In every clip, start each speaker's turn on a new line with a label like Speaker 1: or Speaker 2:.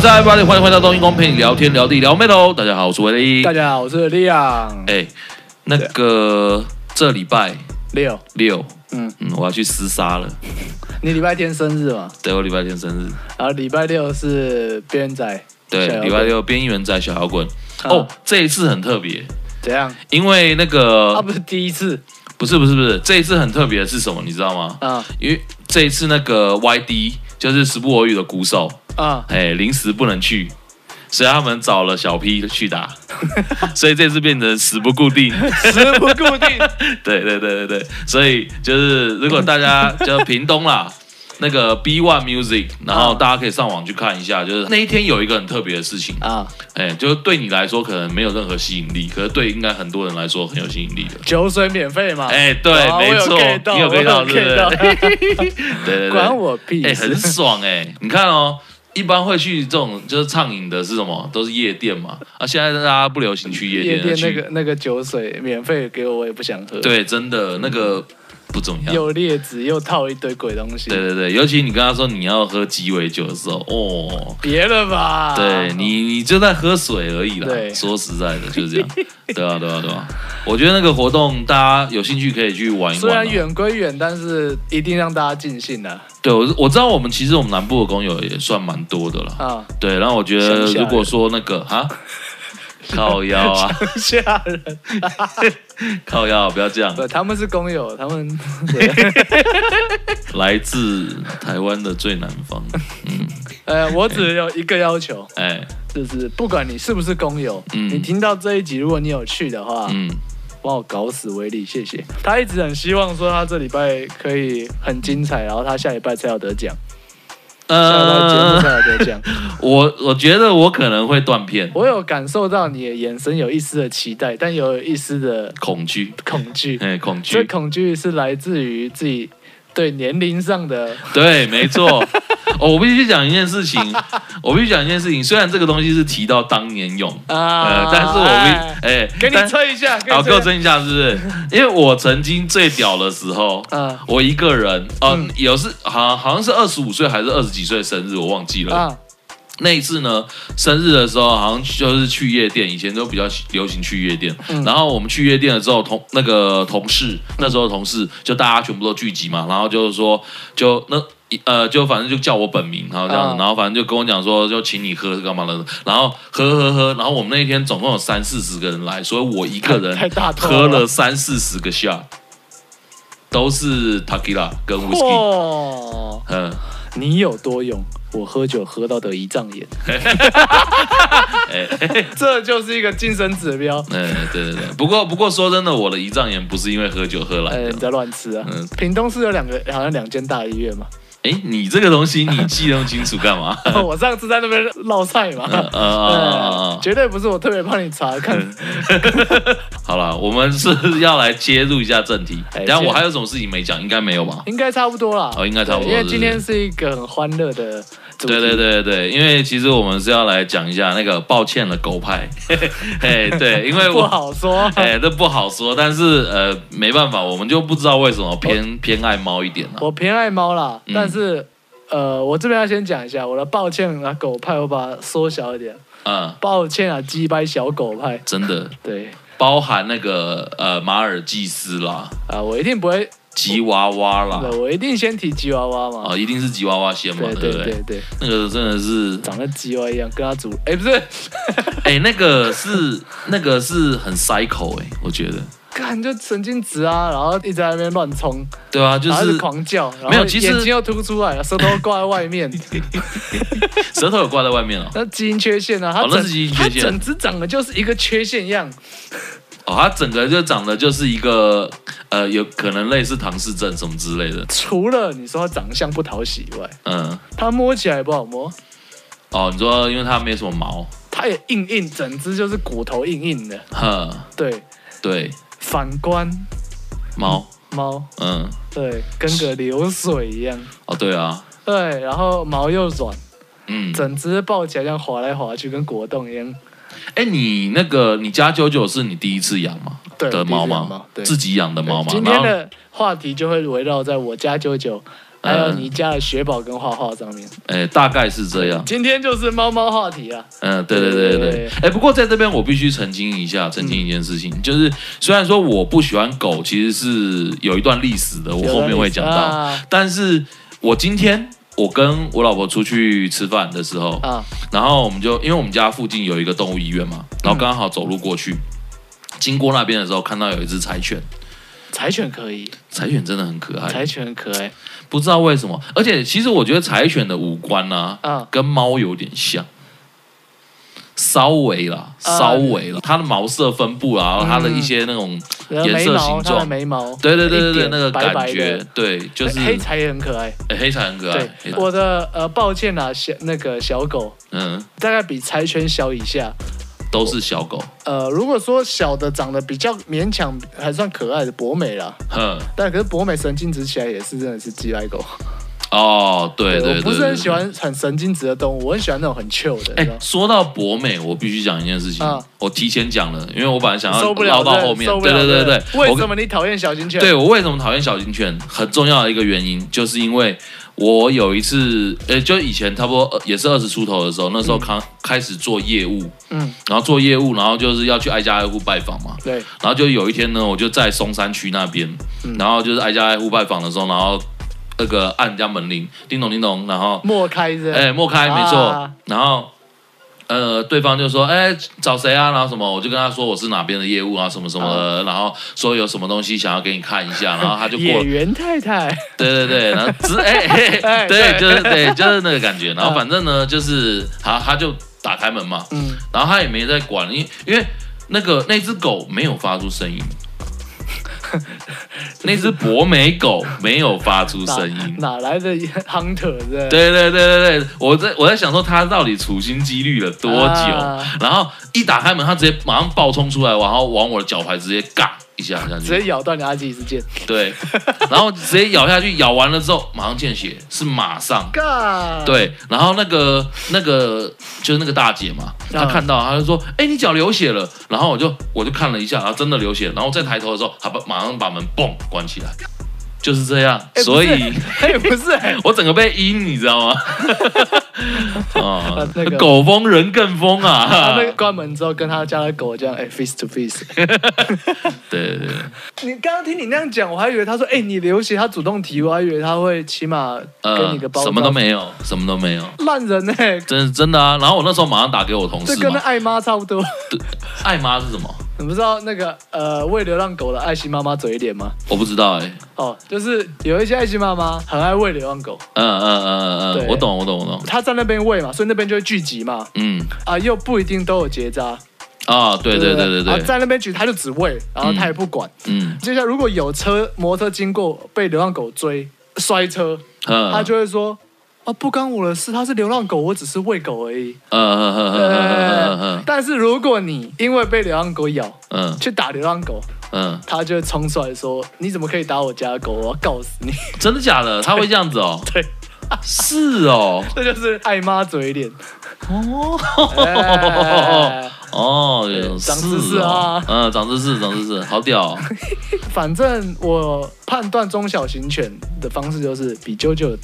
Speaker 1: 是艾巴里，欢迎回到东英公陪你聊天聊地聊妹喽。大家好，我是维利。
Speaker 2: 大
Speaker 1: 哎、
Speaker 2: 家好，我是利昂
Speaker 1: 那个这礼拜
Speaker 2: 六。
Speaker 1: 六，
Speaker 2: 嗯，
Speaker 1: 嗯，我要去厮杀了。
Speaker 2: 你礼拜天生日嘛？
Speaker 1: 对，我礼拜天生日。
Speaker 2: 然后礼拜六是边仔，小
Speaker 1: 对，
Speaker 2: 摇滚
Speaker 1: 礼拜六边缘仔小摇滚。
Speaker 2: 啊
Speaker 1: 哦，这一次很特别，
Speaker 2: 怎样？
Speaker 1: 因为那个、
Speaker 2: 啊，不是第一次
Speaker 1: 不是不是不是，这一次很特别的是什么？你知道吗？
Speaker 2: 啊
Speaker 1: 因为这一次那个 YD 就是时不我与的鼓手，
Speaker 2: 啊，
Speaker 1: 哎，临时不能去，所以他们找了小 P 去打，所以这次变成死不固定。
Speaker 2: 时不固定。
Speaker 1: 对对对对对，所以就是如果大家就屏东啦。 那个 B One Music，然后
Speaker 2: 嗯
Speaker 1: 大家可以上网去看一下，就是那一天有一个很特别的事情，
Speaker 2: 啊，
Speaker 1: 哎，就是对你来说可能没有任何吸引力，可是对应该很多人来说很有吸引力的。
Speaker 2: 酒水免费嘛？
Speaker 1: 哎，对，
Speaker 2: 啊我
Speaker 1: 没
Speaker 2: 有
Speaker 1: 错，
Speaker 2: get 到
Speaker 1: 你有
Speaker 2: 我有
Speaker 1: get 到，对
Speaker 2: get
Speaker 1: 不
Speaker 2: 到
Speaker 1: 对？对对对，
Speaker 2: 管我屁
Speaker 1: 哎、很
Speaker 2: 事。
Speaker 1: 爽哎、你看哦，一般会去这种就是畅饮的是什么？都是夜店嘛。啊，现在大家不流行去夜
Speaker 2: 夜
Speaker 1: 店，
Speaker 2: 店那
Speaker 1: 去
Speaker 2: 个那个酒水免费给我，我也不想喝。，
Speaker 1: 对，真的那个不怎么样。
Speaker 2: 又劣质又套一堆鬼东西
Speaker 1: 对。对对，尤其你跟他说你要喝鸡尾酒的时候，哦，
Speaker 2: 别了吧。
Speaker 1: 对你你就在喝水而已啦。
Speaker 2: 啊对
Speaker 1: 说实在的，就是 这样。对啊，对啊，对啊。我觉得那个活动大家有兴趣可以去玩一
Speaker 2: 虽
Speaker 1: 玩
Speaker 2: 然
Speaker 1: 啊、
Speaker 2: 远归远，但是一定让大家尽兴啊的
Speaker 1: 对，我我知道我们其实我们南部的工友也算蛮多的啦。
Speaker 2: 啊。
Speaker 1: 对，然后我觉得
Speaker 2: 乡下
Speaker 1: 如果说那个啊，靠 腰啊，
Speaker 2: 吓人！
Speaker 1: 靠腰，啊不要这 样。
Speaker 2: 不，他们是 工友，他们
Speaker 1: 来自台湾的最南 方，嗯，
Speaker 2: 呃，我只有一个要求，
Speaker 1: 哎，
Speaker 2: 就是不管你是不是工友，
Speaker 1: 嗯
Speaker 2: 你听到这一集，如果你有去的话，
Speaker 1: 嗯，
Speaker 2: 帮我搞死威力，谢谢。他一直很希望说他这礼拜可以很精彩，然后他下礼拜才有得奖，下礼拜节目
Speaker 1: 呃，
Speaker 2: 才有得奖。
Speaker 1: 我我觉得我可能会断片，
Speaker 2: 我有感受到你的眼神有一丝的期待，但有一丝的
Speaker 1: 恐惧，
Speaker 2: 恐惧。
Speaker 1: 哎， 恐
Speaker 2: 这
Speaker 1: 惧，
Speaker 2: 恐惧是来自于自己对年龄上的
Speaker 1: 对，没错。哦，我必须讲一件事 情，我必须讲一件事情。虽然这个东西是提到当年勇，
Speaker 2: 啊
Speaker 1: 呃，但是我
Speaker 2: 哎
Speaker 1: 必哎，
Speaker 2: 给你
Speaker 1: 但
Speaker 2: 吹一下，给
Speaker 1: 好，
Speaker 2: 你
Speaker 1: 给我
Speaker 2: 吹一下。
Speaker 1: 争一下，是不是？因为我曾经最屌的时候，
Speaker 2: 嗯
Speaker 1: 我一个人，嗯，有是好像好像是二十五岁还是二十几岁生日，我忘记了。
Speaker 2: 啊，
Speaker 1: 那一次呢，生日的时候好像就是去夜店，以前都比较流行去夜店。
Speaker 2: 嗯
Speaker 1: 然后我们去夜店了之后，同那个同事，那时候同事就大家全部都聚集嘛，然后就是说，就那。呃，就反正就叫我本名，然后这样子，
Speaker 2: 啊
Speaker 1: 然后反正就跟我讲说，就请你喝是干嘛的，然后喝喝喝，然后我们那一天总共有三四十个人来，所以我一个人
Speaker 2: 太大头
Speaker 1: 喝了三四十个 shot，都是 tequila 跟 whisky，
Speaker 2: 哇！
Speaker 1: 嗯，
Speaker 2: 你有多勇，我喝酒喝到得胰脏炎，
Speaker 1: 哎、
Speaker 2: 这就是一个晋升指标。
Speaker 1: 嗯，对对对，不过不过说真的，我的胰脏炎不是因为喝酒喝来
Speaker 2: 哎，你
Speaker 1: 的。
Speaker 2: 在乱吃啊
Speaker 1: 嗯！
Speaker 2: 屏东是有两个，好像两间大医院嘛。
Speaker 1: 哎、你这个东西你记那么清楚干嘛？
Speaker 2: 我上次在那边落菜嘛，
Speaker 1: 呃呃
Speaker 2: 呃，绝对不是我特别帮你查看。
Speaker 1: 嗯好了，我们是要来切入一下正题。
Speaker 2: 哎
Speaker 1: 等一下
Speaker 2: 切哎
Speaker 1: 我还有什么事情没讲？应该没有吧？
Speaker 2: 应该差不多啦，
Speaker 1: 哦应该差不多
Speaker 2: 对因为
Speaker 1: 是
Speaker 2: 今
Speaker 1: 不是
Speaker 2: 天是一个很欢乐的主题，
Speaker 1: 对对，对对，因为其实我们是要来讲一下那个抱歉了狗派。 哎，对，因为
Speaker 2: 不
Speaker 1: 我。
Speaker 2: 好说。
Speaker 1: 哎，这不好说，但是呃，没办法，我们就不知道为什么偏偏爱猫一点啊了、
Speaker 2: 我偏爱猫啦
Speaker 1: 嗯，
Speaker 2: 但是呃，我这边要先讲一下我的抱歉啊，狗派我把它缩小一点，
Speaker 1: 嗯，
Speaker 2: 抱歉啊，鸡掰小狗派，
Speaker 1: 真的，
Speaker 2: 对
Speaker 1: 包含那个呃马尔济斯啦、
Speaker 2: 啊，我一定不会
Speaker 1: 吉娃娃啦，
Speaker 2: 对，我一定先提吉娃娃嘛。
Speaker 1: 啊，一定是吉娃娃先嘛，
Speaker 2: 对
Speaker 1: 哦对
Speaker 2: 对
Speaker 1: 不对？
Speaker 2: 对对，
Speaker 1: 那个真的是，
Speaker 2: 长得吉娃一样，跟他主哎、不是，
Speaker 1: 哎，那个是那个是很塞口哎，我觉得，
Speaker 2: 看就神经质啊，然后一直在那边乱冲，
Speaker 1: 对啊，就
Speaker 2: 然后就是狂叫，然后
Speaker 1: 没有其实
Speaker 2: 眼睛又凸出来了，舌头挂在外 面，
Speaker 1: 舌头有挂在外面哦，
Speaker 2: 那基因缺陷啊，他
Speaker 1: 哦
Speaker 2: 整、
Speaker 1: 那是基因缺陷
Speaker 2: 他整只长得就是一个缺陷样，
Speaker 1: 哦，它整个就长得就是一个呃，有可能类似唐氏症什么之类的，
Speaker 2: 除了你说他长相不讨喜以外，
Speaker 1: 嗯，
Speaker 2: 他摸起来也不好摸，
Speaker 1: 哦，你说因为它没什么毛，
Speaker 2: 他也硬硬，整只就是骨头硬硬的。
Speaker 1: 呵，
Speaker 2: 对，
Speaker 1: 对，
Speaker 2: 反观
Speaker 1: 猫，
Speaker 2: 猫，
Speaker 1: 嗯，
Speaker 2: 对，跟个流水一样，
Speaker 1: 哦，对啊，
Speaker 2: 对，然后毛又软。
Speaker 1: 嗯，
Speaker 2: 整只抱起来这样滑来滑去，跟果冻一样。
Speaker 1: 哎，你那个你家九九是你第一次养吗？
Speaker 2: 对
Speaker 1: 的猫
Speaker 2: 第一次养
Speaker 1: 吗
Speaker 2: 猫？对
Speaker 1: 自己养的猫吗？
Speaker 2: 今
Speaker 1: 然
Speaker 2: 天
Speaker 1: 后
Speaker 2: 的话题就会围绕在我家九九
Speaker 1: 嗯
Speaker 2: 还有你加了雪宝跟画画上面。
Speaker 1: 哎，大概是这样。
Speaker 2: 今天就是猫猫话题啊，
Speaker 1: 嗯，对对对对嗯对。哎，不过在这边我必须澄清一下，澄清一件事情，就是虽然说我不喜欢狗，其实是有一段历史的，我后面会讲到。
Speaker 2: 啊
Speaker 1: 但是我今天我跟我老婆出去吃饭的时候，
Speaker 2: 啊，
Speaker 1: 然后我们就因为我们家附近有一个动物医院嘛，然后刚好走路过去，经过那边的时候看到有一只柴犬，
Speaker 2: 柴犬可以，
Speaker 1: 柴犬真的很可爱，
Speaker 2: 柴犬很可爱
Speaker 1: 不知道为什么，而且其实我觉得柴犬的五官呢、
Speaker 2: 啊，
Speaker 1: 跟猫有点像。稍微啦，
Speaker 2: 啊
Speaker 1: 稍微啦，它的毛色分布啦，然
Speaker 2: 嗯
Speaker 1: 后它的一些那种，
Speaker 2: 然后
Speaker 1: 颜
Speaker 2: 眉
Speaker 1: 色
Speaker 2: 毛，
Speaker 1: 形
Speaker 2: 它的
Speaker 1: 状
Speaker 2: 眉毛，
Speaker 1: 对对对对对，
Speaker 2: 一点
Speaker 1: 那个
Speaker 2: 白
Speaker 1: 感
Speaker 2: 白
Speaker 1: 觉，
Speaker 2: 的
Speaker 1: 对，就是
Speaker 2: 黑柴也很可爱。
Speaker 1: 哎黑柴很可爱
Speaker 2: 对，
Speaker 1: 黑，柴
Speaker 2: 我的呃，抱歉啦，小那个小狗
Speaker 1: 嗯，
Speaker 2: 大概比柴犬小以下。
Speaker 1: 都是小狗，
Speaker 2: 呃，如果说小的长得比较勉强还算可爱的博美啦，
Speaker 1: 哼，
Speaker 2: 但可是博美神经质起来也是真的是鸡来狗。
Speaker 1: 哦，对对对，
Speaker 2: 我不是
Speaker 1: 对
Speaker 2: 很喜。欢很神经质的动物，我很喜欢那种很 chill 的。
Speaker 1: 哎、
Speaker 2: 你知道吗
Speaker 1: 说到博美，我必须讲一件事情、
Speaker 2: 啊
Speaker 1: 我提前讲了，因为我本来想要
Speaker 2: 受不
Speaker 1: 唠
Speaker 2: 了
Speaker 1: 到
Speaker 2: 这
Speaker 1: 后面
Speaker 2: 受，不
Speaker 1: 对
Speaker 2: 了
Speaker 1: 对对
Speaker 2: 这
Speaker 1: 对，我
Speaker 2: 为什么你讨厌小型犬？
Speaker 1: 对我为什么讨厌小型犬？很重要的一个原因，就是因为我有一次，呃、就以前差不多呃也是二十出头的时候，那时候刚、开始做业务，
Speaker 2: 嗯，
Speaker 1: 然后做业务，然后就是要去挨家挨户拜访嘛。
Speaker 2: 对，
Speaker 1: 然后就有一天呢，我就在松山区那边，
Speaker 2: 嗯
Speaker 1: 然后就是挨家挨户拜访的时候，然后那个按人家门铃，叮咚叮咚，然后
Speaker 2: 莫开着。
Speaker 1: 哎、莫开没错，
Speaker 2: 啊
Speaker 1: 然后呃，对方就说哎、找谁啊，然后什么，我就跟他说我是哪边的业务啊，什么什么的，然后说有什么东西想要给你看一下，然后他就过
Speaker 2: 演员太太，
Speaker 1: 对对对，然后只哎、嘿
Speaker 2: 哎
Speaker 1: 对，
Speaker 2: 对
Speaker 1: 就是对，就是那个感觉，然后
Speaker 2: 嗯
Speaker 1: 反正呢就是他他就打开门嘛，
Speaker 2: 嗯，
Speaker 1: 然后他也没在管，因因为那个那只狗没有发出声 音。那只博美狗没有发出
Speaker 2: 哪
Speaker 1: 声音，
Speaker 2: 哪来的 hunter 是？，
Speaker 1: 对对对对对，我在我在想说他到底处心积虑了多久，
Speaker 2: 啊
Speaker 1: 然后一打开门，他直接马上暴冲出来，然后往我的脚踝直接嘎一下下去，
Speaker 2: 直接咬断你阿基之剑。
Speaker 1: 对，然后直接咬下去，咬完了之后马上见血，是马上。
Speaker 2: God，，
Speaker 1: 对，然后那个那个就是那个大姐嘛，她
Speaker 2: 嗯
Speaker 1: 看到她就说：“哎、你脚流血了。”然后我就我就看了一下，然后真的流血，然后再抬头的时候，她把马上把门嘣关起来，就是这样。
Speaker 2: 哎
Speaker 1: 所以，
Speaker 2: 哎，不是，哎
Speaker 1: 我整个被阴，你知道吗？啊
Speaker 2: 那个
Speaker 1: 狗疯人更疯
Speaker 2: 他
Speaker 1: 啊！
Speaker 2: 被关门之后，跟他家的狗这样，哎，face to face。
Speaker 1: 对对对，
Speaker 2: 你刚刚听你那样讲，我还以为他说，哎，你流血，他主动提，我还以为他会起码给
Speaker 1: 呃
Speaker 2: 你个包，
Speaker 1: 什么都，没有，什么都没有，
Speaker 2: 烂人哎，
Speaker 1: 真 是真的啊！然后我那时候马上打给我同
Speaker 2: 这
Speaker 1: 事
Speaker 2: 跟那
Speaker 1: 嘛，
Speaker 2: 爱妈差不多。
Speaker 1: 爱妈是什么？
Speaker 2: 你不知道那个呃，为流浪狗的爱心妈妈嘴脸吗？
Speaker 1: 我不知道哎、
Speaker 2: 哦，就是有一些爱心妈妈很爱喂流浪狗，
Speaker 1: 嗯嗯嗯嗯嗯，
Speaker 2: 对
Speaker 1: 我懂我懂我懂，
Speaker 2: 她在那边喂嘛，所以那边就会聚集嘛，
Speaker 1: 嗯
Speaker 2: 啊，又不一定都有结扎，
Speaker 1: 啊，对对对对
Speaker 2: 啊
Speaker 1: 对，
Speaker 2: 在那边举他就只喂，然后他也不管。
Speaker 1: 嗯
Speaker 2: 接下来如果有车摩托车经过被流浪狗追摔车，
Speaker 1: 嗯，
Speaker 2: 他就会说。啊，不干我的事，他是流浪狗，我只是喂狗而已。
Speaker 1: 嗯嗯嗯嗯
Speaker 2: 呃
Speaker 1: 嗯，
Speaker 2: 但是如果你因为被流浪狗咬
Speaker 1: 嗯
Speaker 2: 去打流浪狗，
Speaker 1: 嗯，
Speaker 2: 他就会冲出来说：“你怎么可以打我家的狗？我要告死你
Speaker 1: 真的假的？他会这样子哦？！”
Speaker 2: 对，
Speaker 1: 是哦，
Speaker 2: 这就是爱妈嘴脸。
Speaker 1: 哦
Speaker 2: 哎。
Speaker 1: 哦，
Speaker 2: 长
Speaker 1: 是
Speaker 2: 知识
Speaker 1: 哦
Speaker 2: 啊
Speaker 1: 嗯，长知识，长知识，好屌哦，
Speaker 2: 反正我判断中小型犬的方式就是比啾啾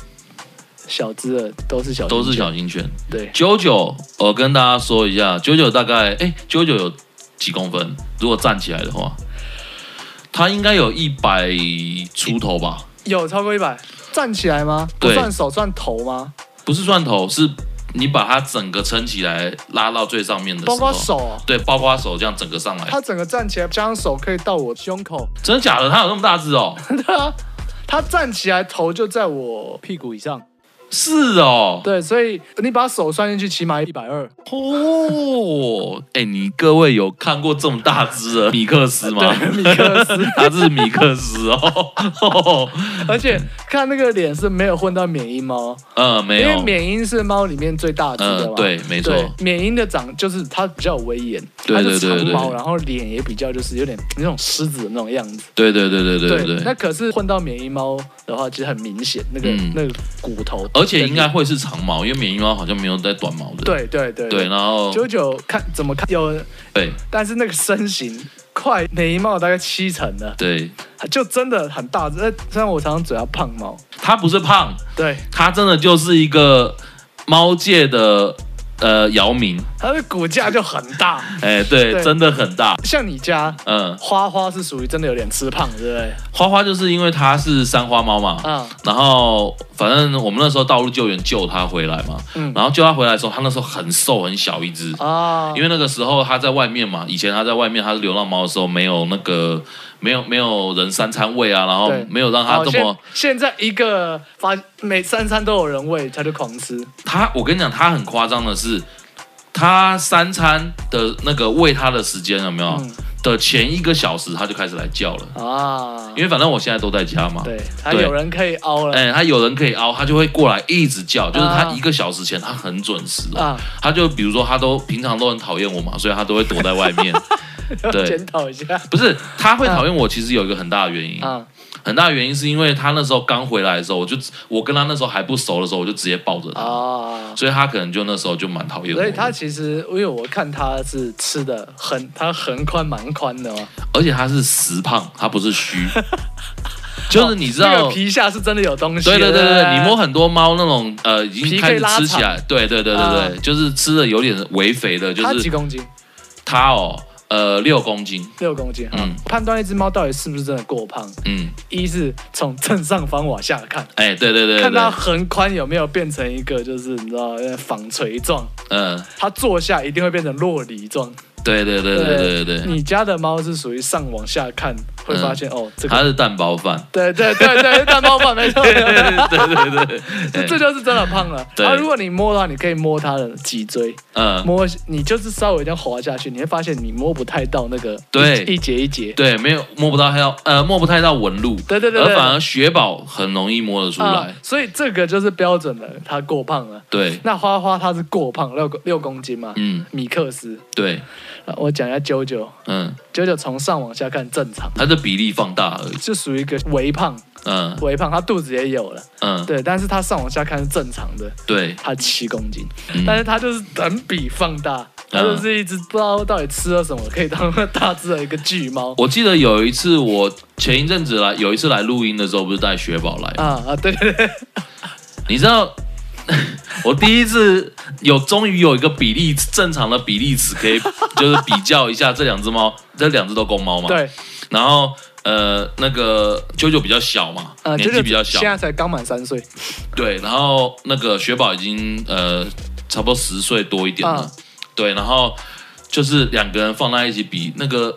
Speaker 2: 小只的都是小型犬
Speaker 1: 都是小型犬。
Speaker 2: 对，
Speaker 1: 九九，我呃跟大家说一下，九九大概，哎，九九有几公分？如果站起来的话，它应该有一百出头吧？
Speaker 2: 有超过一百站起来吗？不
Speaker 1: 对
Speaker 2: 算手算头吗？
Speaker 1: 不是蒜头，是你把它整个撑起来，拉到最上面的时
Speaker 2: 包
Speaker 1: 候，
Speaker 2: 括手哦，
Speaker 1: 对，包括手这样整个上来，
Speaker 2: 它整个站起来加上手可以到我胸 口，
Speaker 1: 真的假的？它有那么大只哦？
Speaker 2: 它站起来头就在我屁股以上。
Speaker 1: 是哦，
Speaker 2: 对，所以你把手算进去，起码一百二。
Speaker 1: 哦，哎、你各位有看过这么大只的米克斯吗？
Speaker 2: 对， 米克斯，
Speaker 1: 它是米克斯哦，哦
Speaker 2: 而且看那个脸是没有混到缅因猫，
Speaker 1: 呃，没
Speaker 2: 因为
Speaker 1: 有，
Speaker 2: 缅因是猫里面最大只的
Speaker 1: 呃
Speaker 2: 嘛。，
Speaker 1: 对，没错，
Speaker 2: 对，缅因的长就是它比较有威严，
Speaker 1: 对
Speaker 2: 它就
Speaker 1: 对对
Speaker 2: 长
Speaker 1: 对
Speaker 2: 毛，
Speaker 1: 对
Speaker 2: 然后脸也比较就是有点那种狮子的那种样子。
Speaker 1: 对对对对对对
Speaker 2: 那
Speaker 1: 对，
Speaker 2: 可是混到缅因猫的话，其实很明显，那个、
Speaker 1: 嗯
Speaker 2: 那个骨头，
Speaker 1: 而且应该会是长毛，因为缅因猫好像没有带短毛的，
Speaker 2: 对对对
Speaker 1: 对，。然后
Speaker 2: 九九看怎么看有，
Speaker 1: 对
Speaker 2: 但是那个身形快缅因猫大概七成了，
Speaker 1: 对，
Speaker 2: 就真的很大只。呃虽然我常常嘴它胖猫，
Speaker 1: 他不是胖，
Speaker 2: 对，
Speaker 1: 他真的就是一个猫界的呃姚明，
Speaker 2: 它的骨架就很大。
Speaker 1: 哎、对，
Speaker 2: 对
Speaker 1: 真的很大。
Speaker 2: 像你家
Speaker 1: 嗯，
Speaker 2: 花花是属于真的有点吃胖，对不对？
Speaker 1: 花花就是因为它是三花猫嘛，
Speaker 2: 啊，
Speaker 1: 然后反正我们那时候道路救援救它回来嘛，
Speaker 2: 嗯
Speaker 1: 然后救它回来的时候，它那时候很瘦很小一只，
Speaker 2: 啊，
Speaker 1: 因为那个时候它在外面嘛，以前它在外面它是流浪猫的时候，没有那个没有没有人三餐喂啊，然后
Speaker 2: 对哦
Speaker 1: 没有让它
Speaker 2: 好
Speaker 1: 这
Speaker 2: 现
Speaker 1: 么
Speaker 2: 现在一个发每三餐都有人喂，他就狂吃。
Speaker 1: 它，我跟你讲，它很夸张的是，它三餐的那个喂它的时间有没有、
Speaker 2: 嗯
Speaker 1: 的前一个小时，它就开始来叫了，
Speaker 2: 啊，
Speaker 1: 因为反正我现在都在家嘛，
Speaker 2: 对，他
Speaker 1: 对
Speaker 2: 有人可以凹了
Speaker 1: 哎、他有人可以凹，他就会过来一直叫，就是他
Speaker 2: 啊
Speaker 1: 一个小时前他很准时哦。
Speaker 2: 啊，
Speaker 1: 他就比如说他都平常都很讨厌我嘛，所以他都会躲在外面。 对
Speaker 2: 检讨一下
Speaker 1: 不是他会讨厌我，其实有一个很大的原因，
Speaker 2: 啊，
Speaker 1: 很大的原因是因为他那时候刚回来的时候，我就我跟他那时候还不熟的时候，我就直接抱着他，
Speaker 2: 啊。
Speaker 1: 所以他可能就那时候就蛮讨厌我
Speaker 2: 所以
Speaker 1: 的。
Speaker 2: 他其实，因为我看他是吃的很，他横宽蛮宽的嘛，
Speaker 1: 而且他是实胖，他不是虚，就是你知
Speaker 2: 那
Speaker 1: 道
Speaker 2: 个。皮下是真的有东西的。
Speaker 1: 对对对对对，
Speaker 2: 不
Speaker 1: 你摸很多猫那种，呃，已经
Speaker 2: 皮
Speaker 1: 开
Speaker 2: 可以
Speaker 1: 始
Speaker 2: 拉
Speaker 1: 吃起来，对对对对对，就是吃的有点微肥的，就
Speaker 2: 它
Speaker 1: 是
Speaker 2: 几公斤？
Speaker 1: 它哦，呃，六公斤，
Speaker 2: 六公斤。
Speaker 1: 嗯
Speaker 2: 嗯，判断一只猫到底是不是真的过胖，
Speaker 1: 嗯，
Speaker 2: 一是从正上方往下看，
Speaker 1: 哎、对对对
Speaker 2: 看它
Speaker 1: 对，
Speaker 2: 横宽有没有变成一个，就是你知道有点纺锤状，
Speaker 1: 嗯、
Speaker 2: 它坐下一定会变成落梨状。
Speaker 1: 对对对对对对嗯对，
Speaker 2: 你家的猫是属于上往下看，会发现、哦，这
Speaker 1: 它
Speaker 2: 个。
Speaker 1: 是蛋包饭，
Speaker 2: 对对对对，蛋包饭没错，没
Speaker 1: 对
Speaker 2: 错
Speaker 1: 对对对，哎
Speaker 2: 这就是真的胖了。
Speaker 1: 对
Speaker 2: 啊，如果你摸的话，你可以摸它的脊椎，
Speaker 1: 嗯、
Speaker 2: 摸你就是稍微这样滑下去，你会发现你摸不太到那个
Speaker 1: 对
Speaker 2: 一一节一节。
Speaker 1: 对，没有摸不到它要，呃，摸不太到纹路，
Speaker 2: 对对对对
Speaker 1: 而反而雪宝很容易摸得出来，
Speaker 2: 啊，所以这个就是标准的，它过胖了。
Speaker 1: 对，
Speaker 2: 那花花它是过胖六六公斤嘛？
Speaker 1: 嗯，
Speaker 2: 米克斯，
Speaker 1: 对，
Speaker 2: 啊我讲一下九九，
Speaker 1: 嗯，
Speaker 2: 九九从上往下看正常，
Speaker 1: 它的比例放大而已，
Speaker 2: 就属于一个微胖，
Speaker 1: 嗯
Speaker 2: 微胖，它肚子也有了，
Speaker 1: 嗯，
Speaker 2: 对，但是它上往下看是正常的，
Speaker 1: 对，
Speaker 2: 它七公斤，
Speaker 1: 嗯
Speaker 2: 但是它就是等比放大，它就是一只不知道到底吃了什么，可以当那么大只的一个巨猫
Speaker 1: 我记得有一次，我前一阵子来有一次来录音的时候，不是带雪宝来吗，
Speaker 2: 啊啊，对对对，
Speaker 1: 你知道， 我第一次有终于有一个比例正常的比例尺可以，就是比较一下这两只猫，这两只都公猫嘛。。
Speaker 2: 对，
Speaker 1: 然后呃，那个啾啾比较小嘛，
Speaker 2: 啊，
Speaker 1: 年纪比较小
Speaker 2: 现。在才刚满三岁，
Speaker 1: 对。然后那个雪宝已经呃，差不多十岁多一点了。
Speaker 2: 嗯
Speaker 1: 对。然后就是两个人放在一起比，那个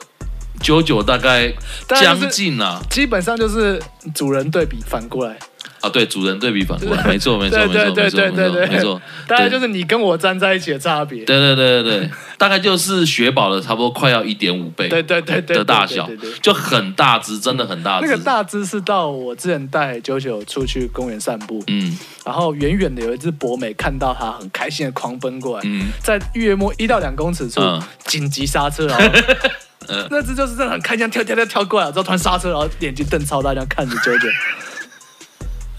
Speaker 1: 啾啾大概
Speaker 2: 当然就是
Speaker 1: 将近啊
Speaker 2: 基本上就是主人对比反过来，
Speaker 1: 啊，对，主人对比反过来，没错，没错，
Speaker 2: 对
Speaker 1: 没错，
Speaker 2: 对
Speaker 1: 没错，
Speaker 2: 对
Speaker 1: 没
Speaker 2: 对
Speaker 1: 错，
Speaker 2: 对
Speaker 1: 没错。
Speaker 2: 当然
Speaker 1: 对
Speaker 2: 就是你跟我站在一起的差别。
Speaker 1: 对对对对对，大概就是雪宝的差不多快要一点五倍
Speaker 2: 对对对对
Speaker 1: 的大小
Speaker 2: 对对对对，
Speaker 1: 就很大只，真的很大只。
Speaker 2: 那个大只是到我之前带九九出去公园散步，
Speaker 1: 嗯
Speaker 2: 然后远远的有一只博美看到它，很开心的狂奔过来，
Speaker 1: 嗯
Speaker 2: 在约莫一到两公尺处
Speaker 1: 嗯
Speaker 2: 紧急刹车，然后那只就是真的很开心，跳跳跳跳过来，之后突然刹车，然后眼睛瞪超大，这样看着九九。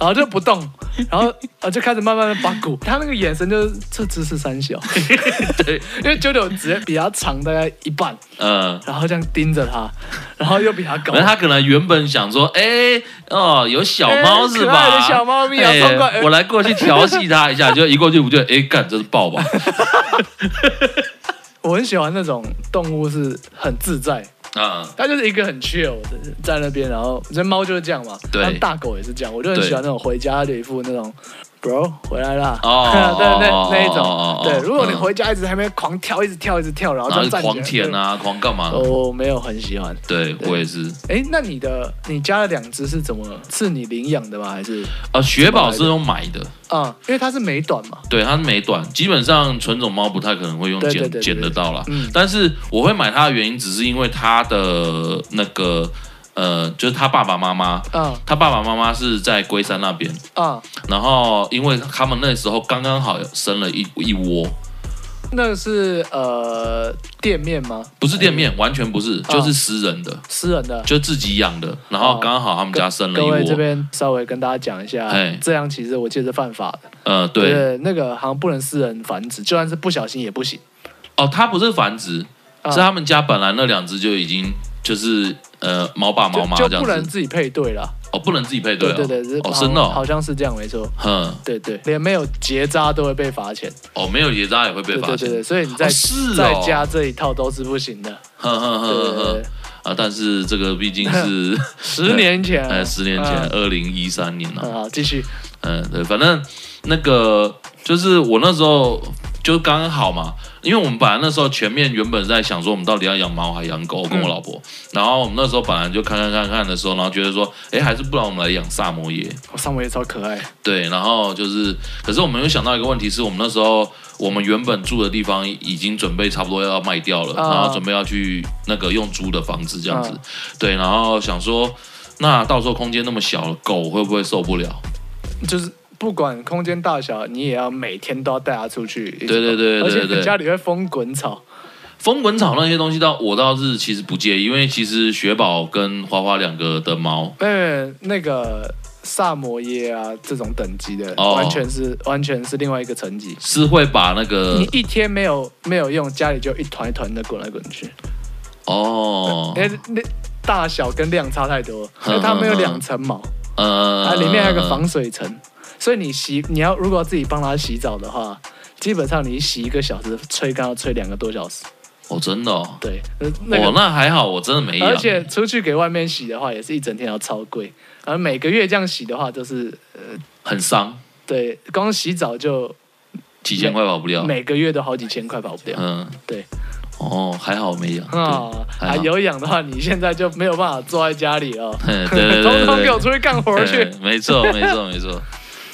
Speaker 2: 然后就不动，然后呃就开始慢慢的把鼓，他那个眼神就是这只是三小，
Speaker 1: 对，
Speaker 2: 因为九九直接比他长大概一半，
Speaker 1: 嗯。
Speaker 2: 然后这样盯着他，然后又比他高
Speaker 1: 反，正他可能原本想说，哎、哦，有小猫是
Speaker 2: 哎可爱
Speaker 1: 吧？
Speaker 2: 的小猫咪啊
Speaker 1: 哎
Speaker 2: 冲过来
Speaker 1: 我来过去调戏它一 下，就一过去不就，哎、干，这是抱吧？
Speaker 2: 我很喜欢那种动物是很自在，
Speaker 1: 啊、
Speaker 2: 它就是一个很 chill 的在那边，然后这猫就是这样嘛，
Speaker 1: 对
Speaker 2: 然后大狗也是这样，我就很
Speaker 1: 对
Speaker 2: 喜欢那种回家就一副那种 bro 回来啦，
Speaker 1: 哦
Speaker 2: 对那
Speaker 1: 哦
Speaker 2: 那一
Speaker 1: 哦哦哦
Speaker 2: 种，对，如果你
Speaker 1: 嗯
Speaker 2: 回家一直还没狂跳，一直跳，一直跳，然后
Speaker 1: 然后
Speaker 2: 就
Speaker 1: 就
Speaker 2: 站
Speaker 1: 狂
Speaker 2: 起来
Speaker 1: 舔，啊，狂干嘛
Speaker 2: 对？哦我没有很喜欢。
Speaker 1: 对我也是。
Speaker 2: 哎，那你的你家的两只是怎么是你领养的吗？还是
Speaker 1: 啊，雪宝是用买的，
Speaker 2: 啊、因为它是美短嘛，
Speaker 1: 对，它是美短，基本上纯种猫不太可能会用
Speaker 2: 对对
Speaker 1: 剪
Speaker 2: 对对
Speaker 1: 剪得
Speaker 2: 对
Speaker 1: 到啦。
Speaker 2: 嗯
Speaker 1: 但是我会买它的原因，只是因为它的那个呃，就是他爸爸妈妈，
Speaker 2: 啊
Speaker 1: 他爸爸妈妈是在龟山那边，
Speaker 2: 啊，
Speaker 1: 然后因为他们那时候刚刚好生了一一窝，
Speaker 2: 那是呃店面吗？
Speaker 1: 不是店
Speaker 2: 哎
Speaker 1: 面，完全不是，
Speaker 2: 啊
Speaker 1: 就是私人的，
Speaker 2: 私人的。
Speaker 1: 就自己养的，然后
Speaker 2: 哦
Speaker 1: 刚好他们家生了
Speaker 2: 各
Speaker 1: 一
Speaker 2: 位这
Speaker 1: 窝，
Speaker 2: 边稍微跟大家讲一下
Speaker 1: 哎，
Speaker 2: 这样其实我记得是犯法的。
Speaker 1: 呃，对，
Speaker 2: 对，那个好像不能私人繁殖，就算是不小心也不行。
Speaker 1: 哦，它不是繁殖，
Speaker 2: 啊
Speaker 1: 是他们家本来那两只就已经就是呃猫爸猫
Speaker 2: 就
Speaker 1: 妈
Speaker 2: 就
Speaker 1: 这样
Speaker 2: 不能
Speaker 1: 子。
Speaker 2: 自己配对了。
Speaker 1: 哦，不能自己配对
Speaker 2: 对
Speaker 1: 哦，
Speaker 2: 对对，是
Speaker 1: 哦，
Speaker 2: 好
Speaker 1: 真的哦
Speaker 2: 好，像是这样，没错。
Speaker 1: 哼，
Speaker 2: 对对，连没有结扎都会被罚钱。
Speaker 1: 哦，没有结扎也会被
Speaker 2: 对
Speaker 1: 发
Speaker 2: 对
Speaker 1: 现
Speaker 2: 对，对，所以你在、
Speaker 1: 哦是哦嗯
Speaker 2: 在家这一套都是不行的。
Speaker 1: 哼哼
Speaker 2: 对对
Speaker 1: 哼哼，
Speaker 2: 对
Speaker 1: 啊，但是这个毕竟 是
Speaker 2: 十年前，
Speaker 1: 哎，十年前，
Speaker 2: 嗯
Speaker 1: 二零一三年啊，
Speaker 2: 嗯好，继续。
Speaker 1: 嗯，对，反正那个就是我那时候就刚好嘛，因为我们本来那时候前面原本在想说我们到底要养猫还养狗，我跟我老婆，
Speaker 2: 嗯
Speaker 1: 然后我们那时候本来就看看看看的时候，然后觉得说，哎，还是不然我们来养萨摩耶，
Speaker 2: 我哦上回也超可爱，
Speaker 1: 对，然后就是，可是我们有想到一个问题，是我们那时候我们原本住的地方已经准备差不多要卖掉了，
Speaker 2: 啊
Speaker 1: 然后准备要去那个用租的房子这样子，
Speaker 2: 啊
Speaker 1: 对，然后想说，那到时候空间那么小，狗会不会受不了？
Speaker 2: 就是不管空间大小，你也要每天都要带它出去。对
Speaker 1: 对对对
Speaker 2: 而且
Speaker 1: 对对
Speaker 2: 你家里会风滚草，
Speaker 1: 风滚草那些东西倒我倒是其实不介意，因为其实雪宝跟花花两个的猫，
Speaker 2: 没有没有那个萨摩耶啊这种等级的，
Speaker 1: 哦
Speaker 2: 完全是完全是另外一个层级。
Speaker 1: 是会把那个
Speaker 2: 你一天没有没有用，家里就一团一团的滚来滚去，
Speaker 1: 哦
Speaker 2: 因，为那大小跟量差太多了，因
Speaker 1: 嗯
Speaker 2: 为它们有
Speaker 1: 嗯嗯
Speaker 2: 两层毛，
Speaker 1: 呃，
Speaker 2: 它里面还有个防水层，所以你洗你要如果要自己帮它洗澡的话，基本上你洗一个小时，吹干要吹两个多小时。
Speaker 1: 哦，真的哦，
Speaker 2: 对，呃
Speaker 1: 我、
Speaker 2: 那个
Speaker 1: 那还好，我真的没养，
Speaker 2: 而且出去给外面洗的话，也是一整天要超贵，而每个月这样洗的话，就是
Speaker 1: 很伤，
Speaker 2: 对，光洗澡就
Speaker 1: 几千块跑不掉，
Speaker 2: 每个月都好几千块跑不掉。
Speaker 1: 哦嗯，
Speaker 2: 对
Speaker 1: 哦，还好没养。
Speaker 2: 啊
Speaker 1: 对
Speaker 2: 啊，
Speaker 1: 还好
Speaker 2: 有氧的话，你现在就没有办法坐在家里哦，
Speaker 1: 嗯对对对对
Speaker 2: 通通给我出去干活去
Speaker 1: 对。没错， 没错，没错。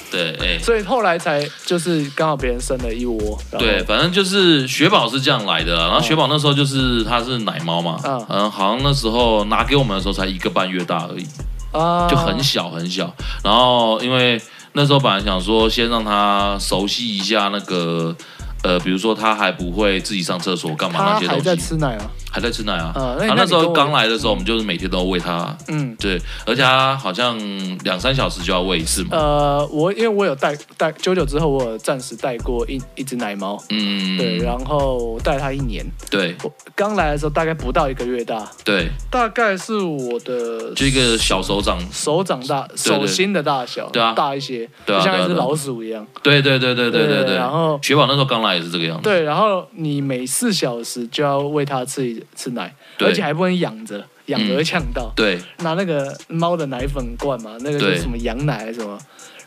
Speaker 1: 对，哎、
Speaker 2: 所以后来才就是刚好别人生了一窝，然后
Speaker 1: 对，，反正就是雪宝是这样来的啊啦。然后雪宝那时候就是它是奶猫嘛，
Speaker 2: 哦嗯
Speaker 1: 嗯好像那时候拿给我们的时候才一个半月大而已，
Speaker 2: 啊，
Speaker 1: 就很小很小。然后因为那时候本来想说先让它熟悉一下那个。呃，比如说它还不会自己上厕所干嘛那
Speaker 2: 他
Speaker 1: 些
Speaker 2: 还
Speaker 1: 东西，
Speaker 2: 在吃奶啊，
Speaker 1: 还在吃奶啊。
Speaker 2: 嗯
Speaker 1: 它
Speaker 2: 那那
Speaker 1: 那
Speaker 2: 你
Speaker 1: 时候
Speaker 2: 跟我
Speaker 1: 刚来的时候，我们就是每天都喂它
Speaker 2: 嗯。
Speaker 1: 对，而且它好像两三小时就要喂一次嘛。
Speaker 2: 呃，我因为我有带带九九之后，我有暂时带过一一只奶猫，
Speaker 1: 嗯，
Speaker 2: 对，然后我带它一年，
Speaker 1: 对
Speaker 2: 我刚来的时候大概不到一个月大，
Speaker 1: 对，
Speaker 2: 大概是我的
Speaker 1: 就一个小手掌，
Speaker 2: 手掌大、
Speaker 1: 对
Speaker 2: 手心的大小，
Speaker 1: 对啊
Speaker 2: 大一些，
Speaker 1: 对啊
Speaker 2: 就像一只
Speaker 1: 对啊对啊
Speaker 2: 老鼠一样。
Speaker 1: 对对对对对
Speaker 2: 对
Speaker 1: 对对。
Speaker 2: 然后
Speaker 1: 雪宝那时候刚来也是这个样子，
Speaker 2: 对，然后你每四小时就要喂它吃一吃奶，
Speaker 1: 对
Speaker 2: 而且还不能养着，养
Speaker 1: 嗯
Speaker 2: 着会呛到。
Speaker 1: 对，
Speaker 2: 拿那个猫的奶粉罐嘛，那个就
Speaker 1: 对
Speaker 2: 是什么羊奶还是什么，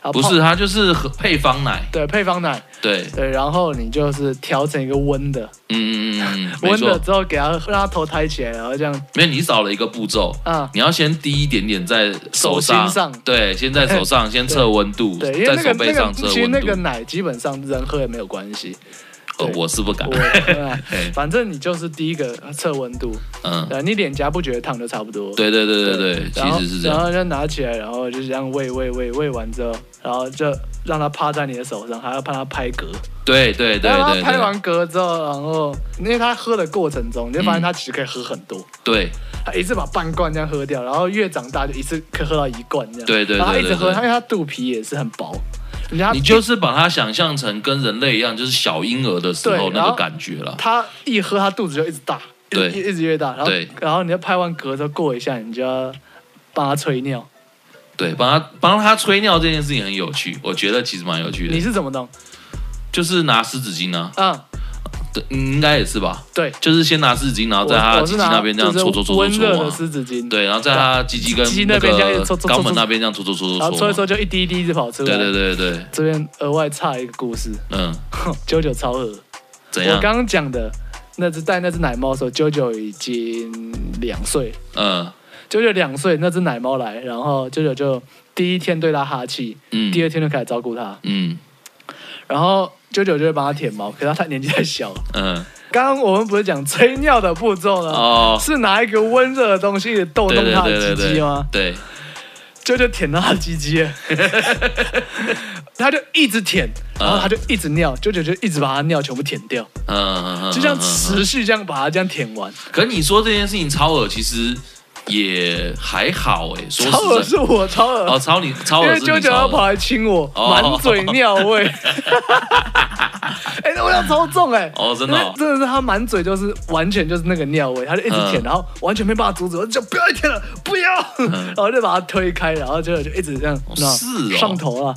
Speaker 2: 然后
Speaker 1: 不
Speaker 2: 泡
Speaker 1: 是它就是和配方奶，
Speaker 2: 对配方奶，
Speaker 1: 对，
Speaker 2: 对，然后你就是调成一个温的，
Speaker 1: 嗯嗯嗯嗯，没
Speaker 2: 温的
Speaker 1: 错，
Speaker 2: 之后给它让它头抬起来，然后这样
Speaker 1: 没有你少了一个步骤。
Speaker 2: 啊，
Speaker 1: 你要先滴一点点在手
Speaker 2: 手
Speaker 1: 上，
Speaker 2: 心上
Speaker 1: 对，先在手 上先测温度，
Speaker 2: 对，因为
Speaker 1: 在
Speaker 2: 那个
Speaker 1: 手
Speaker 2: 那
Speaker 1: 背
Speaker 2: 个
Speaker 1: 上测
Speaker 2: 其实
Speaker 1: 温
Speaker 2: 那个
Speaker 1: 度。
Speaker 2: 奶基本上人喝也没有关系，
Speaker 1: 呃
Speaker 2: 对
Speaker 1: 我是不敢
Speaker 2: 我，啊
Speaker 1: 嘿
Speaker 2: 反正你就是第一个测温度，
Speaker 1: 嗯，
Speaker 2: 呃，你脸颊不觉得烫就差不多。
Speaker 1: 对对对对对，
Speaker 2: 然后
Speaker 1: 其实是这
Speaker 2: 然
Speaker 1: 样，
Speaker 2: 后就拿起来，然后就这样喂喂喂喂完之后，然后就让它趴在你的手上，还要帮它拍嗝。
Speaker 1: 对对对
Speaker 2: 然后
Speaker 1: 对
Speaker 2: 它拍
Speaker 1: 对，
Speaker 2: 完嗝之后，然后因为它喝的过程中，你就发现它其实可以喝很多，
Speaker 1: 对
Speaker 2: 它一次把半罐这样喝掉，然后越长大就一次可以喝到一罐这样。
Speaker 1: 对对对
Speaker 2: 然后它一直
Speaker 1: 对
Speaker 2: 喝，
Speaker 1: 对对
Speaker 2: 它因为它肚皮也是很薄，人家
Speaker 1: 你就是把它想象成跟人类一样，就是小婴儿的时
Speaker 2: 对
Speaker 1: 候
Speaker 2: 然
Speaker 1: 那
Speaker 2: 后
Speaker 1: 个感觉了。
Speaker 2: 它一喝，它肚子就一直大，一
Speaker 1: 对
Speaker 2: 一一直越大，然后
Speaker 1: 对
Speaker 2: 然后你要拍完嗝之后过一下，你就要帮它吹尿。
Speaker 1: 对，帮他帮他吹尿这件事情很有趣，我觉得其实蛮有趣
Speaker 2: 你
Speaker 1: 的，
Speaker 2: 是怎么弄？
Speaker 1: 就是拿湿纸巾啊，
Speaker 2: 嗯，
Speaker 1: 对，应该也是吧，
Speaker 2: 对，
Speaker 1: 就是先拿湿纸巾，然后
Speaker 2: 我
Speaker 1: 在他
Speaker 2: 我
Speaker 1: 鸡鸡
Speaker 2: 是拿
Speaker 1: 那边这样
Speaker 2: 就是
Speaker 1: 搓搓搓搓啊
Speaker 2: 温热
Speaker 1: 搓
Speaker 2: 的
Speaker 1: 嘛，
Speaker 2: 湿纸巾，
Speaker 1: 对，然后在他鸡鸡跟
Speaker 2: 鸡
Speaker 1: 那
Speaker 2: 那边这样一直
Speaker 1: 个
Speaker 2: 搓搓搓
Speaker 1: 肛门
Speaker 2: 搓
Speaker 1: 那边这样搓搓搓
Speaker 2: 然
Speaker 1: 搓
Speaker 2: 后搓一
Speaker 1: 搓
Speaker 2: 搓
Speaker 1: 嘛，
Speaker 2: 就一滴一滴一直跑出来。
Speaker 1: 对对对对，
Speaker 2: 这边额外插一个故 事，
Speaker 1: 嗯，
Speaker 2: 九九超额。
Speaker 1: 怎
Speaker 2: 我
Speaker 1: 样？
Speaker 2: 刚刚讲的那只带那只奶猫的时候，九九已经两岁，
Speaker 1: 嗯
Speaker 2: 九九两岁，那只奶猫来，然后九九就第一天对它哈气，
Speaker 1: 嗯
Speaker 2: 第二天就开始照顾它，
Speaker 1: 嗯
Speaker 2: 然后九九就会帮它舔毛，可是它年纪太小了。
Speaker 1: 嗯
Speaker 2: 刚刚我们不是讲吹尿的步骤呢？
Speaker 1: 哦，
Speaker 2: 是拿一个温热的东西一直逗
Speaker 1: 对
Speaker 2: 呃弄
Speaker 1: 对
Speaker 2: 它
Speaker 1: 对
Speaker 2: 的
Speaker 1: 对
Speaker 2: 鸡鸡
Speaker 1: 对
Speaker 2: 吗？，
Speaker 1: 对，
Speaker 2: 就就舔到它的鸡 鸡了，它就一直舔，然后它就一直尿，九九就一直把它尿全部舔掉，
Speaker 1: 嗯嗯嗯，
Speaker 2: 就这样
Speaker 1: 嗯嗯
Speaker 2: 持续这样把它这样舔完。
Speaker 1: 可你说这件事情超恶，其实也还好哎、说
Speaker 2: 超恶
Speaker 1: 实在，
Speaker 2: 是我超恶，
Speaker 1: 哦，超你超
Speaker 2: 因
Speaker 1: 恶
Speaker 2: 为
Speaker 1: 是
Speaker 2: 九
Speaker 1: 你
Speaker 2: 九要
Speaker 1: 超
Speaker 2: 跑
Speaker 1: 恶，
Speaker 2: 来亲我，
Speaker 1: 哦
Speaker 2: 满嘴尿 味。哎、那味道超重哎、
Speaker 1: 哦真的哦
Speaker 2: 因为真的是他满嘴就是完全就是那个尿味，他就一直舔，
Speaker 1: 嗯
Speaker 2: 然后完全没办法阻止，我就叫不要再舔了，不要，然后就把他推开，然后结果就一直这样，你知道
Speaker 1: 是哦
Speaker 2: 上 头啊，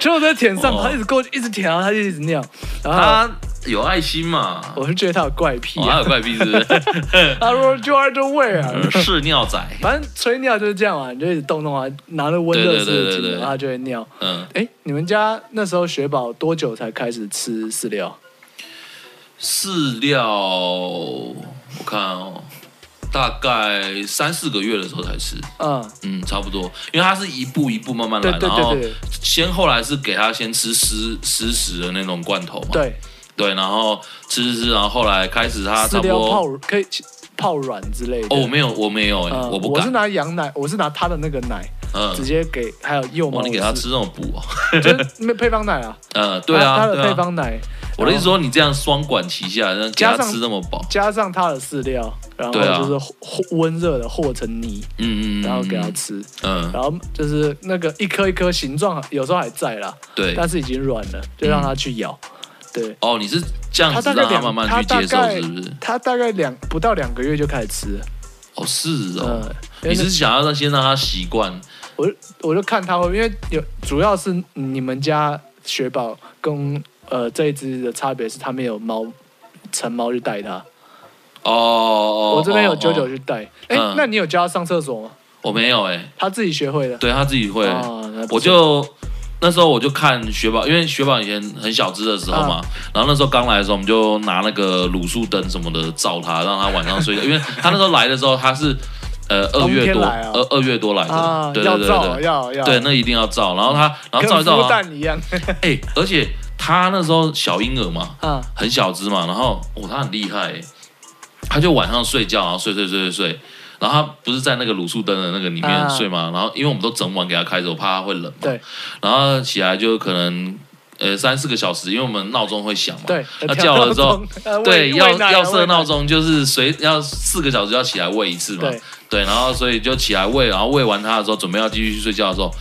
Speaker 2: 结果在舔上头，
Speaker 1: 哦啊
Speaker 2: 他一直过去，一直舔，然后他就一直尿，然后
Speaker 1: 他有爱心 嘛，
Speaker 2: 我是觉得他有怪癖
Speaker 1: 哦、他
Speaker 2: 啊，
Speaker 1: 有怪癖是不 是？
Speaker 2: 他说 George Ware，
Speaker 1: 是尿仔，
Speaker 2: 啊反正吹尿就是这样嘛，你就一直动动啊，拿着温热
Speaker 1: 对对
Speaker 2: 湿
Speaker 1: 对对
Speaker 2: 纸巾，
Speaker 1: 对
Speaker 2: 然后他就会尿。
Speaker 1: 嗯，
Speaker 2: 哎，你们家那时候雪宝多久才开始吃饲料？
Speaker 1: 饲料，我看哦，大概三四个月的时候才吃，
Speaker 2: 嗯，
Speaker 1: 嗯，差不多，因为它是一步一步慢慢来，
Speaker 2: 对对对对
Speaker 1: 然后先后来是给它先吃湿湿食的那种罐头嘛，
Speaker 2: 对，
Speaker 1: 对，然后吃吃吃，然后后来开始它啊差
Speaker 2: 饲
Speaker 1: 不
Speaker 2: 料泡
Speaker 1: 多，哦
Speaker 2: 乳可以起泡软之类的。
Speaker 1: 哦，我没有，我没有、欸，
Speaker 2: 嗯
Speaker 1: 我不
Speaker 2: 我是
Speaker 1: 敢，
Speaker 2: 拿羊奶，我是拿他的那个奶，
Speaker 1: 嗯
Speaker 2: 直，接给还有幼猫
Speaker 1: 哇，
Speaker 2: 的
Speaker 1: 你
Speaker 2: 饲。
Speaker 1: 给它吃那种补哦，
Speaker 2: 就是没配方奶啊？
Speaker 1: 嗯， 对
Speaker 2: 他
Speaker 1: 啊，
Speaker 2: 的
Speaker 1: 对
Speaker 2: 配
Speaker 1: 啊，
Speaker 2: 方奶，
Speaker 1: 我的意思说你这样双管齐下，然后给
Speaker 2: 加
Speaker 1: 它
Speaker 2: 上
Speaker 1: 吃那么饱，
Speaker 2: 加上他的饲料，然后
Speaker 1: 对啊
Speaker 2: 就是和和温热的和成泥，
Speaker 1: 嗯嗯，嗯
Speaker 2: 然后给它，吃，
Speaker 1: 嗯，
Speaker 2: 然后就是那个一颗一颗形状有时候还在啦，
Speaker 1: 对，
Speaker 2: 但是已经软了，就让它去咬。对，
Speaker 1: 哦，你是这样
Speaker 2: 他
Speaker 1: 子
Speaker 2: 大概
Speaker 1: 让它
Speaker 2: 两，
Speaker 1: 慢慢
Speaker 2: 他
Speaker 1: 去
Speaker 2: 大
Speaker 1: 接受，
Speaker 2: 概
Speaker 1: 是不是？
Speaker 2: 他大概两不到两个月就开始吃，
Speaker 1: 哦，是
Speaker 2: 嗯
Speaker 1: 哦，，
Speaker 2: 因
Speaker 1: 你
Speaker 2: 为那
Speaker 1: 是想要让先让它习惯，
Speaker 2: 我就我就看他会，因为有主要是你们家雪宝跟呃这一只的差别是，他们有猫成猫去带它，
Speaker 1: 哦哦，
Speaker 2: 我这边有
Speaker 1: 哦
Speaker 2: 九九
Speaker 1: 哦
Speaker 2: 去带。哎、
Speaker 1: 嗯
Speaker 2: 那你有教它上厕所吗？
Speaker 1: 我没有哎、
Speaker 2: 它自己学会的。
Speaker 1: 对他自己会，
Speaker 2: 哦那不错
Speaker 1: 我就。那时候我就看雪宝，因为雪宝以前很小只的时候
Speaker 2: 嗯
Speaker 1: 嘛，然后那时候刚来的时候，我们就拿那个卤素灯什么的照它，让它晚上睡觉。因为它那时候来的时候，它是呃二月
Speaker 2: 冬天
Speaker 1: 多，
Speaker 2: 来啊
Speaker 1: 二二月多来的，
Speaker 2: 啊，
Speaker 1: 对对
Speaker 2: 要
Speaker 1: 对
Speaker 2: 照
Speaker 1: 对，
Speaker 2: 要要，
Speaker 1: 对，那一定要照。然后它，然后照
Speaker 2: 跟
Speaker 1: 一照
Speaker 2: 孵
Speaker 1: 啊，
Speaker 2: 蛋一 样
Speaker 1: 哎、而且它那时候小婴儿嘛，
Speaker 2: 啊，
Speaker 1: 很小只嘛，然后哦，他很厉害耶，他就晚上睡觉，然后睡睡睡睡睡，然后他不是在那个卤素灯的那个里
Speaker 2: 啊
Speaker 1: 面睡嘛，然后因为我们都整晚给他开着，我怕他会冷嘛，
Speaker 2: 对，
Speaker 1: 然后起来就可能呃三四个小时，因为我们闹钟会响嘛，
Speaker 2: 对，
Speaker 1: 他叫了之后。
Speaker 2: 呃，
Speaker 1: 对，
Speaker 2: 喂
Speaker 1: 要
Speaker 2: 喂奶啊
Speaker 1: 要
Speaker 2: 喂
Speaker 1: 设
Speaker 2: 奶
Speaker 1: 闹钟，就是随要四个小时就要起来喂一次嘛。
Speaker 2: 对，
Speaker 1: 对，然后所以就起来喂，然后喂完它的时候，准备要继续去睡觉的时候，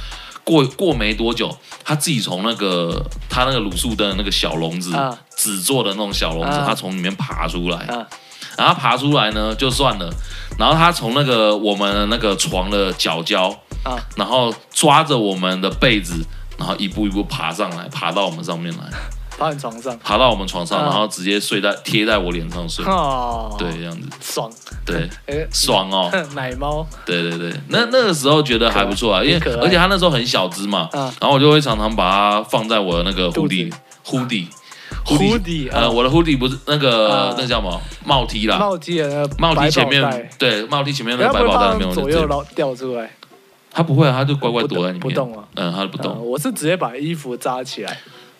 Speaker 1: 过过没多久，它自己从那个它那个卤素灯的那个小笼子
Speaker 2: 啊，
Speaker 1: 纸做的那种小笼子
Speaker 2: 啊，
Speaker 1: 它从里面爬出来，
Speaker 2: 啊，
Speaker 1: 然后它爬出来呢就算了，然后它从那个我们的那个床的角角
Speaker 2: 啊，
Speaker 1: 然后抓着我们的被子。然后一步一步爬上来，爬到我们上面来，
Speaker 2: 趴在床上，
Speaker 1: 爬到我们床上，
Speaker 2: 啊
Speaker 1: 然后直接睡在贴在我脸上睡，
Speaker 2: 哦，
Speaker 1: 对，，这样子，
Speaker 2: 爽，
Speaker 1: 对，
Speaker 2: 哎，
Speaker 1: 爽哦，
Speaker 2: 奶猫
Speaker 1: 对对对，那那个时候觉得还不错啊，因为
Speaker 2: 很可爱
Speaker 1: 而且他那时候很小只嘛，
Speaker 2: 嗯
Speaker 1: 然后我就会常常把它放在我的那个 hoodie
Speaker 2: 肚
Speaker 1: hoodie
Speaker 2: Hoodie，
Speaker 1: 呃，
Speaker 2: 嗯
Speaker 1: 我的 hoodie 不是那
Speaker 2: 啊
Speaker 1: 个那叫什么帽 T 啦，
Speaker 2: 帽 T 的
Speaker 1: 啊帽 T
Speaker 2: 白
Speaker 1: 前
Speaker 2: 宝
Speaker 1: 面
Speaker 2: 袋
Speaker 1: 对帽 T 前面那
Speaker 2: 然
Speaker 1: 个白
Speaker 2: 后不会
Speaker 1: 宝袋那
Speaker 2: 放
Speaker 1: 边，我
Speaker 2: 左
Speaker 1: 就
Speaker 2: 右
Speaker 1: 直接
Speaker 2: 捞掉出来。
Speaker 1: 他不会，啊，他就乖乖
Speaker 2: 不
Speaker 1: 躲在里面，
Speaker 2: 不动啊
Speaker 1: 嗯，他就不
Speaker 2: 呃
Speaker 1: 动，
Speaker 2: 我是直接把衣服扎起来，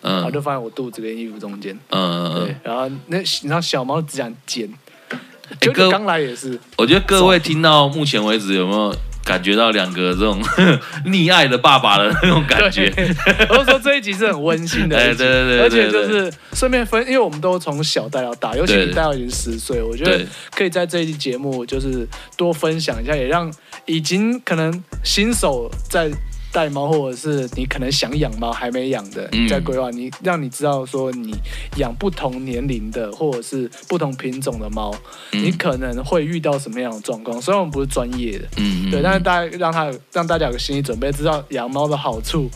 Speaker 2: 然后
Speaker 1: 嗯
Speaker 2: 就放在我肚子跟衣服中间。
Speaker 1: 嗯嗯
Speaker 2: 对
Speaker 1: 嗯，，
Speaker 2: 然后那你知道小猫只想尖，
Speaker 1: 哎
Speaker 2: 九九
Speaker 1: 哥
Speaker 2: 刚来也是，
Speaker 1: 我觉得各位听到目前为止有没有感觉到两个这种 溺爱的爸爸的那种感觉？
Speaker 2: 我就说这一集是很温馨的一
Speaker 1: 哎
Speaker 2: 集，
Speaker 1: 对对对
Speaker 2: 而且就
Speaker 1: 对对
Speaker 2: 是顺便分，因为我们都从小带到大，尤其
Speaker 1: 对
Speaker 2: 你带到已经十岁，我觉得
Speaker 1: 对
Speaker 2: 可以在这一期节目就是多分享一下，也让已经可能新手在。带猫，或者是你可能想养猫还没养的，
Speaker 1: 嗯
Speaker 2: 在规划你让你知道说你养不同年龄的或者是不同品种的猫，
Speaker 1: 嗯
Speaker 2: 你可能会遇到什么样的状况。虽然我们不是专业的，
Speaker 1: 嗯，嗯
Speaker 2: 对，
Speaker 1: 嗯
Speaker 2: 但是大家让他有让大家有个心理准备，知道养猫的好处、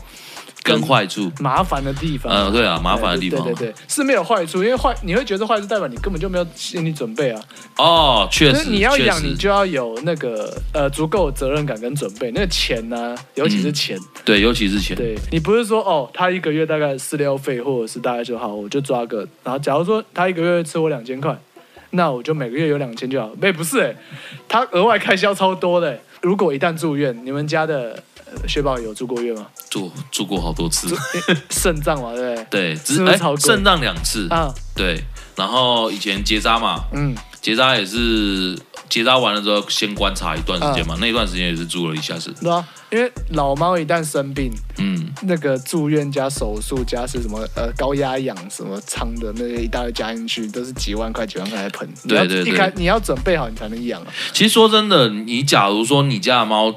Speaker 1: 跟坏处，
Speaker 2: 麻烦的地方。
Speaker 1: 嗯，对啊，麻烦的地方，
Speaker 2: 对对对，对是没有坏处，因为坏你会觉得坏处，代表你根本就没有心理准备啊。
Speaker 1: 哦，确
Speaker 2: 就
Speaker 1: 实，
Speaker 2: 是你要
Speaker 1: 确
Speaker 2: 养，
Speaker 1: 实
Speaker 2: 你就要有那个呃足够的责任感跟准备。那个钱呢、尤其是
Speaker 1: 嗯
Speaker 2: 钱，
Speaker 1: 对，尤其是钱，
Speaker 2: 对你不是说哦，他一个月大概饲料费或者是大概就好，我就抓个，然后假如说他一个月吃我两千块，那我就每个月有两千就好。没不是哎、他额外开销超多的、欸。如果一旦住院，你们家的、呃、雪宝有住过院吗？
Speaker 1: 住住过好多次，
Speaker 2: 肾脏嘛，对不对？
Speaker 1: 对，
Speaker 2: 是
Speaker 1: 只
Speaker 2: 不是
Speaker 1: 哎
Speaker 2: 超贵
Speaker 1: 肾脏两次，
Speaker 2: 啊，
Speaker 1: 对，然后以前结扎嘛，
Speaker 2: 嗯，
Speaker 1: 结扎也是结扎完了之后，先观察一段时
Speaker 2: 啊
Speaker 1: 间嘛，那一段时间也是住了一下子，
Speaker 2: 对啊，因为老猫一旦生病，
Speaker 1: 嗯，
Speaker 2: 那个住院加手术加是什么呃高压氧什么仓的那些一大堆加进去，都是几万块几万块来喷。你要
Speaker 1: 对对对
Speaker 2: 一开你要准备好你才能养啊。
Speaker 1: 其实说真的，你假如说你家的猫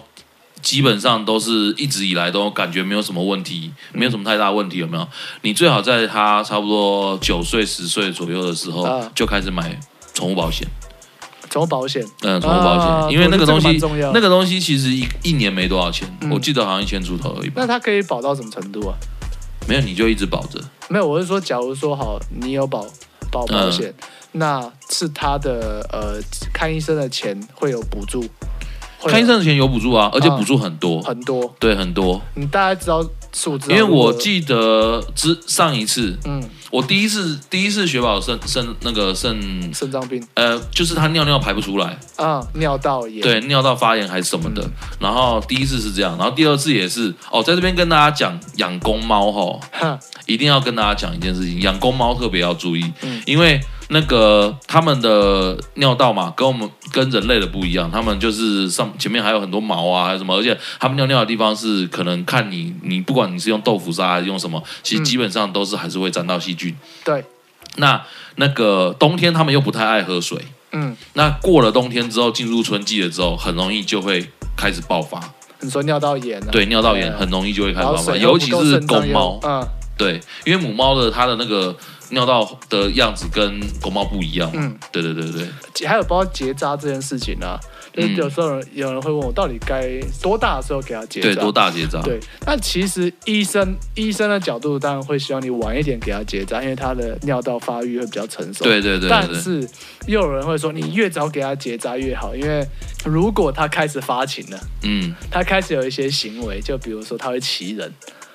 Speaker 1: 基本上都是一直以来都感觉没有什么问题，没
Speaker 2: 嗯
Speaker 1: 有什么太大问题，有没有？你最好在它差不多九岁、十岁左右的时候
Speaker 2: 啊
Speaker 1: 就开始买宠物保险，
Speaker 2: 宠物保险，
Speaker 1: 嗯，宠物保险，
Speaker 2: 啊
Speaker 1: 因为那个东
Speaker 2: 这
Speaker 1: 西
Speaker 2: 蛮重要，
Speaker 1: 那个东西其实一一年没多少钱，
Speaker 2: 嗯
Speaker 1: 我记得好像一千出头而已吧
Speaker 2: 那，它可以保到什么程度啊？
Speaker 1: 没有你就一直保着，
Speaker 2: 没有，我是说，假如说好，你有保保保险，那是他的呃看医生的钱会有补助，会有
Speaker 1: 看医生的钱有补助啊，而且
Speaker 2: 啊
Speaker 1: 补助很多，
Speaker 2: 很多，
Speaker 1: 对，很多。
Speaker 2: 你大概知道数字啊。
Speaker 1: 因为我
Speaker 2: 如果
Speaker 1: 记得之上一次，
Speaker 2: 嗯
Speaker 1: 我第一次第一次雪宝肾肾那个肾
Speaker 2: 肾脏病
Speaker 1: 呃，就是他尿尿排不出来，
Speaker 2: 啊，尿道炎，
Speaker 1: 对，尿道发炎还是什么
Speaker 2: 嗯
Speaker 1: 的。然后第一次是这样，然后第二次也是哦，在这边跟大家讲养公猫吼，
Speaker 2: 哼，
Speaker 1: 一定要跟大家讲一件事情，养公猫特别要注意，
Speaker 2: 嗯
Speaker 1: 因为那个它们的尿道嘛，跟我们跟人类的不一样，它们就是上前面还有很多毛啊，还有什么，而且它们尿尿的地方是可能看你，你不管你是用豆腐渣还是用什么，其实
Speaker 2: 嗯
Speaker 1: 基本上都是还是会沾到细菌。
Speaker 2: 对，
Speaker 1: 那那个冬天它们又不太爱喝水，
Speaker 2: 嗯，
Speaker 1: 那过了冬天之后，进入春季了之后，很容易就会开始爆发。
Speaker 2: 你说尿道炎啊，
Speaker 1: 对，尿道炎
Speaker 2: 对
Speaker 1: 很容易就会开始
Speaker 2: 然
Speaker 1: 爆
Speaker 2: 后
Speaker 1: 发，
Speaker 2: 水
Speaker 1: 尤其是公
Speaker 2: 公
Speaker 1: 猫。
Speaker 2: 嗯
Speaker 1: 对，因为母猫的它的那个尿道的样子跟公猫不一样嘛。
Speaker 2: 嗯，
Speaker 1: 对对对对，
Speaker 2: 还有包括结扎这件事情啊，就是
Speaker 1: 嗯
Speaker 2: 有时候有人有人会问我到底该多大的时候给他结扎，
Speaker 1: 对多大结扎？
Speaker 2: 对，那其实医生医生的角度当然会希望你晚一点给他结扎，因为他的尿道发育会比较成熟。
Speaker 1: 对对对对
Speaker 2: 但
Speaker 1: 对，
Speaker 2: 是又有人会说，你越早给他结扎越好，因为如果他开始发情了，
Speaker 1: 嗯
Speaker 2: 他开始有一些行为，就比如说他会骑人，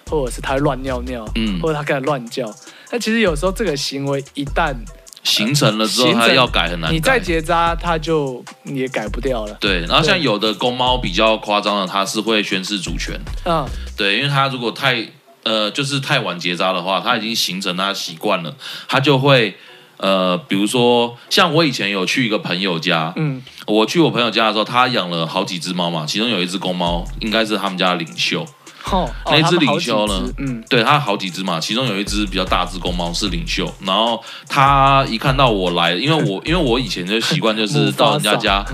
Speaker 2: 或者是他会乱尿尿，
Speaker 1: 嗯
Speaker 2: 或，者他开始乱叫。那其实有时候这个行为一旦
Speaker 1: 形成了之后
Speaker 2: 形成
Speaker 1: 它要改很难
Speaker 2: 你再
Speaker 1: 改。
Speaker 2: 结扎，他就你也改不掉了。
Speaker 1: 对，然后像
Speaker 2: 对
Speaker 1: 有的公猫比较夸张的，它是会宣示主权。
Speaker 2: 嗯，
Speaker 1: 对，因为它如果太呃就是太晚结扎的话，它已经形成它习惯了，它就会呃，比如说像我以前有去一个朋友家，
Speaker 2: 嗯
Speaker 1: 我去我朋友家的时候，他养了好几只猫嘛，其中有一只公猫，应该是他们家的领袖。
Speaker 2: 吼，哦
Speaker 1: 那一只
Speaker 2: 他们好
Speaker 1: 领
Speaker 2: 几
Speaker 1: 袖呢
Speaker 2: 只嗯
Speaker 1: 对，它好几只嘛，其中有一只比较大只公猫是领袖，然后它一看到我来，因为我因为我以前就习惯就是 到人家家，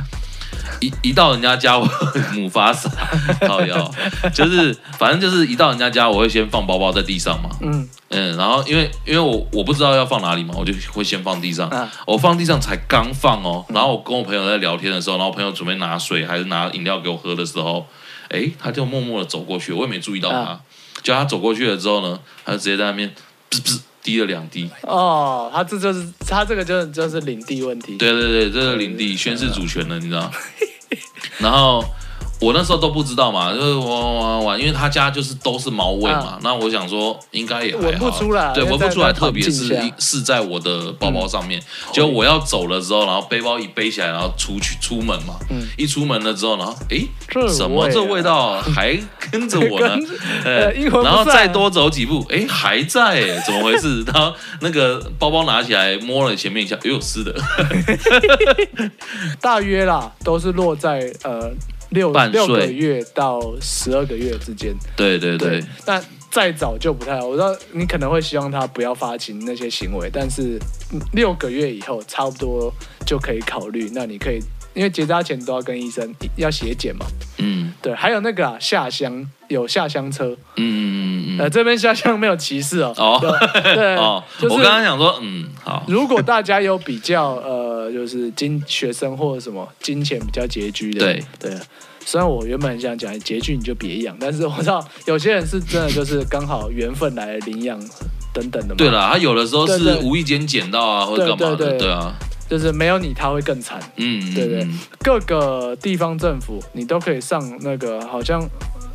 Speaker 1: 一一到人家家我母发傻，靠 腰，就是反正就是一到人家家，我会先放包包在地上嘛，
Speaker 2: 嗯
Speaker 1: 嗯，然后因为因为我我不知道要放哪里嘛，我就会先放地上。
Speaker 2: 啊嗯
Speaker 1: 我放地上才刚放哦，然后我跟我朋友在聊天的时候，然后我朋友准备拿水还是拿饮料给我喝的时候，诶，他就默默的走过去，我也没注意到他。
Speaker 2: 啊
Speaker 1: 就他走过去了之后呢，他就直接在那边噗噗滴了两滴。
Speaker 2: 哦，他这就是他这个就是就是领地问题。
Speaker 1: 对对对，这是领地宣示主权了，你知道？ 然后我那时候都不知道嘛，就是玩玩玩玩，因为他家就是都是猫味嘛。那我想说应该也还好
Speaker 2: 啊闻不出来
Speaker 1: 对，
Speaker 2: 因为
Speaker 1: 闻不出来，
Speaker 2: 在
Speaker 1: 特别
Speaker 2: 在嗯
Speaker 1: 是
Speaker 2: 环
Speaker 1: 一
Speaker 2: 境
Speaker 1: 是在我的包包上面。结果我要走了之后，然后背包一背起来，然后出去出门嘛，
Speaker 2: 嗯
Speaker 1: 一出门了之后，然后诶，
Speaker 2: 这
Speaker 1: 什么
Speaker 2: 味
Speaker 1: 这
Speaker 2: 啊
Speaker 1: 味道还跟着我呢
Speaker 2: 跟？
Speaker 1: 呃
Speaker 2: 呃阴魂不
Speaker 1: 然后
Speaker 2: 散
Speaker 1: 再多走几步，诶，还在、诶怎么回事？ 然后那个包包拿起来摸了前面一下，哎呦，湿的。
Speaker 2: 大约啦，都是落在呃六
Speaker 1: 半岁
Speaker 2: 六个月到十二个月之间。
Speaker 1: 对对对，，
Speaker 2: 那再早就不太好。我知道你可能会希望他不要发情那些行为，但是嗯六个月以后差不多就可以考虑。那你可以。因为结扎前都要跟医生要血检嘛，
Speaker 1: 嗯
Speaker 2: 对，还有那个啊下乡有下乡车，
Speaker 1: 嗯嗯嗯
Speaker 2: 呃
Speaker 1: 嗯。
Speaker 2: 这边下乡没有歧视哦，
Speaker 1: 哦
Speaker 2: 对，对
Speaker 1: 哦，
Speaker 2: 就是
Speaker 1: 我刚刚想说，嗯， 好，
Speaker 2: 如果大家有比较呃，就是金学生或者什么金钱比较拮据的，
Speaker 1: 对
Speaker 2: 对。啊虽然我原本很想讲拮据你就别养，但是我知道有些人是真的就是刚好缘分来了领养等等的嘛。
Speaker 1: 对，了，他有的时候
Speaker 2: 对
Speaker 1: 是
Speaker 2: 对
Speaker 1: 无意间捡到啊，或者
Speaker 2: 对
Speaker 1: 干嘛
Speaker 2: 对
Speaker 1: 的，
Speaker 2: 对
Speaker 1: 对啊，
Speaker 2: 就是没有你他会更惨。
Speaker 1: 嗯，嗯
Speaker 2: 对对
Speaker 1: 嗯
Speaker 2: 各个地方政府你都可以上那个好像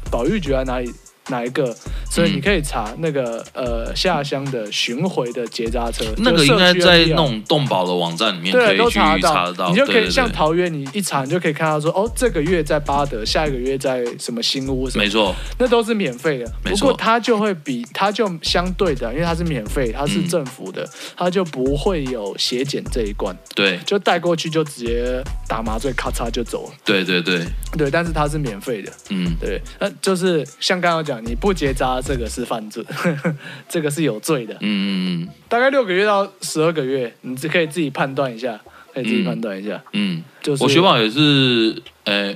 Speaker 2: 保育局啊哪里哪一个，所
Speaker 1: 嗯
Speaker 2: 以你可以查那个、呃下乡的巡回的结扎车，
Speaker 1: 嗯那个
Speaker 2: 就
Speaker 1: 应
Speaker 2: 社
Speaker 1: 该
Speaker 2: 区
Speaker 1: 在
Speaker 2: NPR
Speaker 1: 那种动保的网站里面可
Speaker 2: 对
Speaker 1: 以
Speaker 2: 都
Speaker 1: 去
Speaker 2: 查得
Speaker 1: 查得到，
Speaker 2: 你就可
Speaker 1: 对
Speaker 2: 以像
Speaker 1: 对对
Speaker 2: 桃园，你一查你就可以看到说，哦，这个月在巴德，下一个月在什么新屋什么
Speaker 1: 没，错，
Speaker 2: 那都是免费的。
Speaker 1: 没
Speaker 2: 不
Speaker 1: 错
Speaker 2: 过它就会比它就相对的，因为它是免费，它是
Speaker 1: 嗯
Speaker 2: 政府的，它就不会有血检这一关，
Speaker 1: 对
Speaker 2: 就带过去就直接打麻醉，咔嚓就走了。
Speaker 1: 对对对，
Speaker 2: 对，但是它是免费的。
Speaker 1: 嗯，
Speaker 2: 对，那就是像刚刚讲，你不结扎这个是犯罪， 这个是有罪的。
Speaker 1: 嗯嗯
Speaker 2: 大概六个月到十二个月，你只可以自己判断一下，可以自己
Speaker 1: 嗯
Speaker 2: 判断一下。
Speaker 1: 嗯
Speaker 2: 就是
Speaker 1: 我学宝也是，诶、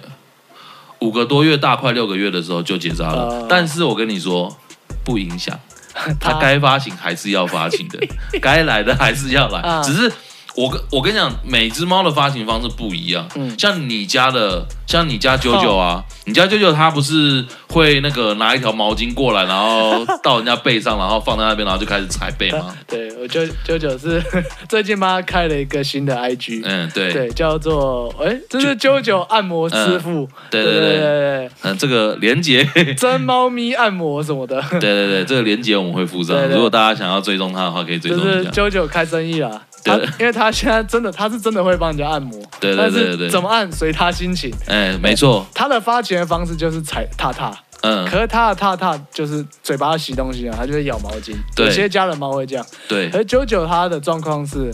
Speaker 1: 五个多月大快六个月的时候就结扎了，
Speaker 2: 哦
Speaker 1: 但是我跟你说，不影 响，
Speaker 2: 他
Speaker 1: 它该发情还是要发 情的，该来的还是要来，
Speaker 2: 啊
Speaker 1: 只是。我跟我跟你讲，每只猫的发情方式不一样。
Speaker 2: 嗯哦
Speaker 1: 像你家的，像你家九九啊，你家九九它不是会那个拿一条毛巾过来，然后到人家背上，然后放在那边，然后就开始踩背吗？
Speaker 2: 对，我舅舅舅是 最近帮他开了一个新的 IG，、
Speaker 1: 嗯，对，
Speaker 2: 对，叫做哎，这是舅舅按摩师傅，
Speaker 1: 嗯对
Speaker 2: 对
Speaker 1: 对对
Speaker 2: 对
Speaker 1: 嗯，这个连接
Speaker 2: 对，真猫咪按摩什么的，
Speaker 1: 对对对，这个链接我们会附上
Speaker 2: 对。对
Speaker 1: 如果大家想要追踪他的话，可以追
Speaker 2: 就
Speaker 1: 踪
Speaker 2: 是
Speaker 1: 一下。
Speaker 2: 舅舅开生意啦。他
Speaker 1: 对
Speaker 2: 因为他现在真的，他是真的会帮人家按摩，
Speaker 1: 对对
Speaker 2: 但
Speaker 1: 对
Speaker 2: 是
Speaker 1: 对对
Speaker 2: 怎么按随他心情。
Speaker 1: 哎，没错，
Speaker 2: 他的发钱的方式就是踩踏踏，
Speaker 1: 嗯，
Speaker 2: 可是他的踏踏就是嘴巴吸东西啊，他就会咬毛巾。
Speaker 1: 对
Speaker 2: 有些家人猫会这样，
Speaker 1: 对
Speaker 2: 而九九他的状况是，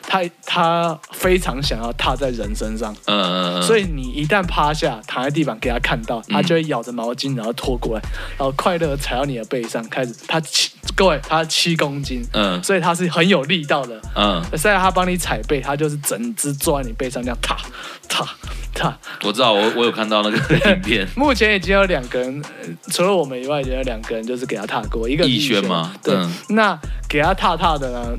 Speaker 2: 他他非常想要踏在人身上，
Speaker 1: 嗯嗯嗯，
Speaker 2: 所以你一旦趴下躺在地板给他看到，他就会咬着毛巾然后拖过来，然后快乐地踩到你的背上，开始他七各位他七公斤，
Speaker 1: 嗯
Speaker 2: 所以他是很有力道的。
Speaker 1: 嗯，
Speaker 2: 虽然他帮你踩背，他就是整只坐在你背上这样踏踏踏。
Speaker 1: 我知道，我我有看到那个影片，
Speaker 2: 目前已经有两个人，呃除了我们以外，已经有两个人就是给他踏过，一个是
Speaker 1: 逸轩
Speaker 2: 轩
Speaker 1: 嘛
Speaker 2: 对，
Speaker 1: 嗯
Speaker 2: 那给他踏踏的呢，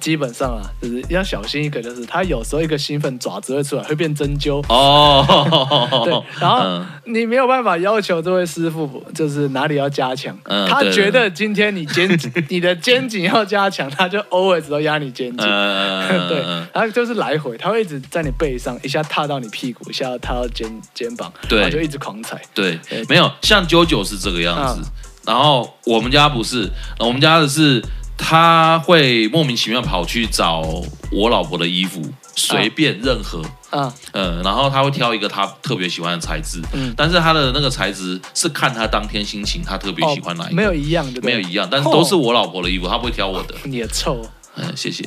Speaker 2: 基本上啊，就是要小心一个，就是他有时候一个兴奋爪子会出来，会变针灸。对
Speaker 1: 哦，，
Speaker 2: 然后
Speaker 1: 嗯
Speaker 2: 你没有办法要求这位师傅就是哪里要加强，
Speaker 1: 嗯
Speaker 2: 他
Speaker 1: 对
Speaker 2: 觉
Speaker 1: 对
Speaker 2: 得今天你肩 你的肩颈要加强，他就 always 都压你肩颈。
Speaker 1: 嗯嗯
Speaker 2: 对
Speaker 1: 嗯，
Speaker 2: 然后就是来回，他会一直在你背上，一下踏到你屁股，一下踏到肩肩膀，
Speaker 1: 对
Speaker 2: 然后就一直狂踩。
Speaker 1: 对
Speaker 2: 对，啊
Speaker 1: 没有像九九是这个样子，然后我们家不是，呃我们家的是他会莫名其妙跑去找我老婆的衣服，随便任何。
Speaker 2: 啊，
Speaker 1: 嗯，然后他会挑一个他特别喜欢的材质，
Speaker 2: 嗯
Speaker 1: 但是他的那个材质是看他当天心情，他特别喜欢哪一
Speaker 2: 哦
Speaker 1: 个，
Speaker 2: 没有哦一样的，
Speaker 1: 没有一样，但是都是我老婆的衣服，他不会挑我的。
Speaker 2: 你的臭
Speaker 1: 嗯，谢谢。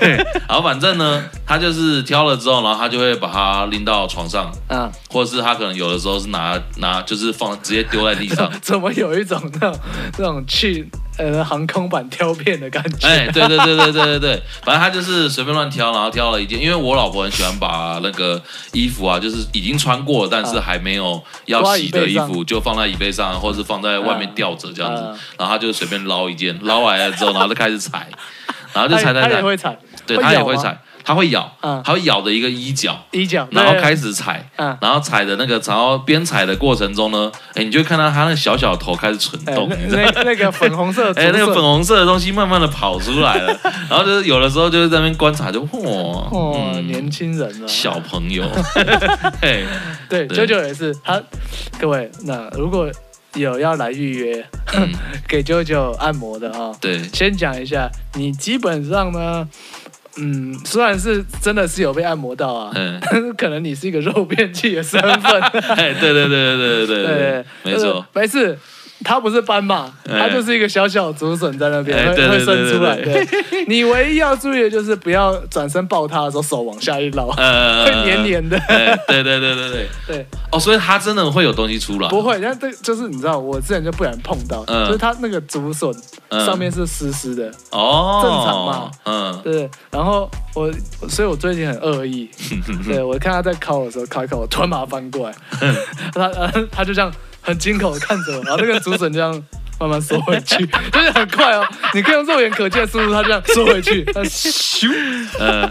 Speaker 1: 然后反正呢，他就是挑了之后，然后他就会把它拎到床上，
Speaker 2: 啊，
Speaker 1: 或者是他可能有的时候是拿拿就是放直接丢在地上。
Speaker 2: 怎么有一种那种那种去呃航空版挑片的感觉？
Speaker 1: 哎，对对对对对对对，反正他就是随便乱挑，然后挑了一件，因为我老婆很喜欢把那个衣服啊，就是已经穿过了，但是还没有要洗的衣
Speaker 2: 啊挂椅背
Speaker 1: 服，就放在椅背上，或者是放在外面吊着这样子
Speaker 2: 嗯嗯，
Speaker 1: 然后他就随便捞一件，捞完了之后，然后就开始踩，然后就
Speaker 2: 他
Speaker 1: 踩踩
Speaker 2: 也他也
Speaker 1: 踩，
Speaker 2: 会踩，
Speaker 1: 对他也
Speaker 2: 咬
Speaker 1: 会
Speaker 2: 吗
Speaker 1: 踩，他会咬
Speaker 2: 嗯，
Speaker 1: 他会咬的一个衣角，
Speaker 2: 衣角，
Speaker 1: 然后
Speaker 2: 对
Speaker 1: 开始踩，
Speaker 2: 嗯
Speaker 1: 然后踩的那个，然后边踩的过程中呢，哎，你就看到他那小小的头开始蠢
Speaker 2: 哎
Speaker 1: 动，你知道
Speaker 2: 那
Speaker 1: 吗。
Speaker 2: 那那个粉红色的，
Speaker 1: 哎、那个粉，红色的东西慢慢的跑出来 了，然后就是有的时候就是在那边观察就，哇，
Speaker 2: 哦，
Speaker 1: 嗯
Speaker 2: 年轻人了，
Speaker 1: 小朋 友， 嘿，
Speaker 2: 对，
Speaker 1: 对
Speaker 2: 九九也是他，各位，那如果有要来预约
Speaker 1: 嗯，
Speaker 2: 给九九按摩的啊，
Speaker 1: 对，
Speaker 2: 先讲一下，你基本上呢。嗯，虽然是真的是有被按摩到啊，
Speaker 1: 嗯，
Speaker 2: 但是 可能你是一个肉便器的身份，
Speaker 1: 哎，对对对对对对对，没
Speaker 2: 就是
Speaker 1: 错，
Speaker 2: 没事。他不是斑马，
Speaker 1: 哎
Speaker 2: 他就是一个小小竹笋在那边
Speaker 1: 哎
Speaker 2: 会
Speaker 1: 对
Speaker 2: 会
Speaker 1: 对
Speaker 2: 伸出来。
Speaker 1: 对对
Speaker 2: 对你唯一要注意的就是不要转身抱他的时候手往下一捞，
Speaker 1: 呃，
Speaker 2: 会黏黏的。
Speaker 1: 哎，对对对对对，
Speaker 2: 对，
Speaker 1: 哦，所以它真的会有东西出来，
Speaker 2: 不会，但这就是你知道，我之前就不小心碰到，
Speaker 1: 嗯
Speaker 2: 就是他那个竹笋
Speaker 1: 嗯
Speaker 2: 上面是湿湿的，
Speaker 1: 哦，
Speaker 2: 正常嘛，
Speaker 1: 嗯，
Speaker 2: 对。然后我，所以我最近很恶 意，对我看他在烤的时候烤一烤，我突然把他翻过来， 他他他就这样很惊恐地看着我，然后那个竹笋这样慢慢缩回 去，就是很快哦，你可以用肉眼可见的速度，他这样缩回去， 他咻，
Speaker 1: 呃，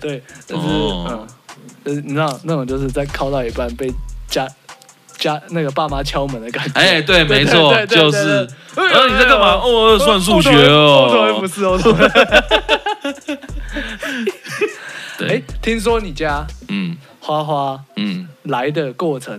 Speaker 2: 对，就是、
Speaker 1: 哦
Speaker 2: 嗯，就是你知道那种就是在烤到一半被家家那个爸妈敲门的感觉，
Speaker 1: 哎，对，没错，
Speaker 2: 对对对
Speaker 1: 就
Speaker 2: 对
Speaker 1: 是，
Speaker 2: 对
Speaker 1: 呃，你在干嘛？哦，算数学
Speaker 2: 我怎么会不
Speaker 1: 哦，
Speaker 2: 是？我怎么会？
Speaker 1: 对
Speaker 2: 哎，，听说你家
Speaker 1: 嗯，
Speaker 2: 花花
Speaker 1: 嗯，
Speaker 2: 来的过程，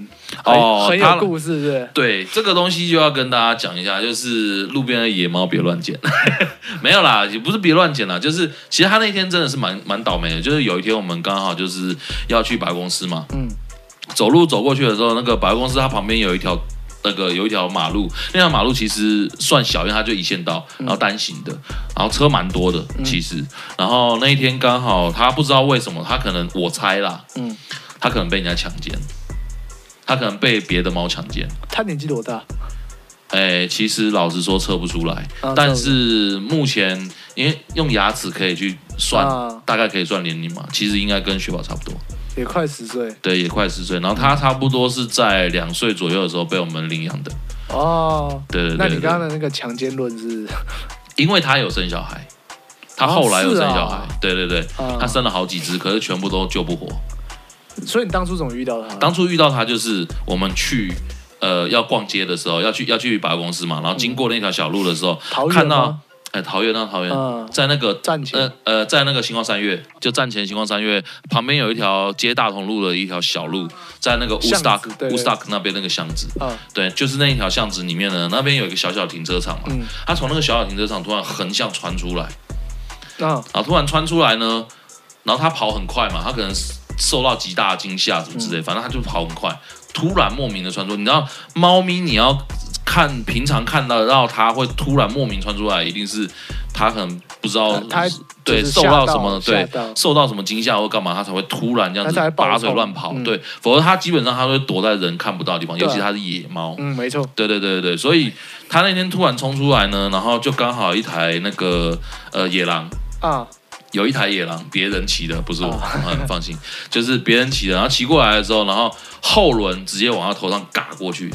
Speaker 2: 很、
Speaker 1: 哦
Speaker 2: 很
Speaker 1: 他
Speaker 2: 有故事，对不对？
Speaker 1: 对，这个东西就要跟大家讲一下，就是路边的野猫别乱捡， 没有啦，也不是别乱捡啦，就是其实他那天真的是蛮蛮倒霉的，就是有一天我们刚好就是要去百货公司嘛，
Speaker 2: 嗯，
Speaker 1: 走路走过去的时候，那个百货公司它旁边有一条。那个有一条马路，那条马路其实算小，因为它就一线道，
Speaker 2: 嗯
Speaker 1: 然后单行的，然后车蛮多的，其实。然后那一天刚好他不知道为什么，他可能我猜啦，
Speaker 2: 嗯，
Speaker 1: 他可能被人家强奸，他可能被别的猫强奸。
Speaker 2: 他年纪多大？
Speaker 1: 哎，其实老实说测不出来，
Speaker 2: 啊
Speaker 1: 但是目前因为用牙齿可以去算，
Speaker 2: 啊
Speaker 1: 大概可以算年龄嘛，其实应该跟雪宝差不多，
Speaker 2: 也快十岁
Speaker 1: 对，也快十岁。然后
Speaker 2: 嗯
Speaker 1: 他差不多是在两岁左右的时候被我们领养的，
Speaker 2: 哦。
Speaker 1: 对对对
Speaker 2: 那你
Speaker 1: 对
Speaker 2: 刚刚的那个强奸论是
Speaker 1: 因为他有生小孩，他后来有生小孩，
Speaker 2: 哦
Speaker 1: 对对对，
Speaker 2: 啊
Speaker 1: 他生了好几只，可是全部都救不活。
Speaker 2: 所以你当初怎么遇到他？
Speaker 1: 当初遇到他就是我们去。呃，要逛街的时候，要去要去百货公司嘛，然后经过那条小路的时候，
Speaker 2: 桃园
Speaker 1: 看到
Speaker 2: 吗，
Speaker 1: 哎，桃园那桃园，
Speaker 2: 嗯
Speaker 1: 在那个
Speaker 2: 站前
Speaker 1: 呃呃，在那个星光三月，就站前星光三月旁边有一条接大同路的一条小路，在那个
Speaker 2: 巷子
Speaker 1: Woodstock
Speaker 2: 对
Speaker 1: Woodstock 那边那个巷子，
Speaker 2: 啊，
Speaker 1: 对，就是那一条巷子里面呢，那边有一个小小停车场嘛，
Speaker 2: 嗯
Speaker 1: 他从那个小小停车场突然横向穿出来，
Speaker 2: 啊，
Speaker 1: 然后突然穿出来呢，然后他跑很快嘛，他可能受到极大的惊吓什么之类，
Speaker 2: 嗯
Speaker 1: 反正他就跑很快，突然莫名的穿出，你知道猫咪你要看平常看到到它会突然莫名穿出来，一定是它可能不知道
Speaker 2: 它
Speaker 1: 对
Speaker 2: 呃就是
Speaker 1: 受
Speaker 2: 吓
Speaker 1: 到
Speaker 2: 到
Speaker 1: 什么
Speaker 2: 吓
Speaker 1: 对
Speaker 2: 到
Speaker 1: 受到什么惊吓或干嘛，它才会突然这样
Speaker 2: 它才
Speaker 1: 子
Speaker 2: 会暴
Speaker 1: 拔腿
Speaker 2: 冲
Speaker 1: 乱跑，
Speaker 2: 嗯
Speaker 1: 对，否则它基本上它会躲在人看不到的地方，尤
Speaker 2: 对啊
Speaker 1: 其它是野猫，
Speaker 2: 嗯，没错，
Speaker 1: 对对对对对，所以它那天突然冲出来呢，然后就刚好一台那个呃野狼。
Speaker 2: 啊，
Speaker 1: 有一台野狼，别人骑的，不是我，
Speaker 2: 哦
Speaker 1: 很放心，就是别人骑的。然后骑过来的时候，然后后轮直接往他头上嘎过去，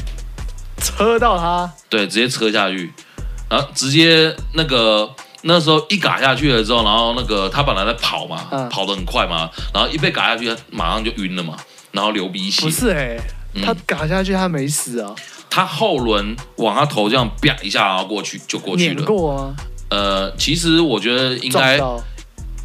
Speaker 2: 车到他，
Speaker 1: 对，直接车下去，然后直接那个那时候一嘎下去了之后，然后那个他本来在跑嘛，
Speaker 2: 嗯
Speaker 1: 跑得很快嘛，然后一被嘎下去，他马上就晕了嘛，然后流鼻血
Speaker 2: 不，是哎、
Speaker 1: 嗯
Speaker 2: 他嘎下去，他没死啊，
Speaker 1: 他后轮往他头这样啪一下，然后过去就过去
Speaker 2: 碾
Speaker 1: 了。
Speaker 2: 过啊，
Speaker 1: 呃，其实我觉得应
Speaker 2: 撞
Speaker 1: 该
Speaker 2: 到，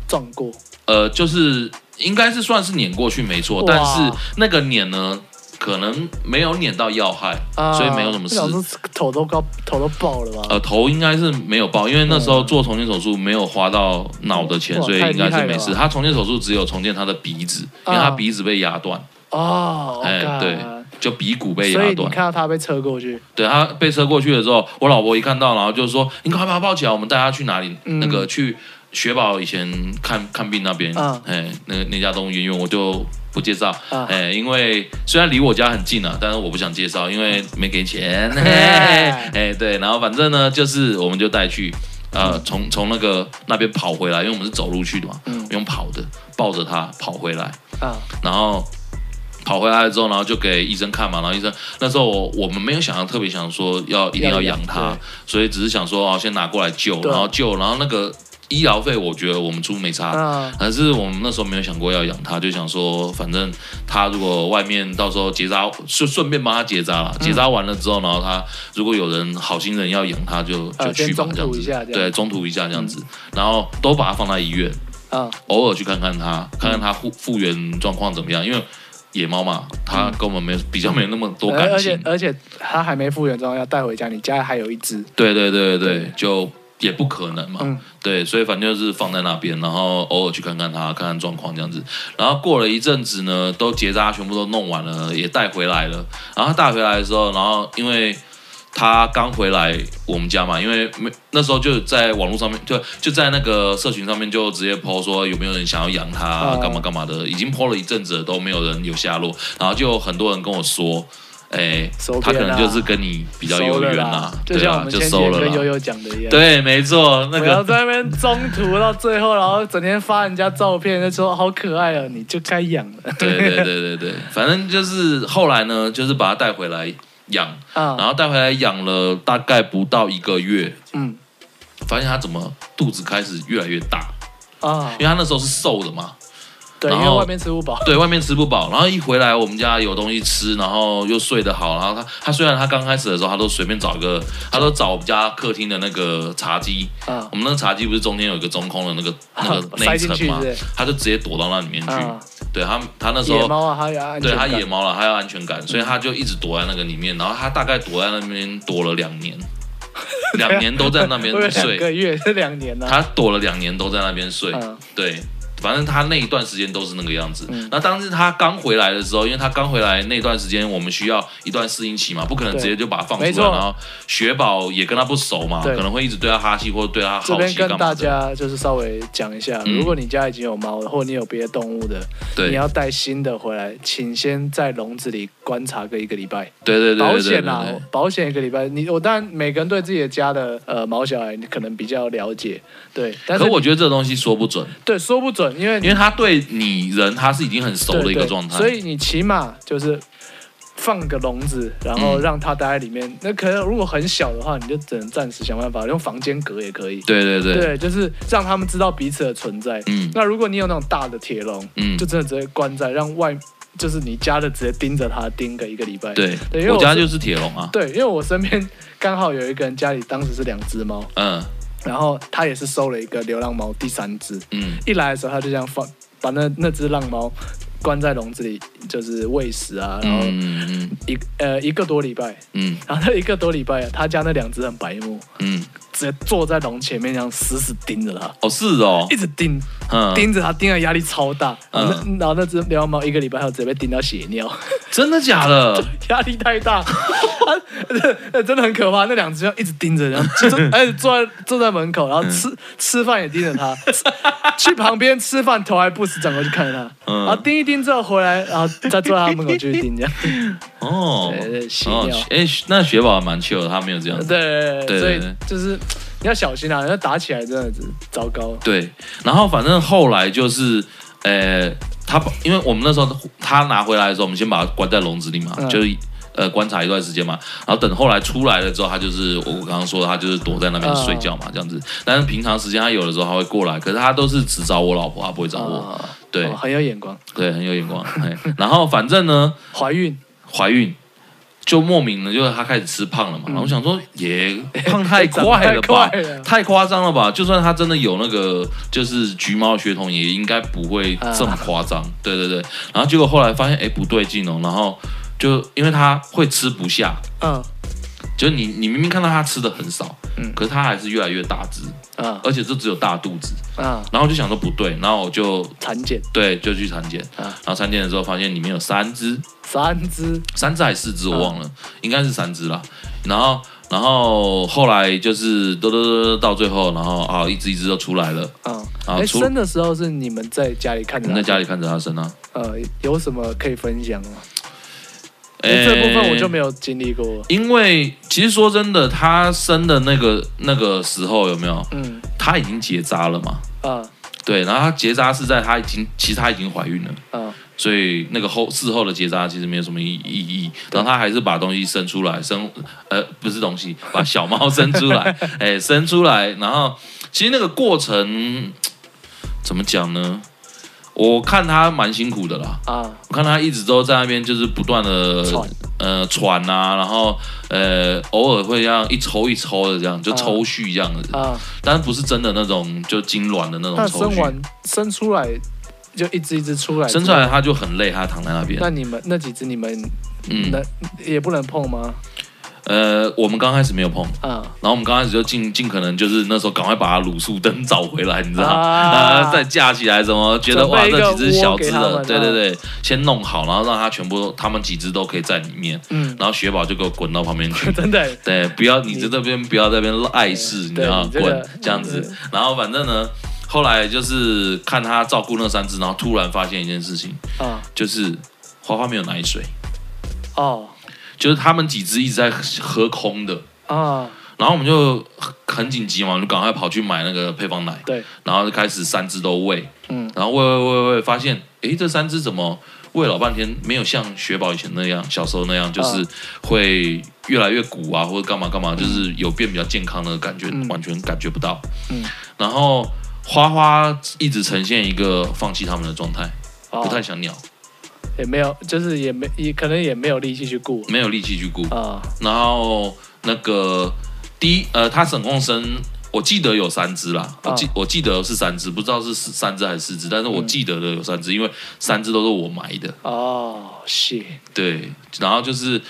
Speaker 2: 撞过，
Speaker 1: 呃，就是应该是算是碾过去没错
Speaker 2: 哇，
Speaker 1: 但是那个碾呢，可能没有碾到要害，
Speaker 2: 啊，
Speaker 1: 所以没有什么事
Speaker 2: 我想说头都高，头都爆了吧？
Speaker 1: 呃，头应该是没有爆，因为那时候做重建手术没有花到脑的钱，
Speaker 2: 嗯哇
Speaker 1: 所以
Speaker 2: 太
Speaker 1: 应该
Speaker 2: 厉害
Speaker 1: 是
Speaker 2: 了
Speaker 1: 没事。
Speaker 2: 吧
Speaker 1: 他重建手术只有重建他的鼻子，因为
Speaker 2: 啊
Speaker 1: 他鼻子被压断，
Speaker 2: 哦，
Speaker 1: 哎、
Speaker 2: God
Speaker 1: 对，就鼻骨被
Speaker 2: 所
Speaker 1: 压
Speaker 2: 以你
Speaker 1: 断。
Speaker 2: 看到他被车过去，
Speaker 1: 对他被车过去的时候，我老婆一看到，然后就说：“你赶快把他抱起来，我们带他去哪里？
Speaker 2: 嗯
Speaker 1: 那个去雪宝以前看看病那边，哎、
Speaker 2: 嗯
Speaker 1: 那那家动物医院我就不介绍，哎、
Speaker 2: 啊
Speaker 1: 因为虽然离我家很近啊，但是我不想介绍，因为没给 钱。嘿
Speaker 2: 哎
Speaker 1: 哎、对，然后反正呢，就是我们就带去。”呃，从从那个那边跑回来，因为我们是走路去的嘛，
Speaker 2: 嗯
Speaker 1: 用跑的，抱着他跑回来，
Speaker 2: 啊，
Speaker 1: 然后跑回来之后，然后就给医生看嘛，然后医生那时候我我们没有想要特别想说要一定要养
Speaker 2: 要
Speaker 1: 它
Speaker 2: 养，
Speaker 1: 所以只是想说哦，先拿过来救，
Speaker 2: 对
Speaker 1: 然后救，然后那个医疗费我觉得我们出没差。
Speaker 2: 啊，
Speaker 1: 但是我们那时候没有想过要养它，就想说，反正它如果外面到时候结扎，顺顺便帮它结扎
Speaker 2: 嗯
Speaker 1: 了。结扎完了之后，然后它如果有人好心人要养它，就
Speaker 2: 呃
Speaker 1: 就去
Speaker 2: 先
Speaker 1: 吧
Speaker 2: 中，
Speaker 1: 这样
Speaker 2: 途一下
Speaker 1: 子。
Speaker 2: 这样嗯
Speaker 1: 对，中途一下这样子，然后都把它放在医院。
Speaker 2: 啊，
Speaker 1: 偶尔去看看它，看
Speaker 2: 嗯
Speaker 1: 看它复复原状况怎么样，因为野猫嘛，它跟我们没有比较没有那么多
Speaker 2: 嗯而
Speaker 1: 感
Speaker 2: 而
Speaker 1: 情
Speaker 2: 且，呃而且他还没复原状况要带回家，你家还有一只，
Speaker 1: 对对对对对，就也不可能嘛，
Speaker 2: 嗯
Speaker 1: 对，所以反正就是放在那边，然后偶尔去看看它，看看状况这样子。然后过了一阵子呢，都结扎全部都弄完了，也带回来了。啊然后它带回来的时候，然后哦因为。它刚回来我们家嘛，因为没那时候就在网络上面，就就在那个社群上面就直接 PO 说有没有人想要养它，
Speaker 2: 哦
Speaker 1: 干嘛干嘛的，已经 PO 了一阵子了都没有人有下落，然后就有很多人跟我说，哎、
Speaker 2: 收
Speaker 1: 它可
Speaker 2: 编
Speaker 1: 能
Speaker 2: 啦
Speaker 1: 就是跟你比较有
Speaker 2: 收了
Speaker 1: 缘
Speaker 2: 啦
Speaker 1: 啦，
Speaker 2: 就
Speaker 1: 对
Speaker 2: 像我
Speaker 1: 啊，
Speaker 2: 们
Speaker 1: 就
Speaker 2: 前几
Speaker 1: 收
Speaker 2: 天
Speaker 1: 了
Speaker 2: 跟
Speaker 1: 啦
Speaker 2: 悠。悠讲的一样，
Speaker 1: 对，没错，那
Speaker 2: 不要
Speaker 1: 个
Speaker 2: 在那边中途到最后，然后整天发人家照片，就说好可爱哦，你就该养了。
Speaker 1: 对对对对对，反正就是后来呢，就是把它带回来养，然
Speaker 2: 啊，
Speaker 1: 后带回来养了大概不到一个月，
Speaker 2: 嗯，
Speaker 1: 发现它怎么肚子开始越来越大，
Speaker 2: 啊
Speaker 1: 因，为它那时候是瘦的嘛，
Speaker 2: 对，因
Speaker 1: 然
Speaker 2: 为
Speaker 1: 后
Speaker 2: 外面吃不饱，
Speaker 1: 对外面吃不饱，然后一回来我们家有东西吃，然后又睡得好，然后它它虽然它刚开始的时候它都随便找一个，它都找我们家客厅的那个茶几，
Speaker 2: 啊
Speaker 1: 我们那个茶几不是中间有一个中空的那个那个那
Speaker 2: 塞
Speaker 1: 一
Speaker 2: 进
Speaker 1: 层
Speaker 2: 去
Speaker 1: 嘛
Speaker 2: 是不是，
Speaker 1: 它就直接躲到那里面去。
Speaker 2: 啊，
Speaker 1: 对他他那时
Speaker 2: 野
Speaker 1: 候
Speaker 2: 猫啊，还有安全
Speaker 1: 对
Speaker 2: 感
Speaker 1: 它野猫了，它要安全感，所以它就一直躲在那个里面，然后它大概躲在那边躲了两 年，两年都在那边
Speaker 2: 不是两
Speaker 1: 睡，
Speaker 2: 个月，是两年呢、啊。
Speaker 1: 它躲了两年都在那边睡
Speaker 2: 嗯，
Speaker 1: 对。反正它那一段时间都是那个样子
Speaker 2: 嗯。
Speaker 1: 那当时它刚回来的时候，因为它刚回来那段时间，我们需要一段适应期嘛，不可能
Speaker 2: 对
Speaker 1: 直接就把它放
Speaker 2: 没
Speaker 1: 出
Speaker 2: 错
Speaker 1: 来。然后雪宝也跟它不熟嘛，
Speaker 2: 对
Speaker 1: 可能会一直对它哈气或者对它
Speaker 2: 这
Speaker 1: 好
Speaker 2: 边
Speaker 1: 奇
Speaker 2: 跟
Speaker 1: 干嘛的。
Speaker 2: 大家就是稍微讲一下，
Speaker 1: 嗯
Speaker 2: 如果你家已经有猫了，或你有别的动物的，
Speaker 1: 对
Speaker 2: 你要带新的回来，请先在笼子里观察个一个礼拜。
Speaker 1: 对对对
Speaker 2: 保
Speaker 1: 对对对
Speaker 2: 险
Speaker 1: 对
Speaker 2: 啊，保险一个礼拜。你我当然每个人对自己的家的呃毛小孩你可能比较了解，对，但
Speaker 1: 对。
Speaker 2: 是
Speaker 1: 可我觉得这东西说不准，
Speaker 2: 对说不准，因为
Speaker 1: 因为它对你人它是已经很熟
Speaker 2: 对
Speaker 1: 的一个
Speaker 2: 对
Speaker 1: 状态。
Speaker 2: 所以你起码就是放个笼子，然后
Speaker 1: 嗯
Speaker 2: 让它待在里面。那可能如果很小的话，你就只能暂时想办法用房间隔也可以。
Speaker 1: 对对对，
Speaker 2: 对，就是让他们知道彼此的存在。
Speaker 1: 嗯
Speaker 2: 那如果你有那种大的铁笼，
Speaker 1: 嗯
Speaker 2: 就，真的直接关在，让外就是你家的直接盯着它盯个一个礼拜。
Speaker 1: 对
Speaker 2: 对因为，
Speaker 1: 我
Speaker 2: 我
Speaker 1: 家
Speaker 2: 是
Speaker 1: 就是铁笼啊，
Speaker 2: 对，因为我身边 刚好有一个人家里当时是两只猫，
Speaker 1: 嗯
Speaker 2: 然后他也是收了一个流浪猫，第三只。
Speaker 1: 嗯
Speaker 2: 一来的时候他就这样放，把那那只浪猫关在笼子里，就是喂食啊，然后
Speaker 1: 嗯嗯
Speaker 2: 一、呃一个多礼拜，
Speaker 1: 嗯
Speaker 2: 然后那一个多礼拜啊，他家那两只很白目，
Speaker 1: 嗯，
Speaker 2: 直接坐在笼前面这样死死盯着它，
Speaker 1: 哦是哦
Speaker 2: 一，直盯
Speaker 1: 嗯，
Speaker 2: 盯着它，盯的压力超大。然后
Speaker 1: 嗯
Speaker 2: 那然后那只流浪猫一个礼拜后直接被盯到血尿。
Speaker 1: 真的假的？
Speaker 2: 压力太 大，啊真的很可怕。那两只就一直盯着，然后 就就而且坐在坐在门口，然后吃、
Speaker 1: 嗯
Speaker 2: 吃饭也盯着他， 吃去旁边吃饭头还不时转过去看着他，
Speaker 1: 嗯
Speaker 2: 然后盯一盯之后回来，然后再坐在他门口继续 盯着。
Speaker 1: 哦
Speaker 2: 对对洗
Speaker 1: 哦
Speaker 2: 尿，
Speaker 1: 哎，那雪宝还蛮 chill 的，他没有这样子。
Speaker 2: 对，
Speaker 1: 对
Speaker 2: 所以
Speaker 1: 对
Speaker 2: 就是你要小心啊，要打起来真的是糟糕。
Speaker 1: 对，然后反正后来就是，呃，他把因为我们那时候他拿回来的时候，我们先把它关在笼子里嘛，
Speaker 2: 嗯
Speaker 1: 就是呃观察一段时间嘛，然后等后来出来了之后，他就是我刚刚说的，他就是躲在那边睡觉
Speaker 2: 嗯
Speaker 1: 嘛，这样子。但是平常时间他有的时候他会过来，可是他都是只找我老婆，他不会找我。
Speaker 2: 啊
Speaker 1: 对
Speaker 2: 哦很有眼光。
Speaker 1: 对，很有眼光。嘿然后反正呢，
Speaker 2: 怀孕
Speaker 1: 怀孕就莫名的，就是她开始吃胖了嘛。然后我想说， 也胖太
Speaker 2: 长得
Speaker 1: 快了吧
Speaker 2: 嗯太快了，
Speaker 1: 太夸张了吧？就算她真的有那个就是橘猫血统，也应该不会这么夸
Speaker 2: 嗯
Speaker 1: 张。对对对。然后结果后来发现，哎，不对劲哦。然后就因为她会吃不下，
Speaker 2: 嗯
Speaker 1: 就是你你明明看到她吃的很少，
Speaker 2: 嗯
Speaker 1: 可是她还是越来越大只，
Speaker 2: 啊
Speaker 1: 而且就只有大肚子。
Speaker 2: 啊，
Speaker 1: 然后我就想说不对，然后我就
Speaker 2: 产检
Speaker 1: 对就去产检，
Speaker 2: 啊
Speaker 1: 然后产检的时候发现里面有三只。
Speaker 2: 三只
Speaker 1: 三只还是四只我忘了，应该是三只啦。然后，然后后来就是嘟嘟嘟嘟到最后，然后啊，一只一只都出来了。
Speaker 2: 啊。
Speaker 1: 啊
Speaker 2: 哎，
Speaker 1: 除
Speaker 2: 生的时候是你们在家里看
Speaker 1: 我
Speaker 2: 着
Speaker 1: 们
Speaker 2: 它
Speaker 1: 在家里看着它生啊。
Speaker 2: 呃，有什么可以分享吗？
Speaker 1: 诶
Speaker 2: 欸、这部分我就没有经历过。
Speaker 1: 哎因为其实说真的，它生的那个那个时候有没有？
Speaker 2: 嗯
Speaker 1: 它已经结扎了嘛？
Speaker 2: 啊
Speaker 1: 对，然后它结扎是在它已经，其实它已经怀孕了，
Speaker 2: 啊
Speaker 1: 所以那个后事后的结扎其实没有什么意意义。然后它还是把东西生出来，生呃不是东西，把小猫生出 来，哎生出来，然后其实那个过程怎么讲呢？我看它蛮辛苦的啦，
Speaker 2: 啊！
Speaker 1: 我看它一直都在那边就是不断的
Speaker 2: 喘
Speaker 1: 呃喘啊，然后呃偶尔会这样一抽一抽的这样，就
Speaker 2: 啊
Speaker 1: 抽蓄这样子，
Speaker 2: 啊，
Speaker 1: 但是不是真的那种就痉挛的那种
Speaker 2: 那
Speaker 1: 抽
Speaker 2: 生
Speaker 1: 蓄。
Speaker 2: 完生出来就一只一只出来，
Speaker 1: 生出来。它就很累，它躺在那边。
Speaker 2: 那你们那几只你们
Speaker 1: 嗯，
Speaker 2: 能、也不能碰吗？
Speaker 1: 呃，我们刚开始没有碰，
Speaker 2: 啊，
Speaker 1: 然后我们刚开始就尽尽可能就是那时候赶快把卤素灯找回来，你知道吗？
Speaker 2: 啊
Speaker 1: 啊，再架起来，怎么觉得
Speaker 2: 准备
Speaker 1: 哇，
Speaker 2: 一个
Speaker 1: 这几只小
Speaker 2: 窝给
Speaker 1: 只
Speaker 2: 他们
Speaker 1: 的，对
Speaker 2: 啊
Speaker 1: 对对，先弄好，然后让它全部都，它们几只都可以在里面，
Speaker 2: 嗯，。
Speaker 1: 然后雪宝就给我滚到旁边去
Speaker 2: 真 的欸、
Speaker 1: 对，不要你在这边不要在那边碍事，你知
Speaker 2: 对
Speaker 1: 道
Speaker 2: 你嗯
Speaker 1: 吗？
Speaker 2: 这个
Speaker 1: 滚这样子。然后反正呢，后来就是看他照顾那三只，然后突然发现一件事情，
Speaker 2: 啊
Speaker 1: 就是花花没有奶水，
Speaker 2: 哦
Speaker 1: 就是他们几只一直在喝空的。
Speaker 2: 啊，
Speaker 1: 然后我们就很紧急嘛，我们就赶快跑去买那个配方奶，
Speaker 2: 对，
Speaker 1: 然后就开始三只都喂，
Speaker 2: 嗯
Speaker 1: 然后喂喂喂喂，发现诶，这三只怎么喂老半天没有像雪宝以前那样，小时候那样，
Speaker 2: 嗯
Speaker 1: 就是会越来越鼓啊，或者干嘛干嘛，就是有变比较健康的感觉，
Speaker 2: 嗯
Speaker 1: 完全感觉不到。
Speaker 2: 嗯，
Speaker 1: 然后花花一直呈现一个放弃他们的状态，不太
Speaker 2: 哦、
Speaker 1: 想鸟，
Speaker 2: 也没有，就是也没也可能也没有力气去顾
Speaker 1: 没有力气去顾。
Speaker 2: 啊
Speaker 1: 然后那个第一呃，他总共生我记得有三只啦，
Speaker 2: 啊
Speaker 1: 我记我记得是三只，不知道是四三只还是四只，但是我记得的有三只，因为三只都是我买的。
Speaker 2: 哦，是，
Speaker 1: 对，然后就是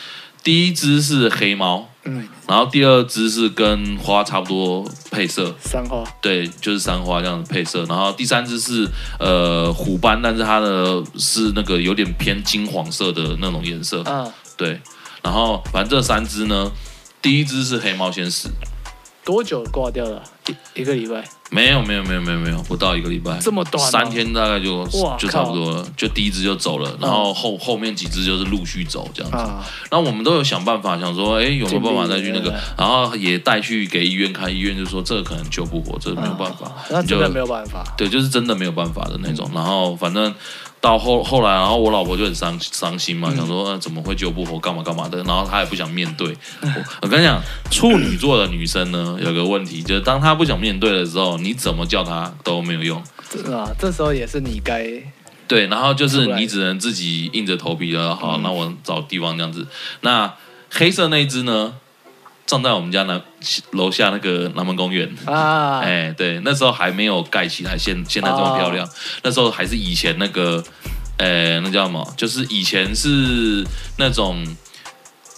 Speaker 1: 第一只是黑猫，
Speaker 2: 嗯，
Speaker 1: 然后第二只是跟花差不多配色，
Speaker 2: 三花
Speaker 1: 对，就是三花这样的配色。然后第三只是呃虎斑，但是它的是那个有点偏金黄色的那种颜色，
Speaker 2: 啊，
Speaker 1: 对。然后反正这三只呢，第一只是黑猫先死，
Speaker 2: 多久挂掉了？一一个礼拜。
Speaker 1: 没有没有没有没有没有，不到一个礼拜，
Speaker 2: 这么短哦
Speaker 1: 三天大概就
Speaker 2: 哇嗯
Speaker 1: 就差不多了，就第一只就走了，然后后后面几只就是陆续走这样子。
Speaker 2: 啊，
Speaker 1: 那我们都有想办法，想说，哎，有没有办法再去那
Speaker 2: 尽
Speaker 1: 个
Speaker 2: 力？
Speaker 1: 然后也带去给医院看，医院就说这个可能救不活，这个没有办法，
Speaker 2: 那
Speaker 1: 你
Speaker 2: 真的
Speaker 1: 就
Speaker 2: 没有办法。
Speaker 1: 对，就是真的没有办法的那种。然后反正到后后来，然后我老婆就很伤伤心嘛，想说、呃、怎么会救不活，干嘛干嘛的。然后她也不想面对。我我跟你讲，处女座的女生呢，有个问题就是，当她不想面对的时候，你怎么叫她都没有用。
Speaker 2: 这啊，这时候也是你该
Speaker 1: 对，然后就是
Speaker 2: 出来
Speaker 1: 你只能自己硬着头皮了。好，那我找地方这样子。那黑色那一只呢，葬在我们家南楼下那个南门公园。
Speaker 2: 啊，
Speaker 1: 哎、对，那时候还没有盖起来，现现在这么漂
Speaker 2: 哦
Speaker 1: 亮。那时候还是以前那个，呃，那叫什么？就是以前是那种，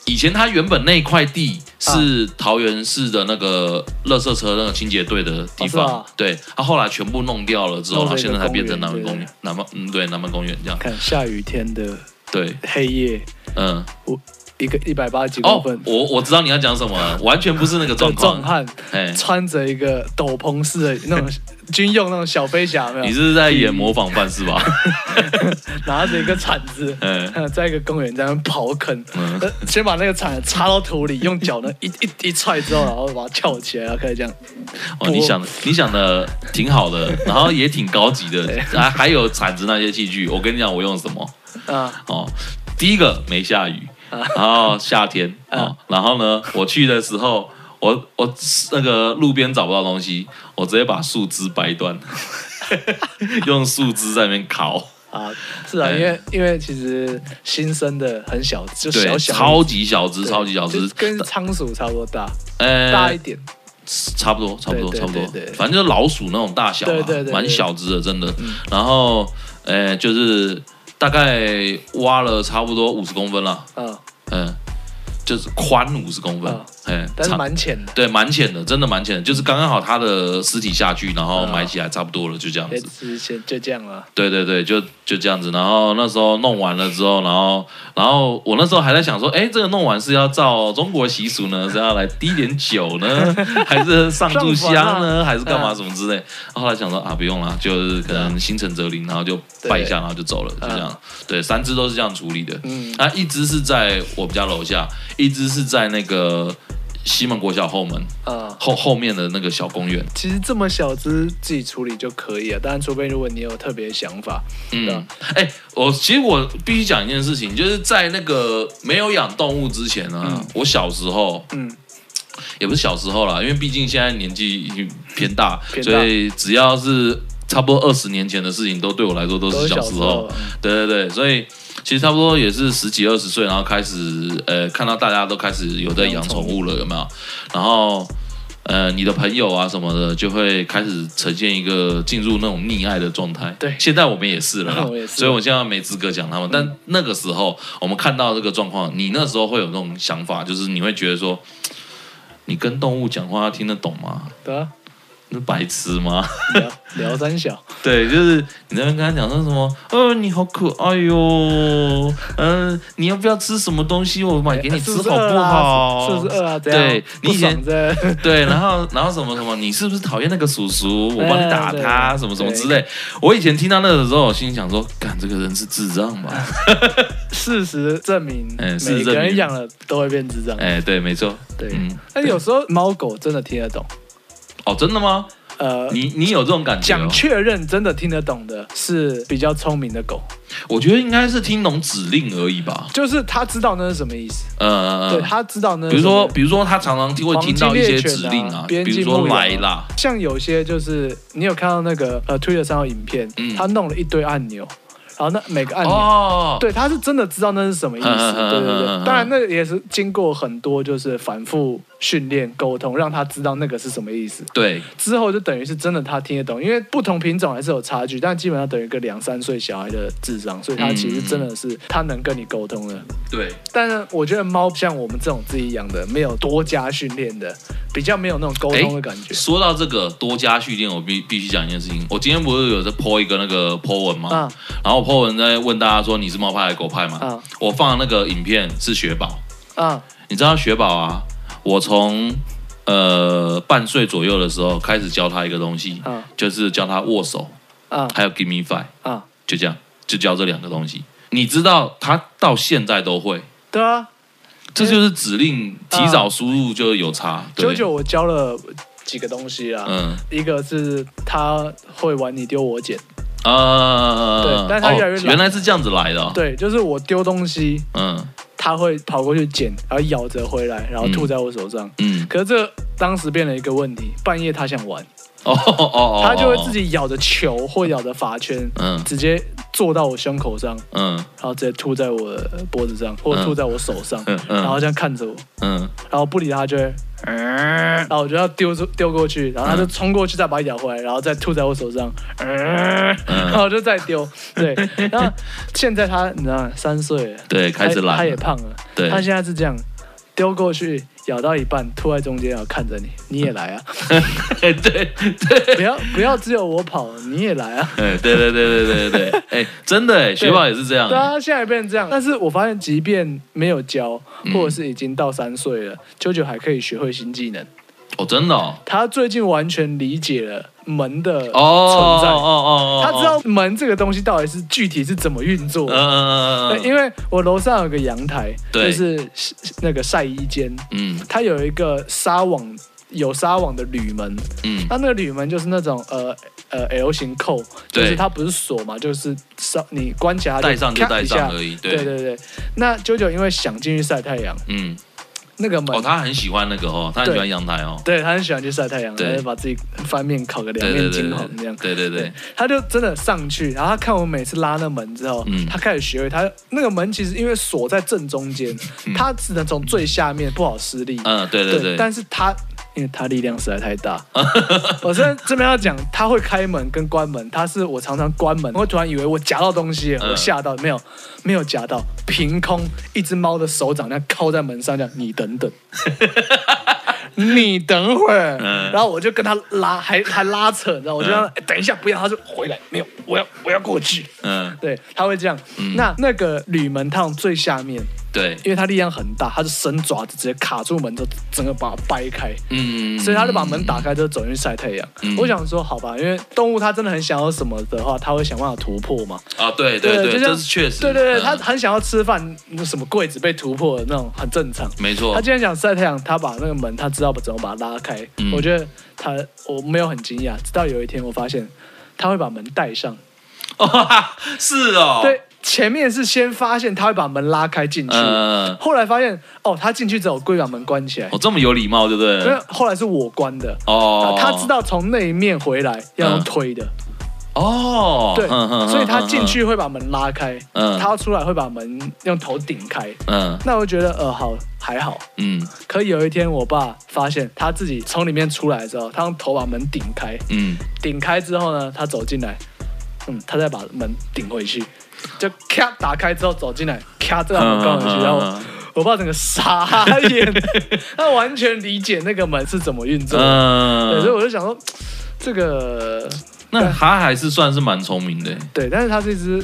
Speaker 1: 以前它原本那一块地
Speaker 2: 啊
Speaker 1: 是桃园市的那个垃圾车那个清洁队的地
Speaker 2: 哦是
Speaker 1: 方，
Speaker 2: 吗
Speaker 1: 对，它后来全部弄掉了之后，
Speaker 2: 弄
Speaker 1: 然后
Speaker 2: 成一
Speaker 1: 现
Speaker 2: 个
Speaker 1: 在才变
Speaker 2: 公
Speaker 1: 成
Speaker 2: 园
Speaker 1: 南门
Speaker 2: 对
Speaker 1: 公园，南门嗯对，南门公园这样，
Speaker 2: 看下雨天的
Speaker 1: 对，
Speaker 2: 黑夜，
Speaker 1: 嗯，
Speaker 2: 我一个一百八十几公
Speaker 1: 哦
Speaker 2: 分，，
Speaker 1: 我我知道你要讲什么了，完全不是那个
Speaker 2: 的
Speaker 1: 状
Speaker 2: 壮
Speaker 1: 况，
Speaker 2: 汉
Speaker 1: 哎，
Speaker 2: 穿着一个斗篷式的那种军用那种小飞侠，有没
Speaker 1: 你
Speaker 2: 有
Speaker 1: 是在演模仿犯是吧？
Speaker 2: 拿着一个铲子。
Speaker 1: 嗯。
Speaker 2: 在一个公园在那边刨坑，
Speaker 1: 嗯
Speaker 2: 呃先把那个铲子插到土里，用脚呢一一一踹之后，然后把它翘起来，然后开始这样。
Speaker 1: 哦，你想的你想的挺好 的，然后也挺高级的，还还有铲子那些器具。我跟你讲，我用什么
Speaker 2: 啊
Speaker 1: 哦？第一个没下雨，
Speaker 2: 啊
Speaker 1: 然后夏天啊、哦
Speaker 2: 啊
Speaker 1: 然后呢，我去的时候，我我那个路边找不到东西，我直接把树枝掰 断，用树枝在那边烤，
Speaker 2: 啊，是啊，
Speaker 1: 哎
Speaker 2: 因为因为其实新生的很小，就
Speaker 1: 对，
Speaker 2: 小小的
Speaker 1: 超级小枝，
Speaker 2: 对
Speaker 1: 超级小枝
Speaker 2: 就，跟仓鼠差不多大，
Speaker 1: 呃，
Speaker 2: 大一点。
Speaker 1: 差不多，差不多，
Speaker 2: 对对
Speaker 1: 差不多
Speaker 2: 对对，
Speaker 1: 反正就是老鼠那种大小
Speaker 2: 对
Speaker 1: 啊
Speaker 2: 对对，对嗯
Speaker 1: 蛮小只的，真的。然后，呃，就是大概挖了差不多五十公分了，
Speaker 2: 嗯，
Speaker 1: 嗯，就是宽五十公分
Speaker 2: 嗯，
Speaker 1: 哎，
Speaker 2: 但是
Speaker 1: 长
Speaker 2: 蛮浅的，
Speaker 1: 对蛮浅的，真的蛮浅的，就是刚刚好它的尸体下去，然后
Speaker 2: 嗯
Speaker 1: 埋起来差不多了，就这样
Speaker 2: 也
Speaker 1: 子。
Speaker 2: 只是就这样了。
Speaker 1: 对对对，就就这样子。然后那时候弄完了之后，然后然后我那时候还在想说，哎，这个弄完是要照中国习俗呢， 是要来滴点酒呢， 还是上啊炷香呢，还是干嘛什么之类？后来想说啊，不用了，就是可能心诚则灵，然后就拜一下，然后就走了，就这样。对，三只都是这样处理的。
Speaker 2: 嗯
Speaker 1: 那一只是在我们家楼下，一只是在那个西门国小后门
Speaker 2: 啊，
Speaker 1: 后后面的那个小公园。
Speaker 2: 其实这么小只自己处理就可以了，当然除非如果你有特别想法，
Speaker 1: 嗯
Speaker 2: 对啊，
Speaker 1: 哎、我其实我必须讲一件事情，就是在那个没有养动物之前呢、我小时候
Speaker 2: 嗯，
Speaker 1: 也不是小时候啦，因为毕竟现在年纪已经偏大，
Speaker 2: 偏大
Speaker 1: 所以只要是差不多二十年前的事情，都对我来说都
Speaker 2: 都
Speaker 1: 是
Speaker 2: 是
Speaker 1: 小
Speaker 2: 小
Speaker 1: 时
Speaker 2: 时
Speaker 1: 候嗯
Speaker 2: 候。
Speaker 1: 对对对，所以其实差不多也是十几二十岁，然后开始呃看到大家都开始有在养
Speaker 2: 养
Speaker 1: 宠
Speaker 2: 宠物
Speaker 1: 物了，有没有？然后。呃，你的朋友啊什么的，就会开始呈现一个进入那种溺爱的状态。
Speaker 2: 对，
Speaker 1: 现在我们也是了啦
Speaker 2: 我也是嗯
Speaker 1: 所以我现在没资格讲他们。但那个时候，我们看到这个状况，你那时候会有那种想法，就是你会觉得说，你跟动物讲话它听得懂吗？
Speaker 2: 对啊，
Speaker 1: 那白痴吗？
Speaker 2: 聊聊三小，
Speaker 1: 对，就是你在那边跟他讲说什么，呃，你好可爱哟、嗯、你要不要吃什么东西？我 买给你
Speaker 2: 哎
Speaker 1: 吃
Speaker 2: 是是
Speaker 1: 好不
Speaker 2: 饿啊
Speaker 1: 好？
Speaker 2: 是是不是饿啊？怎样
Speaker 1: 对你
Speaker 2: 不
Speaker 1: 以前
Speaker 2: 爽 这
Speaker 1: 对，然后然后什么什么，你是不是讨厌那个叔叔？我帮你打他，
Speaker 2: 哎对
Speaker 1: 什么什么之类。我以前听到那个的时候，我心里想说，干这个人是智障吧？
Speaker 2: 事实证明，
Speaker 1: 哎事实
Speaker 2: 每
Speaker 1: 证明
Speaker 2: 个人养了都会变智障。
Speaker 1: 哎，对，没错，
Speaker 2: 对
Speaker 1: 嗯，
Speaker 2: 但有时候猫狗真的听得懂，
Speaker 1: 哦，真的吗？
Speaker 2: 呃，
Speaker 1: 你你有这种感觉、哦
Speaker 2: 讲？确认真的听得懂的是比较聪明的狗，
Speaker 1: 我觉得应该是听懂指令而已吧。
Speaker 2: 就是它知道那是什么意思，
Speaker 1: 呃，
Speaker 2: 对，它知道那
Speaker 1: 比
Speaker 2: 是
Speaker 1: 如
Speaker 2: 什么
Speaker 1: 说
Speaker 2: 意思。
Speaker 1: 比如说他常常听会
Speaker 2: 黄
Speaker 1: 听
Speaker 2: 金
Speaker 1: 到一些
Speaker 2: 猎犬
Speaker 1: 指令
Speaker 2: 啊，边
Speaker 1: 比
Speaker 2: 境
Speaker 1: 如说
Speaker 2: 牧羊啊
Speaker 1: 来啦，
Speaker 2: 像有些就是你有看到那个呃推特上有影片
Speaker 1: 嗯，
Speaker 2: 他弄了一堆按钮，然后那每个按钮，
Speaker 1: 哦，
Speaker 2: 对，他是真的知道那是什么意思，
Speaker 1: 嗯嗯嗯
Speaker 2: 对对
Speaker 1: 嗯嗯嗯
Speaker 2: 对。当然，那也是经过很多就是反复训练沟通，让他知道那个是什么意思。
Speaker 1: 对
Speaker 2: 之后就等于是真的他听得懂，因为不同品种还是有差距，但基本上等于个两三岁小孩的智商，所以他其实真的是他能跟你沟通的。
Speaker 1: 对，
Speaker 2: 但是我觉得猫像我们这种自己养的，没有多加训练的，比较没有那种沟通的感觉。
Speaker 1: 说到这个多家训练，我必必须讲一件事情。我今天不是有在 po 一个那个 po 文吗？
Speaker 2: 啊
Speaker 1: 然后 po 文在问大家说你是猫派还是狗派嘛？
Speaker 2: 啊
Speaker 1: 我放的那个影片是雪宝，
Speaker 2: 啊
Speaker 1: 你知道雪宝啊？我从呃半岁左右的时候开始教他一个东西，
Speaker 2: 啊
Speaker 1: 就是教他握手，
Speaker 2: 啊
Speaker 1: 还有 give me five，
Speaker 2: 啊！
Speaker 1: 就这样，就教这两个东西。你知道他到现在都会，
Speaker 2: 对啊，
Speaker 1: 这就是指令提早输入就有差。对
Speaker 2: 嗯九九我教了几个东西啊，
Speaker 1: 嗯
Speaker 2: 一个是他会玩你丢我捡，
Speaker 1: 啊，
Speaker 2: 对但是他越来越
Speaker 1: 哦
Speaker 2: 懒
Speaker 1: 原来是这样子来的、哦。，
Speaker 2: 对，就是我丢东西，
Speaker 1: 嗯
Speaker 2: 他会跑过去捡，然后咬着回来，然后吐
Speaker 1: 嗯
Speaker 2: 在我手上。
Speaker 1: 嗯，
Speaker 2: 可是这当时变了一个问题，半夜他想玩，
Speaker 1: 哦哦哦，
Speaker 2: 他就会自
Speaker 1: 己，
Speaker 2: 己咬着球或咬着发圈，
Speaker 1: 嗯
Speaker 2: 直接坐到我胸口上，
Speaker 1: 嗯
Speaker 2: 然后直接吐在我的脖子上，或
Speaker 1: 嗯
Speaker 2: 吐在我手上，
Speaker 1: 嗯嗯
Speaker 2: 然后这样看着我，
Speaker 1: 嗯，
Speaker 2: 然后不理他就会，然后我就要丢出丢过去，然
Speaker 1: 嗯
Speaker 2: 后他就冲过去再把它咬回来，然后再吐在我手上，
Speaker 1: 嗯
Speaker 2: 然后就再丢，对，然后现在他你知道吗三岁了，
Speaker 1: 对，开始
Speaker 2: 他
Speaker 1: 懒
Speaker 2: 他也
Speaker 1: 了，
Speaker 2: 胖了，
Speaker 1: 对
Speaker 2: 他现在是这样，丢过去咬到一半，吐在中间，然后看着你，你也来啊，
Speaker 1: 对对对。
Speaker 2: 不要不要只有我跑，你也来啊。
Speaker 1: 哎， 对对对对对对，对哎，真的哎，雪宝也是这样
Speaker 2: 对
Speaker 1: 哎，
Speaker 2: 啊，他现在也变成这样。嗯但是我发现，即便没有教，或者是已经到三岁了，九九还可以学会新技能。
Speaker 1: 哦，真的哦，
Speaker 2: 他最近完全理解了门的存在，
Speaker 1: 哦哦哦哦，哦
Speaker 2: 他知道，门这个东西到底是具体是怎么运作
Speaker 1: 嗯
Speaker 2: 的。
Speaker 1: 嗯嗯
Speaker 2: 对
Speaker 1: 嗯，
Speaker 2: 因为我楼上有个阳台，
Speaker 1: 对
Speaker 2: 就是那个晒衣间，
Speaker 1: 嗯
Speaker 2: 它有一个纱网，有纱网的铝门，
Speaker 1: 嗯
Speaker 2: 它那个铝门就是那种呃呃 L 型扣，就
Speaker 1: 对
Speaker 2: 是它不是锁嘛，就是上你关起来它
Speaker 1: 戴上就
Speaker 2: 咔
Speaker 1: 戴
Speaker 2: 一下
Speaker 1: 上而已对
Speaker 2: 对对对。那九九因为想进去晒太阳，
Speaker 1: 嗯，
Speaker 2: 那个门，
Speaker 1: 哦，他很喜欢那个哦，他很喜欢阳台哦，
Speaker 2: 对他很喜欢去晒太阳，
Speaker 1: 对
Speaker 2: 然后把自己翻面烤个两
Speaker 1: 对对
Speaker 2: 面
Speaker 1: 对
Speaker 2: 金黄这样。
Speaker 1: 对对对，
Speaker 2: 他就真的上去，然后他看我每次拉那门之后，
Speaker 1: 嗯
Speaker 2: 他开始学会。他那个门其实因为锁在正中间，他只能从最下面，不好施力。
Speaker 1: 嗯对对对，
Speaker 2: 但是他因为他力量实在太大， 我现在这边要讲，他会开门跟关门，他是我常常关门，我突然以为我夹到东西了，
Speaker 1: 嗯
Speaker 2: 我吓到，没有没有夹到，凭空一只猫的手掌那样靠在门上，这样你等 等。你等会儿，
Speaker 1: 嗯
Speaker 2: 然后我就跟他拉，还还拉扯，你知道，我就让他、哎等一下，不要，他就回来，没有，我要我要过去，
Speaker 1: 嗯
Speaker 2: 对，他会这样。那那个铝门烫最下面，
Speaker 1: 对，
Speaker 2: 因为他力量很大，他就伸爪子直接卡住门，就整个把它掰开，
Speaker 1: 嗯，
Speaker 2: 所以他就把门打开，就走进去晒太阳。我想说，好吧，因为动物它真的很想要什么的话，它会想办法突破嘛。
Speaker 1: 啊，对对对，
Speaker 2: 就
Speaker 1: 这
Speaker 2: 像
Speaker 1: 是确实，
Speaker 2: 对对
Speaker 1: 嗯
Speaker 2: 对，它很想要吃饭，那什么柜子被突破的那种很正常。
Speaker 1: 没错
Speaker 2: 他，既然想晒太阳，他把那个门，他知道怎么把它拉开。
Speaker 1: 嗯
Speaker 2: 我觉得他我没有很惊讶，直到有一天我发现他会把门带上。
Speaker 1: 哇， 是哦，
Speaker 2: 对，前面是先发现他会把门拉开进去，
Speaker 1: 嗯，哦
Speaker 2: 后来发现哦，他进去之后我故意把门关起来
Speaker 1: 我，这么有礼貌，对不
Speaker 2: 因为
Speaker 1: 对？
Speaker 2: 后来是我关的。
Speaker 1: 哦，
Speaker 2: 啊他知道从那一面回来要用推的，
Speaker 1: 哦，
Speaker 2: 对，
Speaker 1: 嗯嗯
Speaker 2: 所以他进去会把门拉开，
Speaker 1: 嗯
Speaker 2: 他要出来会把门用头顶开。
Speaker 1: 嗯
Speaker 2: 那我就觉得呃好还好，
Speaker 1: 嗯
Speaker 2: 可有一天我爸发现他自己从里面出来之后，他用头把门顶开，
Speaker 1: 嗯，
Speaker 2: 顶开之后呢，他走进来，嗯，他再把门顶回去，就咔打开之后走进来，咔再把门关回
Speaker 1: 嗯嗯嗯嗯
Speaker 2: 去，然后。我爸整个傻眼， 他完全理解那个门是怎么运作的，对，所以
Speaker 1: 嗯，
Speaker 2: 我就想说，这个
Speaker 1: 那他还是算是蛮聪明的，
Speaker 2: 对，但是它是一只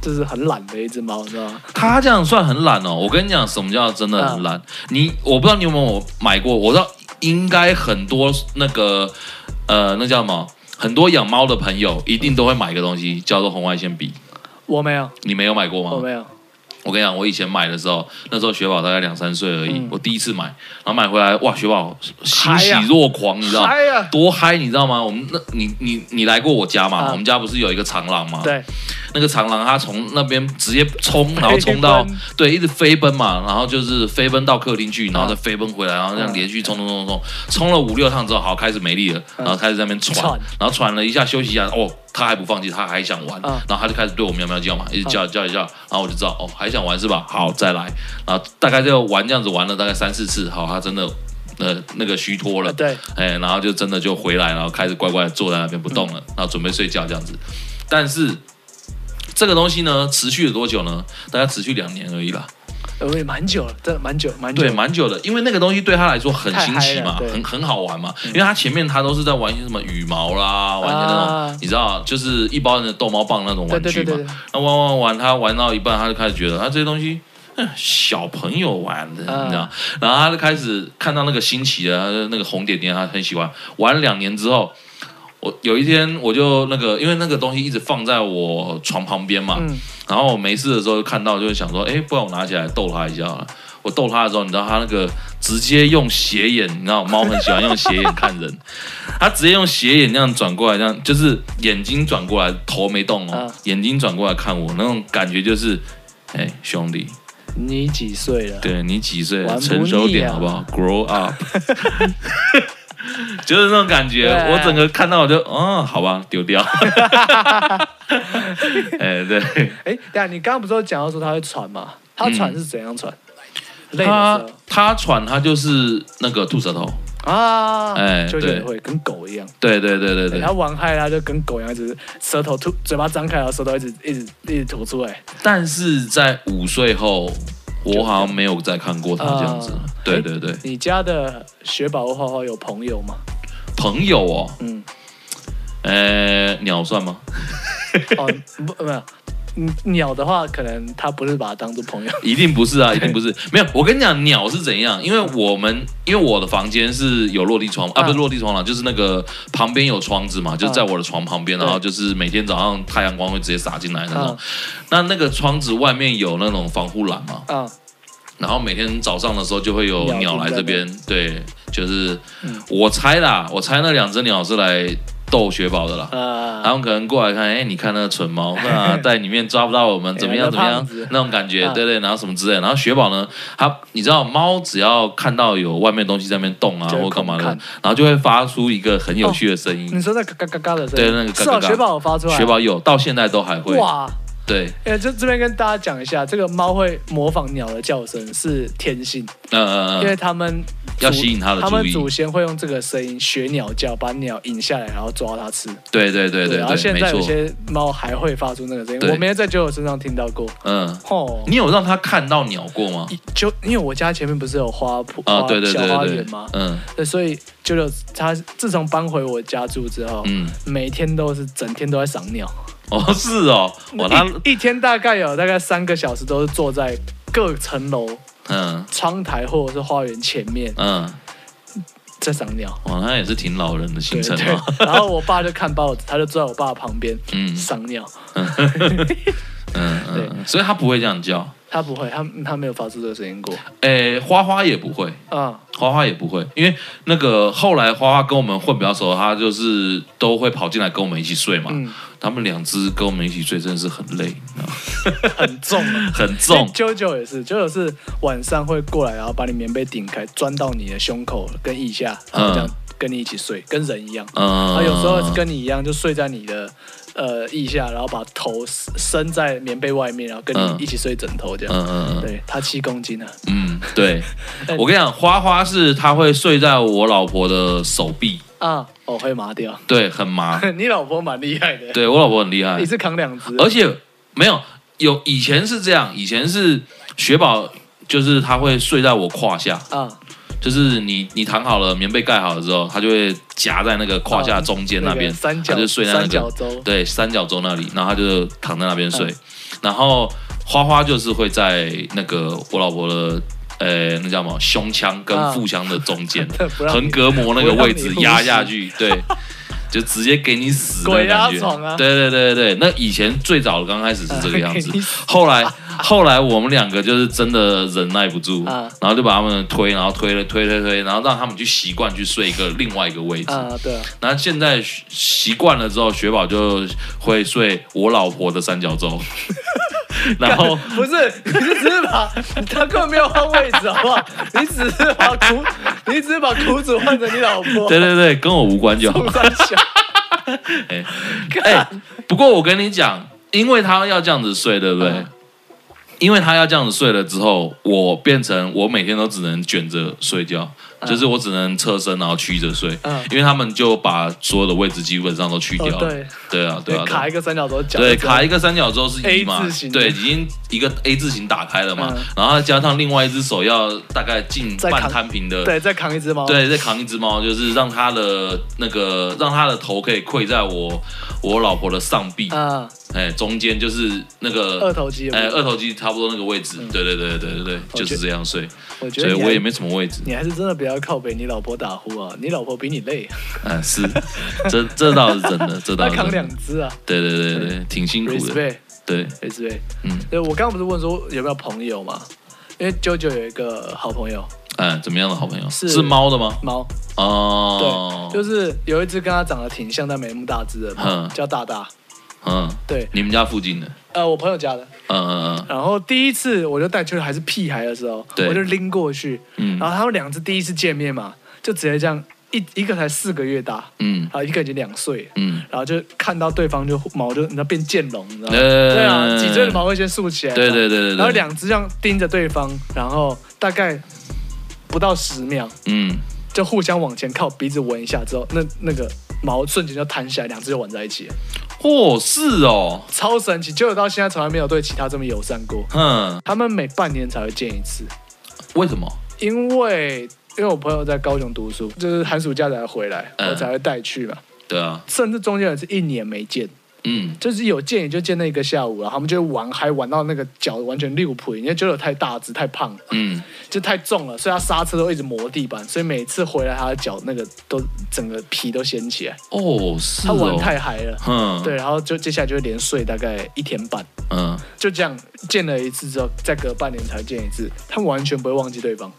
Speaker 2: 就是很懒的一只猫，你知道吗？
Speaker 1: 他这样算很懒哦。我跟你讲，什么叫真的很懒？
Speaker 2: 嗯
Speaker 1: 你我不知道你有没有买过，我知道应该很多那个呃，那叫什么？很多养猫的朋友一定都会买一个东西，叫做红外线笔。
Speaker 2: 我没有，
Speaker 1: 你没有买过吗？
Speaker 2: 我没有，
Speaker 1: 我跟你讲，我以前买的时候，那时候雪宝大概两三岁而已，
Speaker 2: 嗯
Speaker 1: 我第一次买，然后买回来，哇，雪宝欣喜
Speaker 2: 嗨啊
Speaker 1: 若狂，你知道
Speaker 2: 嗨呀，
Speaker 1: 多嗨，你知道吗？我们那你你你来过我家嘛？
Speaker 2: 啊
Speaker 1: 我们家不是有一个长廊吗？。
Speaker 2: 对，
Speaker 1: 那个长廊，他从那边直接冲，然后冲到
Speaker 2: 飞奔
Speaker 1: 对，一直飞奔嘛，然后就是飞奔到客厅去，然后
Speaker 2: 啊
Speaker 1: 再飞奔回来，然后这样连续冲冲冲冲，冲了五六趟之后，好开始没力了，然后开始在那边喘
Speaker 2: 喘，
Speaker 1: 然后喘了一下休息一下，哦，他还不放弃，他还想玩，
Speaker 2: 嗯
Speaker 1: 然后他就开始对我喵喵叫嘛，一直
Speaker 2: 啊
Speaker 1: 叫叫一叫，然后我就知道哦，还想玩是吧？好，再来，然后大概就玩这样子玩了大概三四次，好，他真的。呃，那个虚脱了，
Speaker 2: 对，
Speaker 1: 哎，然后就真的就回来，然后开始乖乖地坐在那边不动了，然后准备睡觉这样子。但是这个东西呢，持续了多久呢？大概持续两年而已啦，
Speaker 2: 我也蛮久了，真的蛮久蛮久
Speaker 1: 对，。蛮久的。因为那个东西对他来说很新奇嘛
Speaker 2: 太嗨了，对
Speaker 1: 很很好玩嘛。因为他前面他都是在玩一些什么羽毛啦，玩一些那种、
Speaker 2: 啊
Speaker 1: 你知道，就是一包人的逗猫棒那种玩具嘛。
Speaker 2: 对对对对对
Speaker 1: 那玩玩玩，他玩到一半，他就开始觉得他啊这些东西。 哼小朋友玩的，
Speaker 2: 啊
Speaker 1: 你知道，然后他就开始看到那个新奇的，他就那个红点点，他很喜欢。玩了两年之后，我有一天我就那个，因为那个东西一直放在我床旁边嘛，
Speaker 2: 嗯
Speaker 1: 然后我没事的时候就看到，就会想说，哎，不然我拿起来逗它一下好了。我逗它的时候，你知道它那个直接用斜眼，你知道猫很喜欢用斜眼看人，它直接用斜眼那样转过来，这样就是眼睛转过来，头没动哦，
Speaker 2: 嗯
Speaker 1: 眼睛转过来看我，那种感觉就是，哎，兄弟，
Speaker 2: 你几岁了？
Speaker 1: 对你几岁了？
Speaker 2: 玩不
Speaker 1: 成熟
Speaker 2: 腻
Speaker 1: 点
Speaker 2: 啊
Speaker 1: 好不好？Grow up，就是那种感觉。
Speaker 2: 对
Speaker 1: 我整个看到我就，嗯，好吧，丢掉。 哎，对，
Speaker 2: 哎，对啊，你刚刚不是有讲到说他会喘吗？他喘是怎样喘？累
Speaker 1: 他
Speaker 2: 的时
Speaker 1: 他喘，他就是那个吐舌头。
Speaker 2: 候啊，
Speaker 1: 哎
Speaker 2: 就有点
Speaker 1: 对
Speaker 2: 会跟狗一样。
Speaker 1: 对对对对
Speaker 2: 对
Speaker 1: 对
Speaker 2: 他。玩嗨啦，就跟狗一样，只是舌头吐，嘴巴张开，然后舌头一直一直一直吐出来。
Speaker 1: 但是在五岁后，我好像没有再看过他这样子
Speaker 2: 啊。
Speaker 1: 对对对，
Speaker 2: 你家的雪宝花花有朋友 吗？
Speaker 1: 朋友哦，
Speaker 2: 嗯，
Speaker 1: 呃，鸟算吗？
Speaker 2: 哦，不，没有。嗯鸟的话，可能他不是把它当做朋友。
Speaker 1: 一定不是 啊，一定不是。没有，我跟你讲，鸟是怎样？因为我们因为我的房间是有落地窗啊，
Speaker 2: 嗯
Speaker 1: 不是落地窗了，就是那个旁边有窗子嘛，就是在我的床旁边，
Speaker 2: 对
Speaker 1: 然后就是每天早上太阳光会直接洒进来那种
Speaker 2: 嗯。
Speaker 1: 那那个窗子外面有那种防护栏嘛，
Speaker 2: 啊，
Speaker 1: 然后每天早上的时候就会有
Speaker 2: 鸟
Speaker 1: 鸟来
Speaker 2: 停在嗯
Speaker 1: 这边，对，就是我猜啦，我猜那两只鸟是来逗雪宝的啦。他
Speaker 2: 呃，
Speaker 1: 们可能过来看，哎、你看那个蠢猫， 那在里面抓不到我们，怎么样
Speaker 2: 哎
Speaker 1: 怎
Speaker 2: 那
Speaker 1: 么
Speaker 2: 胖
Speaker 1: 样
Speaker 2: 子，
Speaker 1: 那种感觉，
Speaker 2: 啊
Speaker 1: 对对，然后什么之类的，然后雪宝呢，它你知道猫只要看到有外面东西在那边动啊
Speaker 2: 就会
Speaker 1: 或干嘛的
Speaker 2: 看，哦
Speaker 1: 然后就会发出一个很有趣的声音。
Speaker 2: 你说那嘎嘎嘎嘎的声音，
Speaker 1: 对那个嘎嘎嘎
Speaker 2: 是哦雪宝有发出来，
Speaker 1: 雪宝有，到现在都还会。
Speaker 2: 哇。
Speaker 1: 对，
Speaker 2: 呃，就这边跟大家讲一下，这个猫会模仿鸟的叫声是天性，
Speaker 1: 嗯嗯
Speaker 2: 因为
Speaker 1: 嗯，
Speaker 2: 他们
Speaker 1: 要吸引它的
Speaker 2: 他
Speaker 1: 注
Speaker 2: 们
Speaker 1: 意
Speaker 2: 祖。先会用这个声音学鸟叫，把鸟引下来，然后抓它吃。
Speaker 1: 对对对
Speaker 2: 然后
Speaker 1: 对，
Speaker 2: 现
Speaker 1: 没
Speaker 2: 在有
Speaker 1: 错。
Speaker 2: 些猫还会发出那个声音，
Speaker 1: 对
Speaker 2: 我没有在九友身上听到过。
Speaker 1: 嗯，
Speaker 2: 哦，
Speaker 1: 你有让它看到鸟过吗？
Speaker 2: 就因为我家前面不是有花圃、
Speaker 1: 啊，
Speaker 2: 花
Speaker 1: 对对对
Speaker 2: 小花
Speaker 1: 对
Speaker 2: 园
Speaker 1: 对
Speaker 2: 吗，？
Speaker 1: 嗯
Speaker 2: 对，所以九九他自从搬回我家住之后，
Speaker 1: 嗯，
Speaker 2: 每天都是整天都在赏鸟，
Speaker 1: 哦是哦， 我它
Speaker 2: 一一天大概有大概三个小时都是坐在各层楼
Speaker 1: 嗯
Speaker 2: 窗台或者是花园前面
Speaker 1: 嗯，
Speaker 2: 在赏鸟。
Speaker 1: 哇，它也是挺老人的行
Speaker 2: 对
Speaker 1: 程
Speaker 2: 对
Speaker 1: 哦。，
Speaker 2: 然后我爸就看报纸，他就坐在我爸旁边
Speaker 1: 嗯
Speaker 2: 赏鸟。
Speaker 1: 嗯嗯，嗯所以它不会这样叫。
Speaker 2: 他不会，他他没有发出这个声 音过。
Speaker 1: 诶，花花也不会，
Speaker 2: 啊、
Speaker 1: 花花也不会，因为那个后来花花跟我们混比较熟，她就是都会跑进来跟我们一起睡嘛。
Speaker 2: 嗯
Speaker 1: 他们两只跟我们一起睡真的是很累， 你知道吗
Speaker 2: 很重啊。
Speaker 1: 很 重。
Speaker 2: 啾啾也是，啾啾是晚上会过来，然后把你棉被顶开，钻到你的胸口跟腋下，然后这样跟你一起睡，跟人一样。
Speaker 1: 嗯，
Speaker 2: 他哎呃有时候是跟你一样，就睡在你的呃腋下，然后把头伸在棉被外面，然后跟
Speaker 1: 嗯
Speaker 2: 你一起睡枕头这样。
Speaker 1: 嗯嗯嗯
Speaker 2: 对他七公斤啊，
Speaker 1: 嗯， 对
Speaker 2: 但。
Speaker 1: 我跟你讲，花花是她会睡在我老婆的手臂，
Speaker 2: 啊，我、会麻掉。
Speaker 1: 对，很麻。
Speaker 2: 你老婆蛮厉害的，
Speaker 1: 对我老婆很厉害
Speaker 2: 你，是扛两只，
Speaker 1: 而且没有有以前是这样，以前是雪宝就是她会睡在我胯下，
Speaker 2: 啊，
Speaker 1: 就是你你躺好了，棉被盖好了之后，它就会夹在那个胯下中间那
Speaker 2: 哦那
Speaker 1: 边，
Speaker 2: 个三
Speaker 1: 它
Speaker 2: 角
Speaker 1: 就睡在那
Speaker 2: 三角
Speaker 1: 个
Speaker 2: 洲，
Speaker 1: 对三角洲那里，然后它就躺在那边
Speaker 2: 嗯
Speaker 1: 睡。然后花花就是会在那个我老婆的呃那叫什么胸腔跟
Speaker 2: 啊
Speaker 1: 腹腔的中间
Speaker 2: 不让你
Speaker 1: 横膈膜那个位置
Speaker 2: 不让你呼吸
Speaker 1: 压下去，对。就直接给你死的
Speaker 2: 鬼压
Speaker 1: 感觉，
Speaker 2: 床啊
Speaker 1: 对对对对对，那以前最早刚开始是这个样子
Speaker 2: 啊给你死，
Speaker 1: 后来后来我们两个就是真的忍耐不住，
Speaker 2: 啊
Speaker 1: 然后就把他们推，然后推了推推推，然后让他们去习惯去睡一个另外一个位置。
Speaker 2: 啊，对啊，
Speaker 1: 然后现在习习惯了之后，雪宝就会睡我老婆的三角 洲，然后
Speaker 2: 不是，你是只是把他根本没有换位置，好不好？你只是把苦，你只是把苦主换成你老婆，
Speaker 1: 对对对，跟我无关就好
Speaker 2: 不。算小。
Speaker 1: 哎、哎，不过我跟你讲，因为他要这样子睡，对不对？
Speaker 2: 嗯
Speaker 1: 因为他要这样子睡了之后，我变成我每天都只能卷着睡觉，就是我只能侧身然后曲着睡，
Speaker 2: 嗯
Speaker 1: 因为他们就把所有的位置基本上都去掉了。
Speaker 2: 哦对
Speaker 1: 对啊，对啊，对啊
Speaker 2: 卡一个三角洲角，
Speaker 1: 对，卡一个三角洲是一
Speaker 2: A
Speaker 1: 嘛
Speaker 2: 字形，的
Speaker 1: 对，已经一个 A 字形打开了嘛，
Speaker 2: 嗯
Speaker 1: 然后加上另外一只手要大概近
Speaker 2: 再
Speaker 1: 半
Speaker 2: 扛
Speaker 1: 摊平的，
Speaker 2: 对，再扛一只猫，，
Speaker 1: 对，再扛一只猫，就是让它的那个让它的头可以跪在我我老婆的上臂，
Speaker 2: 啊，
Speaker 1: 哎，中间就是那
Speaker 2: 二
Speaker 1: 个
Speaker 2: 头肌，
Speaker 1: 哎二头肌差不多那个位置，对对对对对对，
Speaker 2: 嗯我觉
Speaker 1: 就是这样睡，
Speaker 2: 我觉
Speaker 1: 所
Speaker 2: 得
Speaker 1: 以
Speaker 2: 你
Speaker 1: 我也
Speaker 2: 还
Speaker 1: 没什么位置，
Speaker 2: 你还是真的不要靠北你老婆打呼啊，你老婆比你 累，
Speaker 1: 嗯，是，这这倒是真的，这倒
Speaker 2: 她
Speaker 1: 是
Speaker 2: 扛
Speaker 1: 真
Speaker 2: 两
Speaker 1: 的，
Speaker 2: 只啊
Speaker 1: 对对对对，挺辛苦的，
Speaker 2: ，respect
Speaker 1: 对，
Speaker 2: respect，
Speaker 1: 嗯
Speaker 2: 对我刚刚不是问说有没有朋友嘛？因为啾啾有一个好朋友
Speaker 1: 哎，怎么样的好朋友
Speaker 2: 是
Speaker 1: 是猫的吗？
Speaker 2: 猫，
Speaker 1: 哦，
Speaker 2: 对，就是有一只跟它长得挺像但没那么大只的猫
Speaker 1: 嗯，
Speaker 2: 叫大大，
Speaker 1: 嗯，
Speaker 2: 对，
Speaker 1: 你们家附近的，
Speaker 2: 呃，我朋友家的。
Speaker 1: 嗯嗯
Speaker 2: 然后第一次我就带去，还是屁孩的时候，
Speaker 1: 对
Speaker 2: 我就拎过去，
Speaker 1: 嗯
Speaker 2: 然后他们两只第一次见面嘛，就直接这样一一个才四个月大，
Speaker 1: 嗯
Speaker 2: 然后一个已经两岁了，
Speaker 1: 嗯
Speaker 2: 然后就看到对方就毛就你知道变剑龙，你知道吗？
Speaker 1: 呃
Speaker 2: 对啊，脊椎的毛会先竖起来
Speaker 1: 嗯，
Speaker 2: 嘛，
Speaker 1: 对对对对对，
Speaker 2: 然后两只这样盯着对方，然后大概不到十秒
Speaker 1: 嗯。
Speaker 2: 就互相往前靠，鼻子闻一下之后，那那个毛瞬间就弹起来，两只就玩在一起了，
Speaker 1: 哦，是哦，
Speaker 2: 超神奇！就我到现在从来没有对其他这么友善过。
Speaker 1: 嗯，
Speaker 2: 他们每半年才会见一次，
Speaker 1: 为什么？
Speaker 2: 因为因为我朋友在高雄读书，就是寒暑假才回来，
Speaker 1: 嗯
Speaker 2: 我才会带去嘛。
Speaker 1: 对啊，
Speaker 2: 甚至中间有一次一年没见，
Speaker 1: 嗯，
Speaker 2: 就是有见也就见那一个下午，然后他们就玩，还玩到那个脚完全六普，因为九九太大只太胖了，
Speaker 1: 嗯，
Speaker 2: 就太重了，所以他刹车都一直磨地板，所以每次回来他的脚那个都整个皮都掀起来，
Speaker 1: 哦，是
Speaker 2: 他
Speaker 1: 哦，
Speaker 2: 玩太嗨了。
Speaker 1: 嗯，
Speaker 2: 对，，然后就接下来就会连睡大概一天半，
Speaker 1: 嗯，
Speaker 2: 就这样见了一次之后，再隔半年才见一次，他们完全不会忘记对方。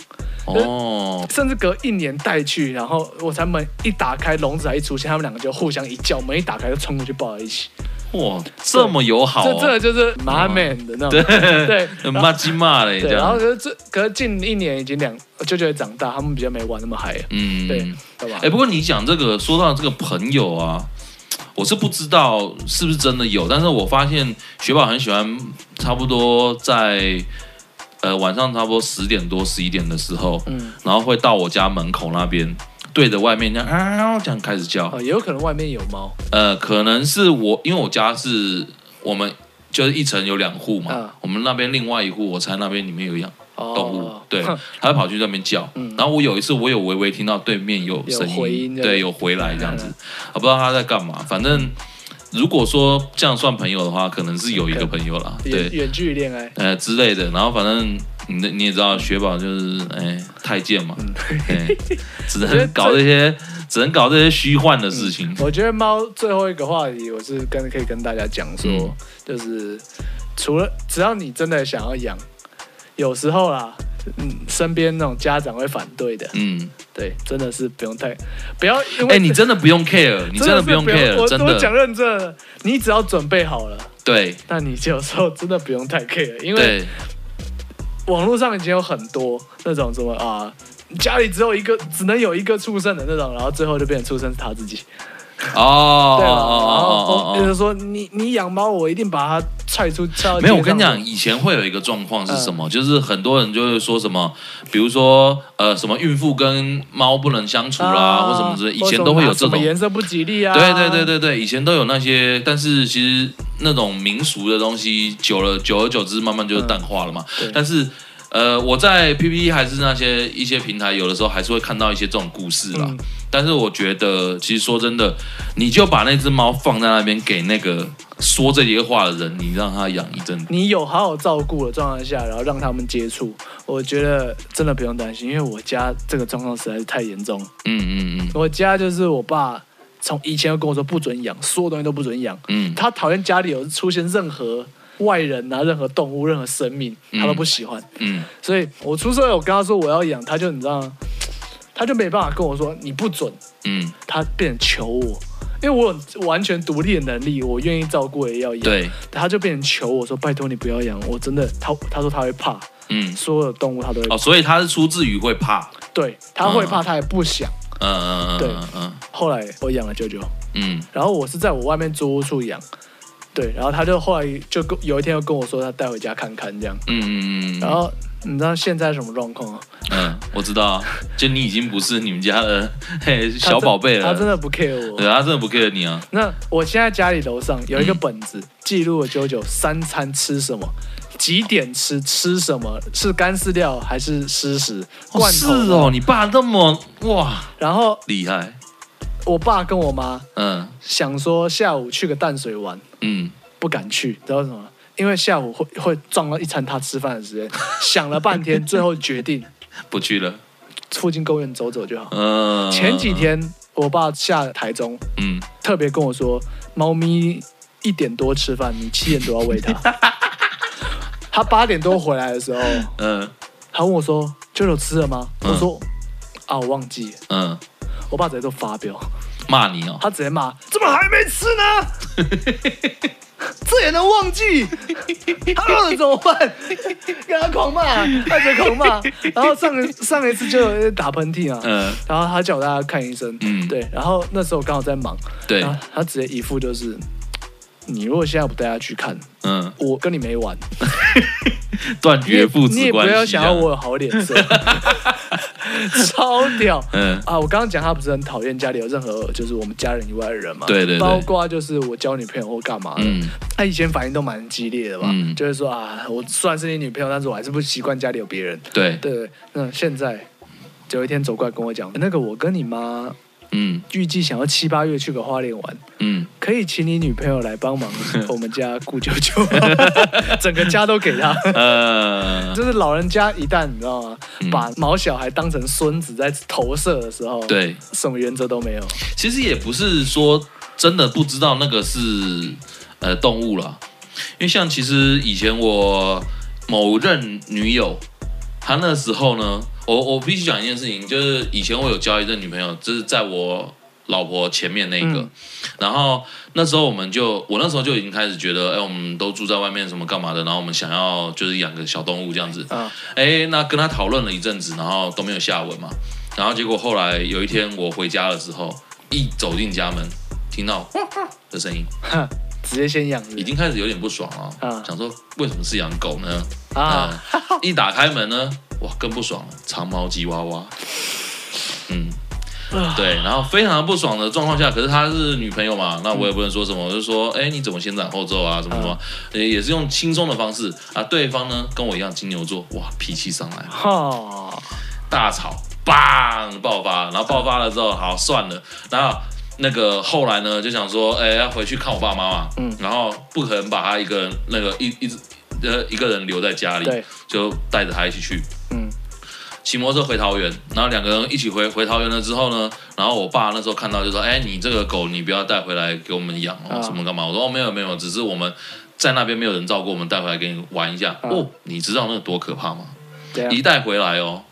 Speaker 1: 哦，
Speaker 2: 甚至隔一年带去，然后我才门一打开，笼子还一出现，他们两个就互相一叫，门一打开就冲过去抱在一起，
Speaker 1: 哇，这么友好、
Speaker 2: 这这个
Speaker 1: 哦，
Speaker 2: 就是妈 man 的那种，对
Speaker 1: 对，骂鸡骂嘞，
Speaker 2: 对，
Speaker 1: 这
Speaker 2: 然后
Speaker 1: 样，
Speaker 2: 可是这可是近一年已经两就觉得长大，他们比较没玩那么嗨，
Speaker 1: 嗯，
Speaker 2: 对，对吧
Speaker 1: 哎、？不过你讲这个，说到这个朋友啊，我是不知道是不是真的有，但是我发现雪宝很喜欢，差不多在呃晚上差不多十点多十一点的时候，
Speaker 2: 嗯，
Speaker 1: 然后会到我家门口那边。对着外面这样啊，这样开始叫，
Speaker 2: 哦，也有可能外面有猫，
Speaker 1: 呃，可能是我，因为我家是我们就是一层有两户嘛，
Speaker 2: 嗯
Speaker 1: 我们那边另外一户，我猜那边里面有养动物，
Speaker 2: 哦，
Speaker 1: 对
Speaker 2: 哼，
Speaker 1: 它会跑去那边叫。
Speaker 2: 嗯
Speaker 1: 然后我有一次，我有微微听到对面有
Speaker 2: 有
Speaker 1: 声
Speaker 2: 回音
Speaker 1: 对，
Speaker 2: 对
Speaker 1: 有回来这样子
Speaker 2: 嗯，
Speaker 1: 我不知道他在干嘛。反正如果说这样算朋友的话，可能是有一个
Speaker 2: OK
Speaker 1: 朋友啦，
Speaker 2: 远
Speaker 1: 对，
Speaker 2: 远距离恋爱，
Speaker 1: 呃之类的。然后反正你你也知道，雪宝就是哎太监嘛，哎，只
Speaker 2: 我觉得
Speaker 1: 能
Speaker 2: 这
Speaker 1: 搞这些，只能搞这些虚幻的事情。
Speaker 2: 我觉得猫最后一个话题，我是跟可以跟大家讲说，
Speaker 1: 嗯
Speaker 2: 就是除了只要你真的想要养，有时候啦，嗯，身边那种家长会反对的，
Speaker 1: 嗯。
Speaker 2: 对，真的是不用太不要因为、
Speaker 1: 哎、你真的不用 care，你真的
Speaker 2: 是
Speaker 1: 不用 care，
Speaker 2: 我
Speaker 1: 真
Speaker 2: 我讲
Speaker 1: 的，
Speaker 2: 认真的，你只要准备好了，
Speaker 1: 对
Speaker 2: 那你有时候真的不用太 care，因为
Speaker 1: 对，
Speaker 2: 网络上已经有很多那种什么啊。家里只有一个，只能有一个畜生的那种，然后最后就变成畜生是他自己。
Speaker 1: 哦哦
Speaker 2: 对啊，
Speaker 1: 哦
Speaker 2: 然后
Speaker 1: 哦
Speaker 2: 就是
Speaker 1: 哦
Speaker 2: 说你你养猫，我一定把它踹出踹到
Speaker 1: 哦，没
Speaker 2: 街
Speaker 1: 有，我
Speaker 2: 上
Speaker 1: 跟你讲，
Speaker 2: 的，
Speaker 1: 以前会有一个状况是什
Speaker 2: 嗯
Speaker 1: 么？就是很多人就会说什么，比如说呃，什么孕妇跟猫不能相处啦，
Speaker 2: 啊
Speaker 1: 或什么之类，以
Speaker 2: 或
Speaker 1: 前
Speaker 2: 什
Speaker 1: 都
Speaker 2: 么
Speaker 1: 会
Speaker 2: 啊
Speaker 1: 有这
Speaker 2: 什么
Speaker 1: 种。
Speaker 2: 颜色不吉利啊，
Speaker 1: 对对对，对对，以前都有那些，但是其实那种民俗的东西，久了久而久之，慢慢就淡化了嘛。
Speaker 2: 嗯对
Speaker 1: 但是，呃，我在 PPT 还是那些一些平台，有的时候还是会看到一些这种故事啦。
Speaker 2: 嗯
Speaker 1: 但是我觉得，其实说真的，你就把那只猫放在那边给那个说这些话的人，你让他养一阵子。
Speaker 2: 你有好好照顾的状态下，然后让他们接触，我觉得真的不用担心，因为我家这个状况实在是太严重了。
Speaker 1: 嗯嗯嗯
Speaker 2: 我家就是我爸从以前就跟我说不准养，所有东西都不准养，
Speaker 1: 嗯，
Speaker 2: 他讨厌家里有出现任何外人啊、任何动物、任何生命，他都不喜欢。
Speaker 1: 嗯
Speaker 2: 所以我出社会，我跟他说我要养，他就你知道吗，他就没办法跟我说你不准，
Speaker 1: 嗯，
Speaker 2: 他变成求我，因为我有完全独立的能力，我愿意照顾也要养。
Speaker 1: 对，
Speaker 2: 他就变成求我说：“拜托你不要养，我真的。他”他说他会怕，
Speaker 1: 嗯，
Speaker 2: 所有的动物他都会怕，
Speaker 1: 哦，所以他是出自于会怕，
Speaker 2: 对，他会怕，
Speaker 1: 嗯
Speaker 2: 他也不想。
Speaker 1: 嗯嗯
Speaker 2: 对
Speaker 1: 嗯嗯
Speaker 2: 后来我养了舅舅，
Speaker 1: 嗯
Speaker 2: 然后我是在我外面租屋处养，对，然后他就后来就跟有一天又跟我说他带回家看看这样，
Speaker 1: 嗯嗯嗯
Speaker 2: 然后你知道现在什么状况啊？
Speaker 1: 嗯，我知道，就你已经不是你们家的嘿
Speaker 2: 他
Speaker 1: 小
Speaker 2: 真
Speaker 1: 宝贝了，
Speaker 2: 他真的不 care
Speaker 1: 对，
Speaker 2: 我。
Speaker 1: 他真的不 care 你啊，
Speaker 2: 那我现在家里楼上有一个
Speaker 1: 嗯
Speaker 2: 本子，记录了舅舅三餐吃什么。几点吃吃什么？是干饲料还是湿食？
Speaker 1: 哦
Speaker 2: 罐
Speaker 1: 是
Speaker 2: 头、
Speaker 1: 哦，你爸那么哇
Speaker 2: 然后
Speaker 1: 厉害，
Speaker 2: 我爸跟我妈
Speaker 1: 嗯
Speaker 2: 想说下午去个淡水玩，
Speaker 1: 嗯
Speaker 2: 不敢去，知道为什么吗？因为下午会会撞到一餐他吃饭 的时间，想了半天，最后决定
Speaker 1: 不去了，
Speaker 2: 附近公园走走就好。
Speaker 1: 嗯，
Speaker 2: 前几天我爸下台中，
Speaker 1: 嗯
Speaker 2: 特别跟我说，猫咪一点多吃饭，你七点多要喂 它。他八点多回来的时候，
Speaker 1: 嗯
Speaker 2: 他问我说：“舅舅吃了吗？”
Speaker 1: 嗯
Speaker 2: 我说：“啊，我忘记。
Speaker 1: 嗯”
Speaker 2: 我爸直接都发飙。
Speaker 1: 骂你哦，
Speaker 2: 他直接骂：“怎么还没吃呢？这也能忘 记？他忘了怎么办？”跟他狂骂，他直接狂骂。然后上一上一次就有打喷嚏啊，
Speaker 1: 嗯
Speaker 2: 然后他叫大家看医生，
Speaker 1: 嗯
Speaker 2: 对。然后那时候刚好在忙，
Speaker 1: 对
Speaker 2: 然，后他直接一副就是：“你如果现在不带他去看，
Speaker 1: 嗯，
Speaker 2: 我跟你没完，
Speaker 1: 断
Speaker 2: 你也
Speaker 1: 绝父
Speaker 2: 你
Speaker 1: 子
Speaker 2: 也不
Speaker 1: 关系，啊
Speaker 2: 要想要我有好脸 色。”超屌，
Speaker 1: 嗯
Speaker 2: 啊，我刚刚讲他不是很讨厌家里有任何就是我们家人以外的人嘛，
Speaker 1: 对对对
Speaker 2: 包括就是我交女朋友或干嘛的，
Speaker 1: 嗯
Speaker 2: 他以前反应都蛮激烈的吧，
Speaker 1: 嗯
Speaker 2: 就是说啊，我虽然是你女朋友，但是我还是不习惯家里有别人，
Speaker 1: 对，
Speaker 2: 对对，那现在有一天走过来跟我讲，那个我跟你妈
Speaker 1: 嗯
Speaker 2: 预计想要七八月去个花莲玩。
Speaker 1: 嗯，
Speaker 2: 可以请你女朋友来帮忙我们家顾舅舅， 整个家都给他。
Speaker 1: 呃，
Speaker 2: 就是老人家一旦你知道吗，
Speaker 1: 嗯
Speaker 2: 把毛小孩当成孙子在投射的时候，
Speaker 1: 对，
Speaker 2: 什么原则都没有。
Speaker 1: 其实也不是说真的不知道那个是呃动物啦，因为像其实以前我某任女友，她那时候呢，我我必须讲一件事情，就是以前我有交一任女朋友，就是在我老婆前面那一个，
Speaker 2: 嗯
Speaker 1: 然后那时候我们就我那时候就已经开始觉得，哎、我们都住在外面什么干嘛的，然后我们想要就是养个小动物这样子，
Speaker 2: 啊，
Speaker 1: 哎，那跟他讨论了一阵子，然后都没有下文嘛。然后结果后来有一天我回家的时候，一走进家门，听到汪汪的声音，
Speaker 2: 哼直接先养着
Speaker 1: 已经开始有点不爽了，
Speaker 2: 嗯
Speaker 1: 想说为什么是养狗呢？
Speaker 2: 啊，
Speaker 1: 嗯一打开门呢，哇，更不爽了，长毛吉娃娃，嗯。对，然后非常不爽的状况下，可是她是女朋友嘛，那我也不能说什么，
Speaker 2: 嗯
Speaker 1: 我就说，哎，你怎么先斩后奏啊，什么什么，呃也是用轻松的方式啊。对方呢跟我一样金牛座，哇，脾气上来了，
Speaker 2: 哈，
Speaker 1: 大吵，砰爆发，然后爆发了之后，好算了，然后那个后来呢，就想说，哎、要回去看我爸妈嘛，
Speaker 2: 嗯
Speaker 1: 然后不可能把他一个人那个一一直呃一个人留在家里，
Speaker 2: 对，
Speaker 1: 就带着他一起去。
Speaker 2: 嗯，
Speaker 1: 骑摩托车回桃园，然后两个人一起回回桃园了之后呢，然后我爸那时候看到就说：“哎，你这个狗你不要带回来给我们养哦，
Speaker 2: 啊
Speaker 1: 什么干嘛？”我说：“哦，没有没有，只是我们在那边没有人照顾，我们带回来给你玩一下。
Speaker 2: 啊
Speaker 1: 哦，你知道那个多可怕吗？
Speaker 2: 这样
Speaker 1: 一带回来哦，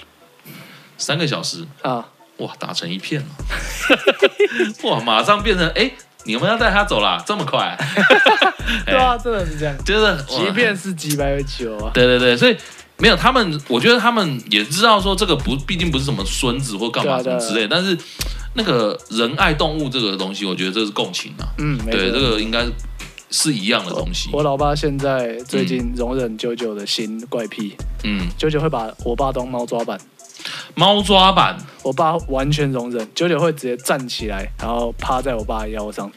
Speaker 1: 三个小时，
Speaker 2: 啊，
Speaker 1: 哇，打成一片了， 哇，马上变成哎、你们要带他走啦，这么快？
Speaker 2: 对啊，真的是这样。
Speaker 1: 哎，就是
Speaker 2: 即便是几百九啊，
Speaker 1: 对对对，所以没有他们，我觉得他们也知道说这个不，毕竟不是什么孙子或干嘛什
Speaker 2: 对啊
Speaker 1: 么之类，但是那个仁爱动物这个东西，我觉得这是共情啊，
Speaker 2: 嗯，没
Speaker 1: 对，
Speaker 2: 错
Speaker 1: 这个应该是一样的东西，
Speaker 2: 我老爸现在最近容忍九九的新怪癖，
Speaker 1: 嗯，
Speaker 2: 九九会把我爸当猫抓板，
Speaker 1: 猫抓板，
Speaker 2: 我爸完全容忍，九九会直接站起来，然后趴在我爸的腰上，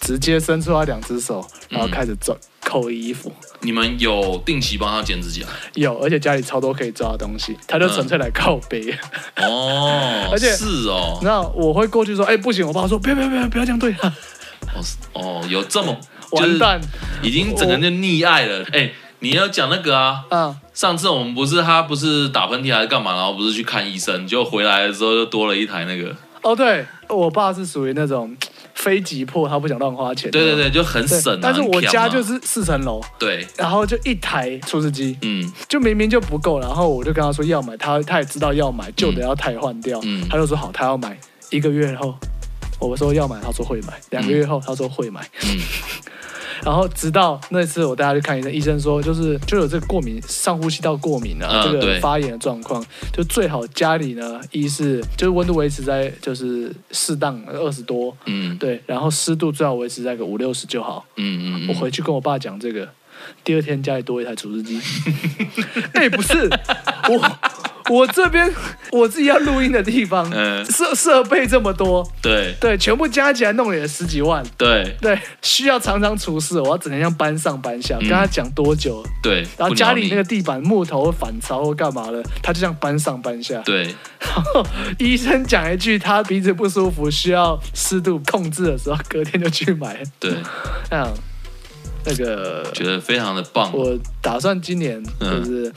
Speaker 2: 直接伸出他两只手，
Speaker 1: 嗯
Speaker 2: 然后开始抓、扣衣服。
Speaker 1: 你们有定期帮他剪指甲
Speaker 2: 有，而且家里超多可以抓的东西，他就纯粹来靠背。
Speaker 1: 哦，
Speaker 2: 而且
Speaker 1: 是哦，
Speaker 2: 那我会过去说，哎、不行，我爸说不要不要不要不要这样对他，
Speaker 1: 哦是哦，有这么
Speaker 2: 完蛋，
Speaker 1: 已经整个就溺爱了。哎、你要讲那个啊，
Speaker 2: 啊、
Speaker 1: 上次我们不是他不是打喷嚏还是干嘛，然后不是去看医生，就回来的时候就多了一台那个，
Speaker 2: 哦对，我爸是属于那种非急迫，他不想乱花钱。
Speaker 1: 对对对，就很省、啊。
Speaker 2: 但是我
Speaker 1: 很强
Speaker 2: 家
Speaker 1: 啊
Speaker 2: 就是四层楼，
Speaker 1: 对，
Speaker 2: 然后就一台除湿机，
Speaker 1: 嗯
Speaker 2: 就明明就不够，然后我就跟他说要买，他他也知道要买，旧的要汰换掉，
Speaker 1: 嗯
Speaker 2: 他就说好，他要买。一个月后，我说要买，他说会买；两个月后，他说会买。
Speaker 1: 嗯
Speaker 2: 然后直到那次我带他去看医生，医生说就是就有这个过敏，上呼吸道过敏啊，
Speaker 1: 嗯
Speaker 2: 这个
Speaker 1: 对
Speaker 2: 发炎的状况，就最好家里呢，一是就是温度维持在就是适当二十多，
Speaker 1: 嗯
Speaker 2: 对，然后湿度最好维持在个五六十就好。
Speaker 1: 嗯嗯
Speaker 2: 我
Speaker 1: 嗯，
Speaker 2: 回去跟我爸讲这个，第二天家里多一台除湿 机。哎、不是，我我这边我自己要录音的地方，
Speaker 1: 嗯
Speaker 2: 设设备这么多，
Speaker 1: 对
Speaker 2: 对，全部加起来弄了也十几万。
Speaker 1: 对
Speaker 2: 对，需要常常除湿，我要整天像搬上搬下，跟他讲多久，
Speaker 1: 对，
Speaker 2: 然后
Speaker 1: 嗯不
Speaker 2: 家
Speaker 1: 鸟
Speaker 2: 里
Speaker 1: 你
Speaker 2: 那个地板木头反潮或干嘛的，他就这样搬上搬下。
Speaker 1: 对
Speaker 2: 然后 医生讲一句他鼻子不舒服需要湿度控制的时候，隔天就去买。
Speaker 1: 对，
Speaker 2: 嗯，那个
Speaker 1: 觉得非常的棒，
Speaker 2: 我打算今年
Speaker 1: 嗯
Speaker 2: 就是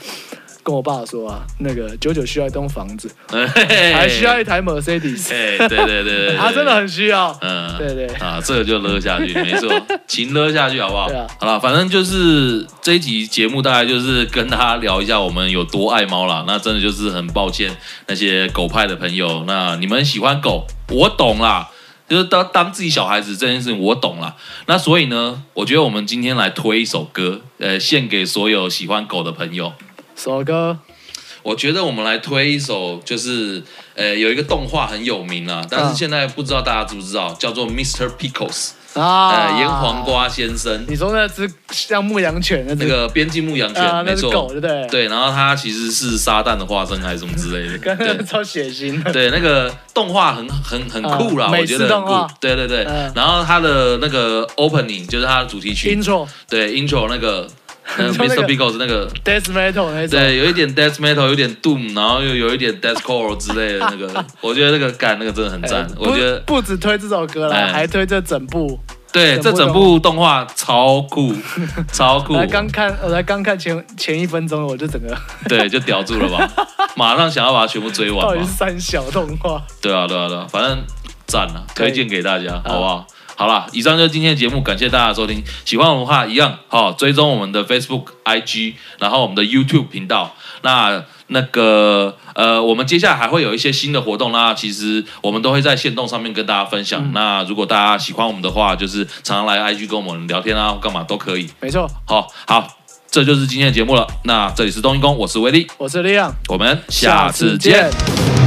Speaker 2: 跟我爸说啊，那个九九需要一栋房子，还
Speaker 1: 还
Speaker 2: 需要一台 Mercedes，
Speaker 1: 哎，对对对对，对
Speaker 2: 他真的很需要。
Speaker 1: 嗯，
Speaker 2: 对对
Speaker 1: 啊，这个就勒下去，没 错，勤勒下去好不好？
Speaker 2: 对啊
Speaker 1: 好了，反正就是这一集节目大概就是跟大家聊一下我们有多爱猫啦。那真的就是很抱歉那些狗派的朋友，那你们喜欢狗，我懂啦。就是当当自己小孩子这件事情，我懂啦。那所以呢，我觉得我们今天来推一首歌，呃，献给所有喜欢狗的朋友。
Speaker 2: 首歌
Speaker 1: 我觉得我们来推一首，就是呃，有一个动画很有名啊，但
Speaker 2: 啊
Speaker 1: 是现在不知道大家知不知道，叫做 Mr. Pickles，
Speaker 2: 啊，
Speaker 1: 呃，腌黄。瓜先生，
Speaker 2: 你说那只像牧羊犬那只
Speaker 1: 那个边境牧羊
Speaker 2: 啊，
Speaker 1: 犬，
Speaker 2: 那
Speaker 1: 没
Speaker 2: 只狗
Speaker 1: 错
Speaker 2: 对，不对？，
Speaker 1: 对，然后它其实是撒旦的化身还是什么之 类的，
Speaker 2: 刚刚
Speaker 1: 对。
Speaker 2: 超血腥的。
Speaker 1: 对，那个动画很很很酷啦，
Speaker 2: 啊美
Speaker 1: 我觉得
Speaker 2: 式动
Speaker 1: 很
Speaker 2: 画
Speaker 1: 酷。对对对
Speaker 2: 嗯，
Speaker 1: 然后它的那个 opening 就是它的主题曲，
Speaker 2: Intro
Speaker 1: 对 intro 那个 那个
Speaker 2: 你说那
Speaker 1: Mr.
Speaker 2: 个
Speaker 1: Pickles 那个
Speaker 2: Death Metal 那种，
Speaker 1: 对，有一点 death metal，有点 doom，然后又有一点 deathcore 之类的那 个，我觉得那个干那个真的很赞
Speaker 2: 哎。
Speaker 1: 我觉得
Speaker 2: 不不只推这首歌啦，
Speaker 1: 哎
Speaker 2: 还推这整部。
Speaker 1: 对这整部动画超酷，超酷
Speaker 2: 我，才刚看，我才刚看前前一分钟，我就整个
Speaker 1: 对，就屌住了 吧，马上想要把它全部追
Speaker 2: 到
Speaker 1: 完
Speaker 2: 底
Speaker 1: 嘛
Speaker 2: 是。三小动画。
Speaker 1: 对啊，对啊，对啊，反正赞了，
Speaker 2: 可以
Speaker 1: 推荐给大家，好不好？好啦，以上就是今天的节目，感谢大家的收听。喜欢我们的话，一样好、追踪我们的 Facebook、IG，然后我们的 YouTube 频道。那那个呃，我们接下来还会有一些新的活动那其实我们都会在线动上面跟大家分享。那如果大家喜欢我们的话，就是常常来 IG 跟我们聊天啊，干嘛都可以。
Speaker 2: 没错，
Speaker 1: 好好，这就是今天的节目了。那这里是东英公，我是威力，
Speaker 2: 我是亮，
Speaker 1: 我们下次见。
Speaker 2: 下次见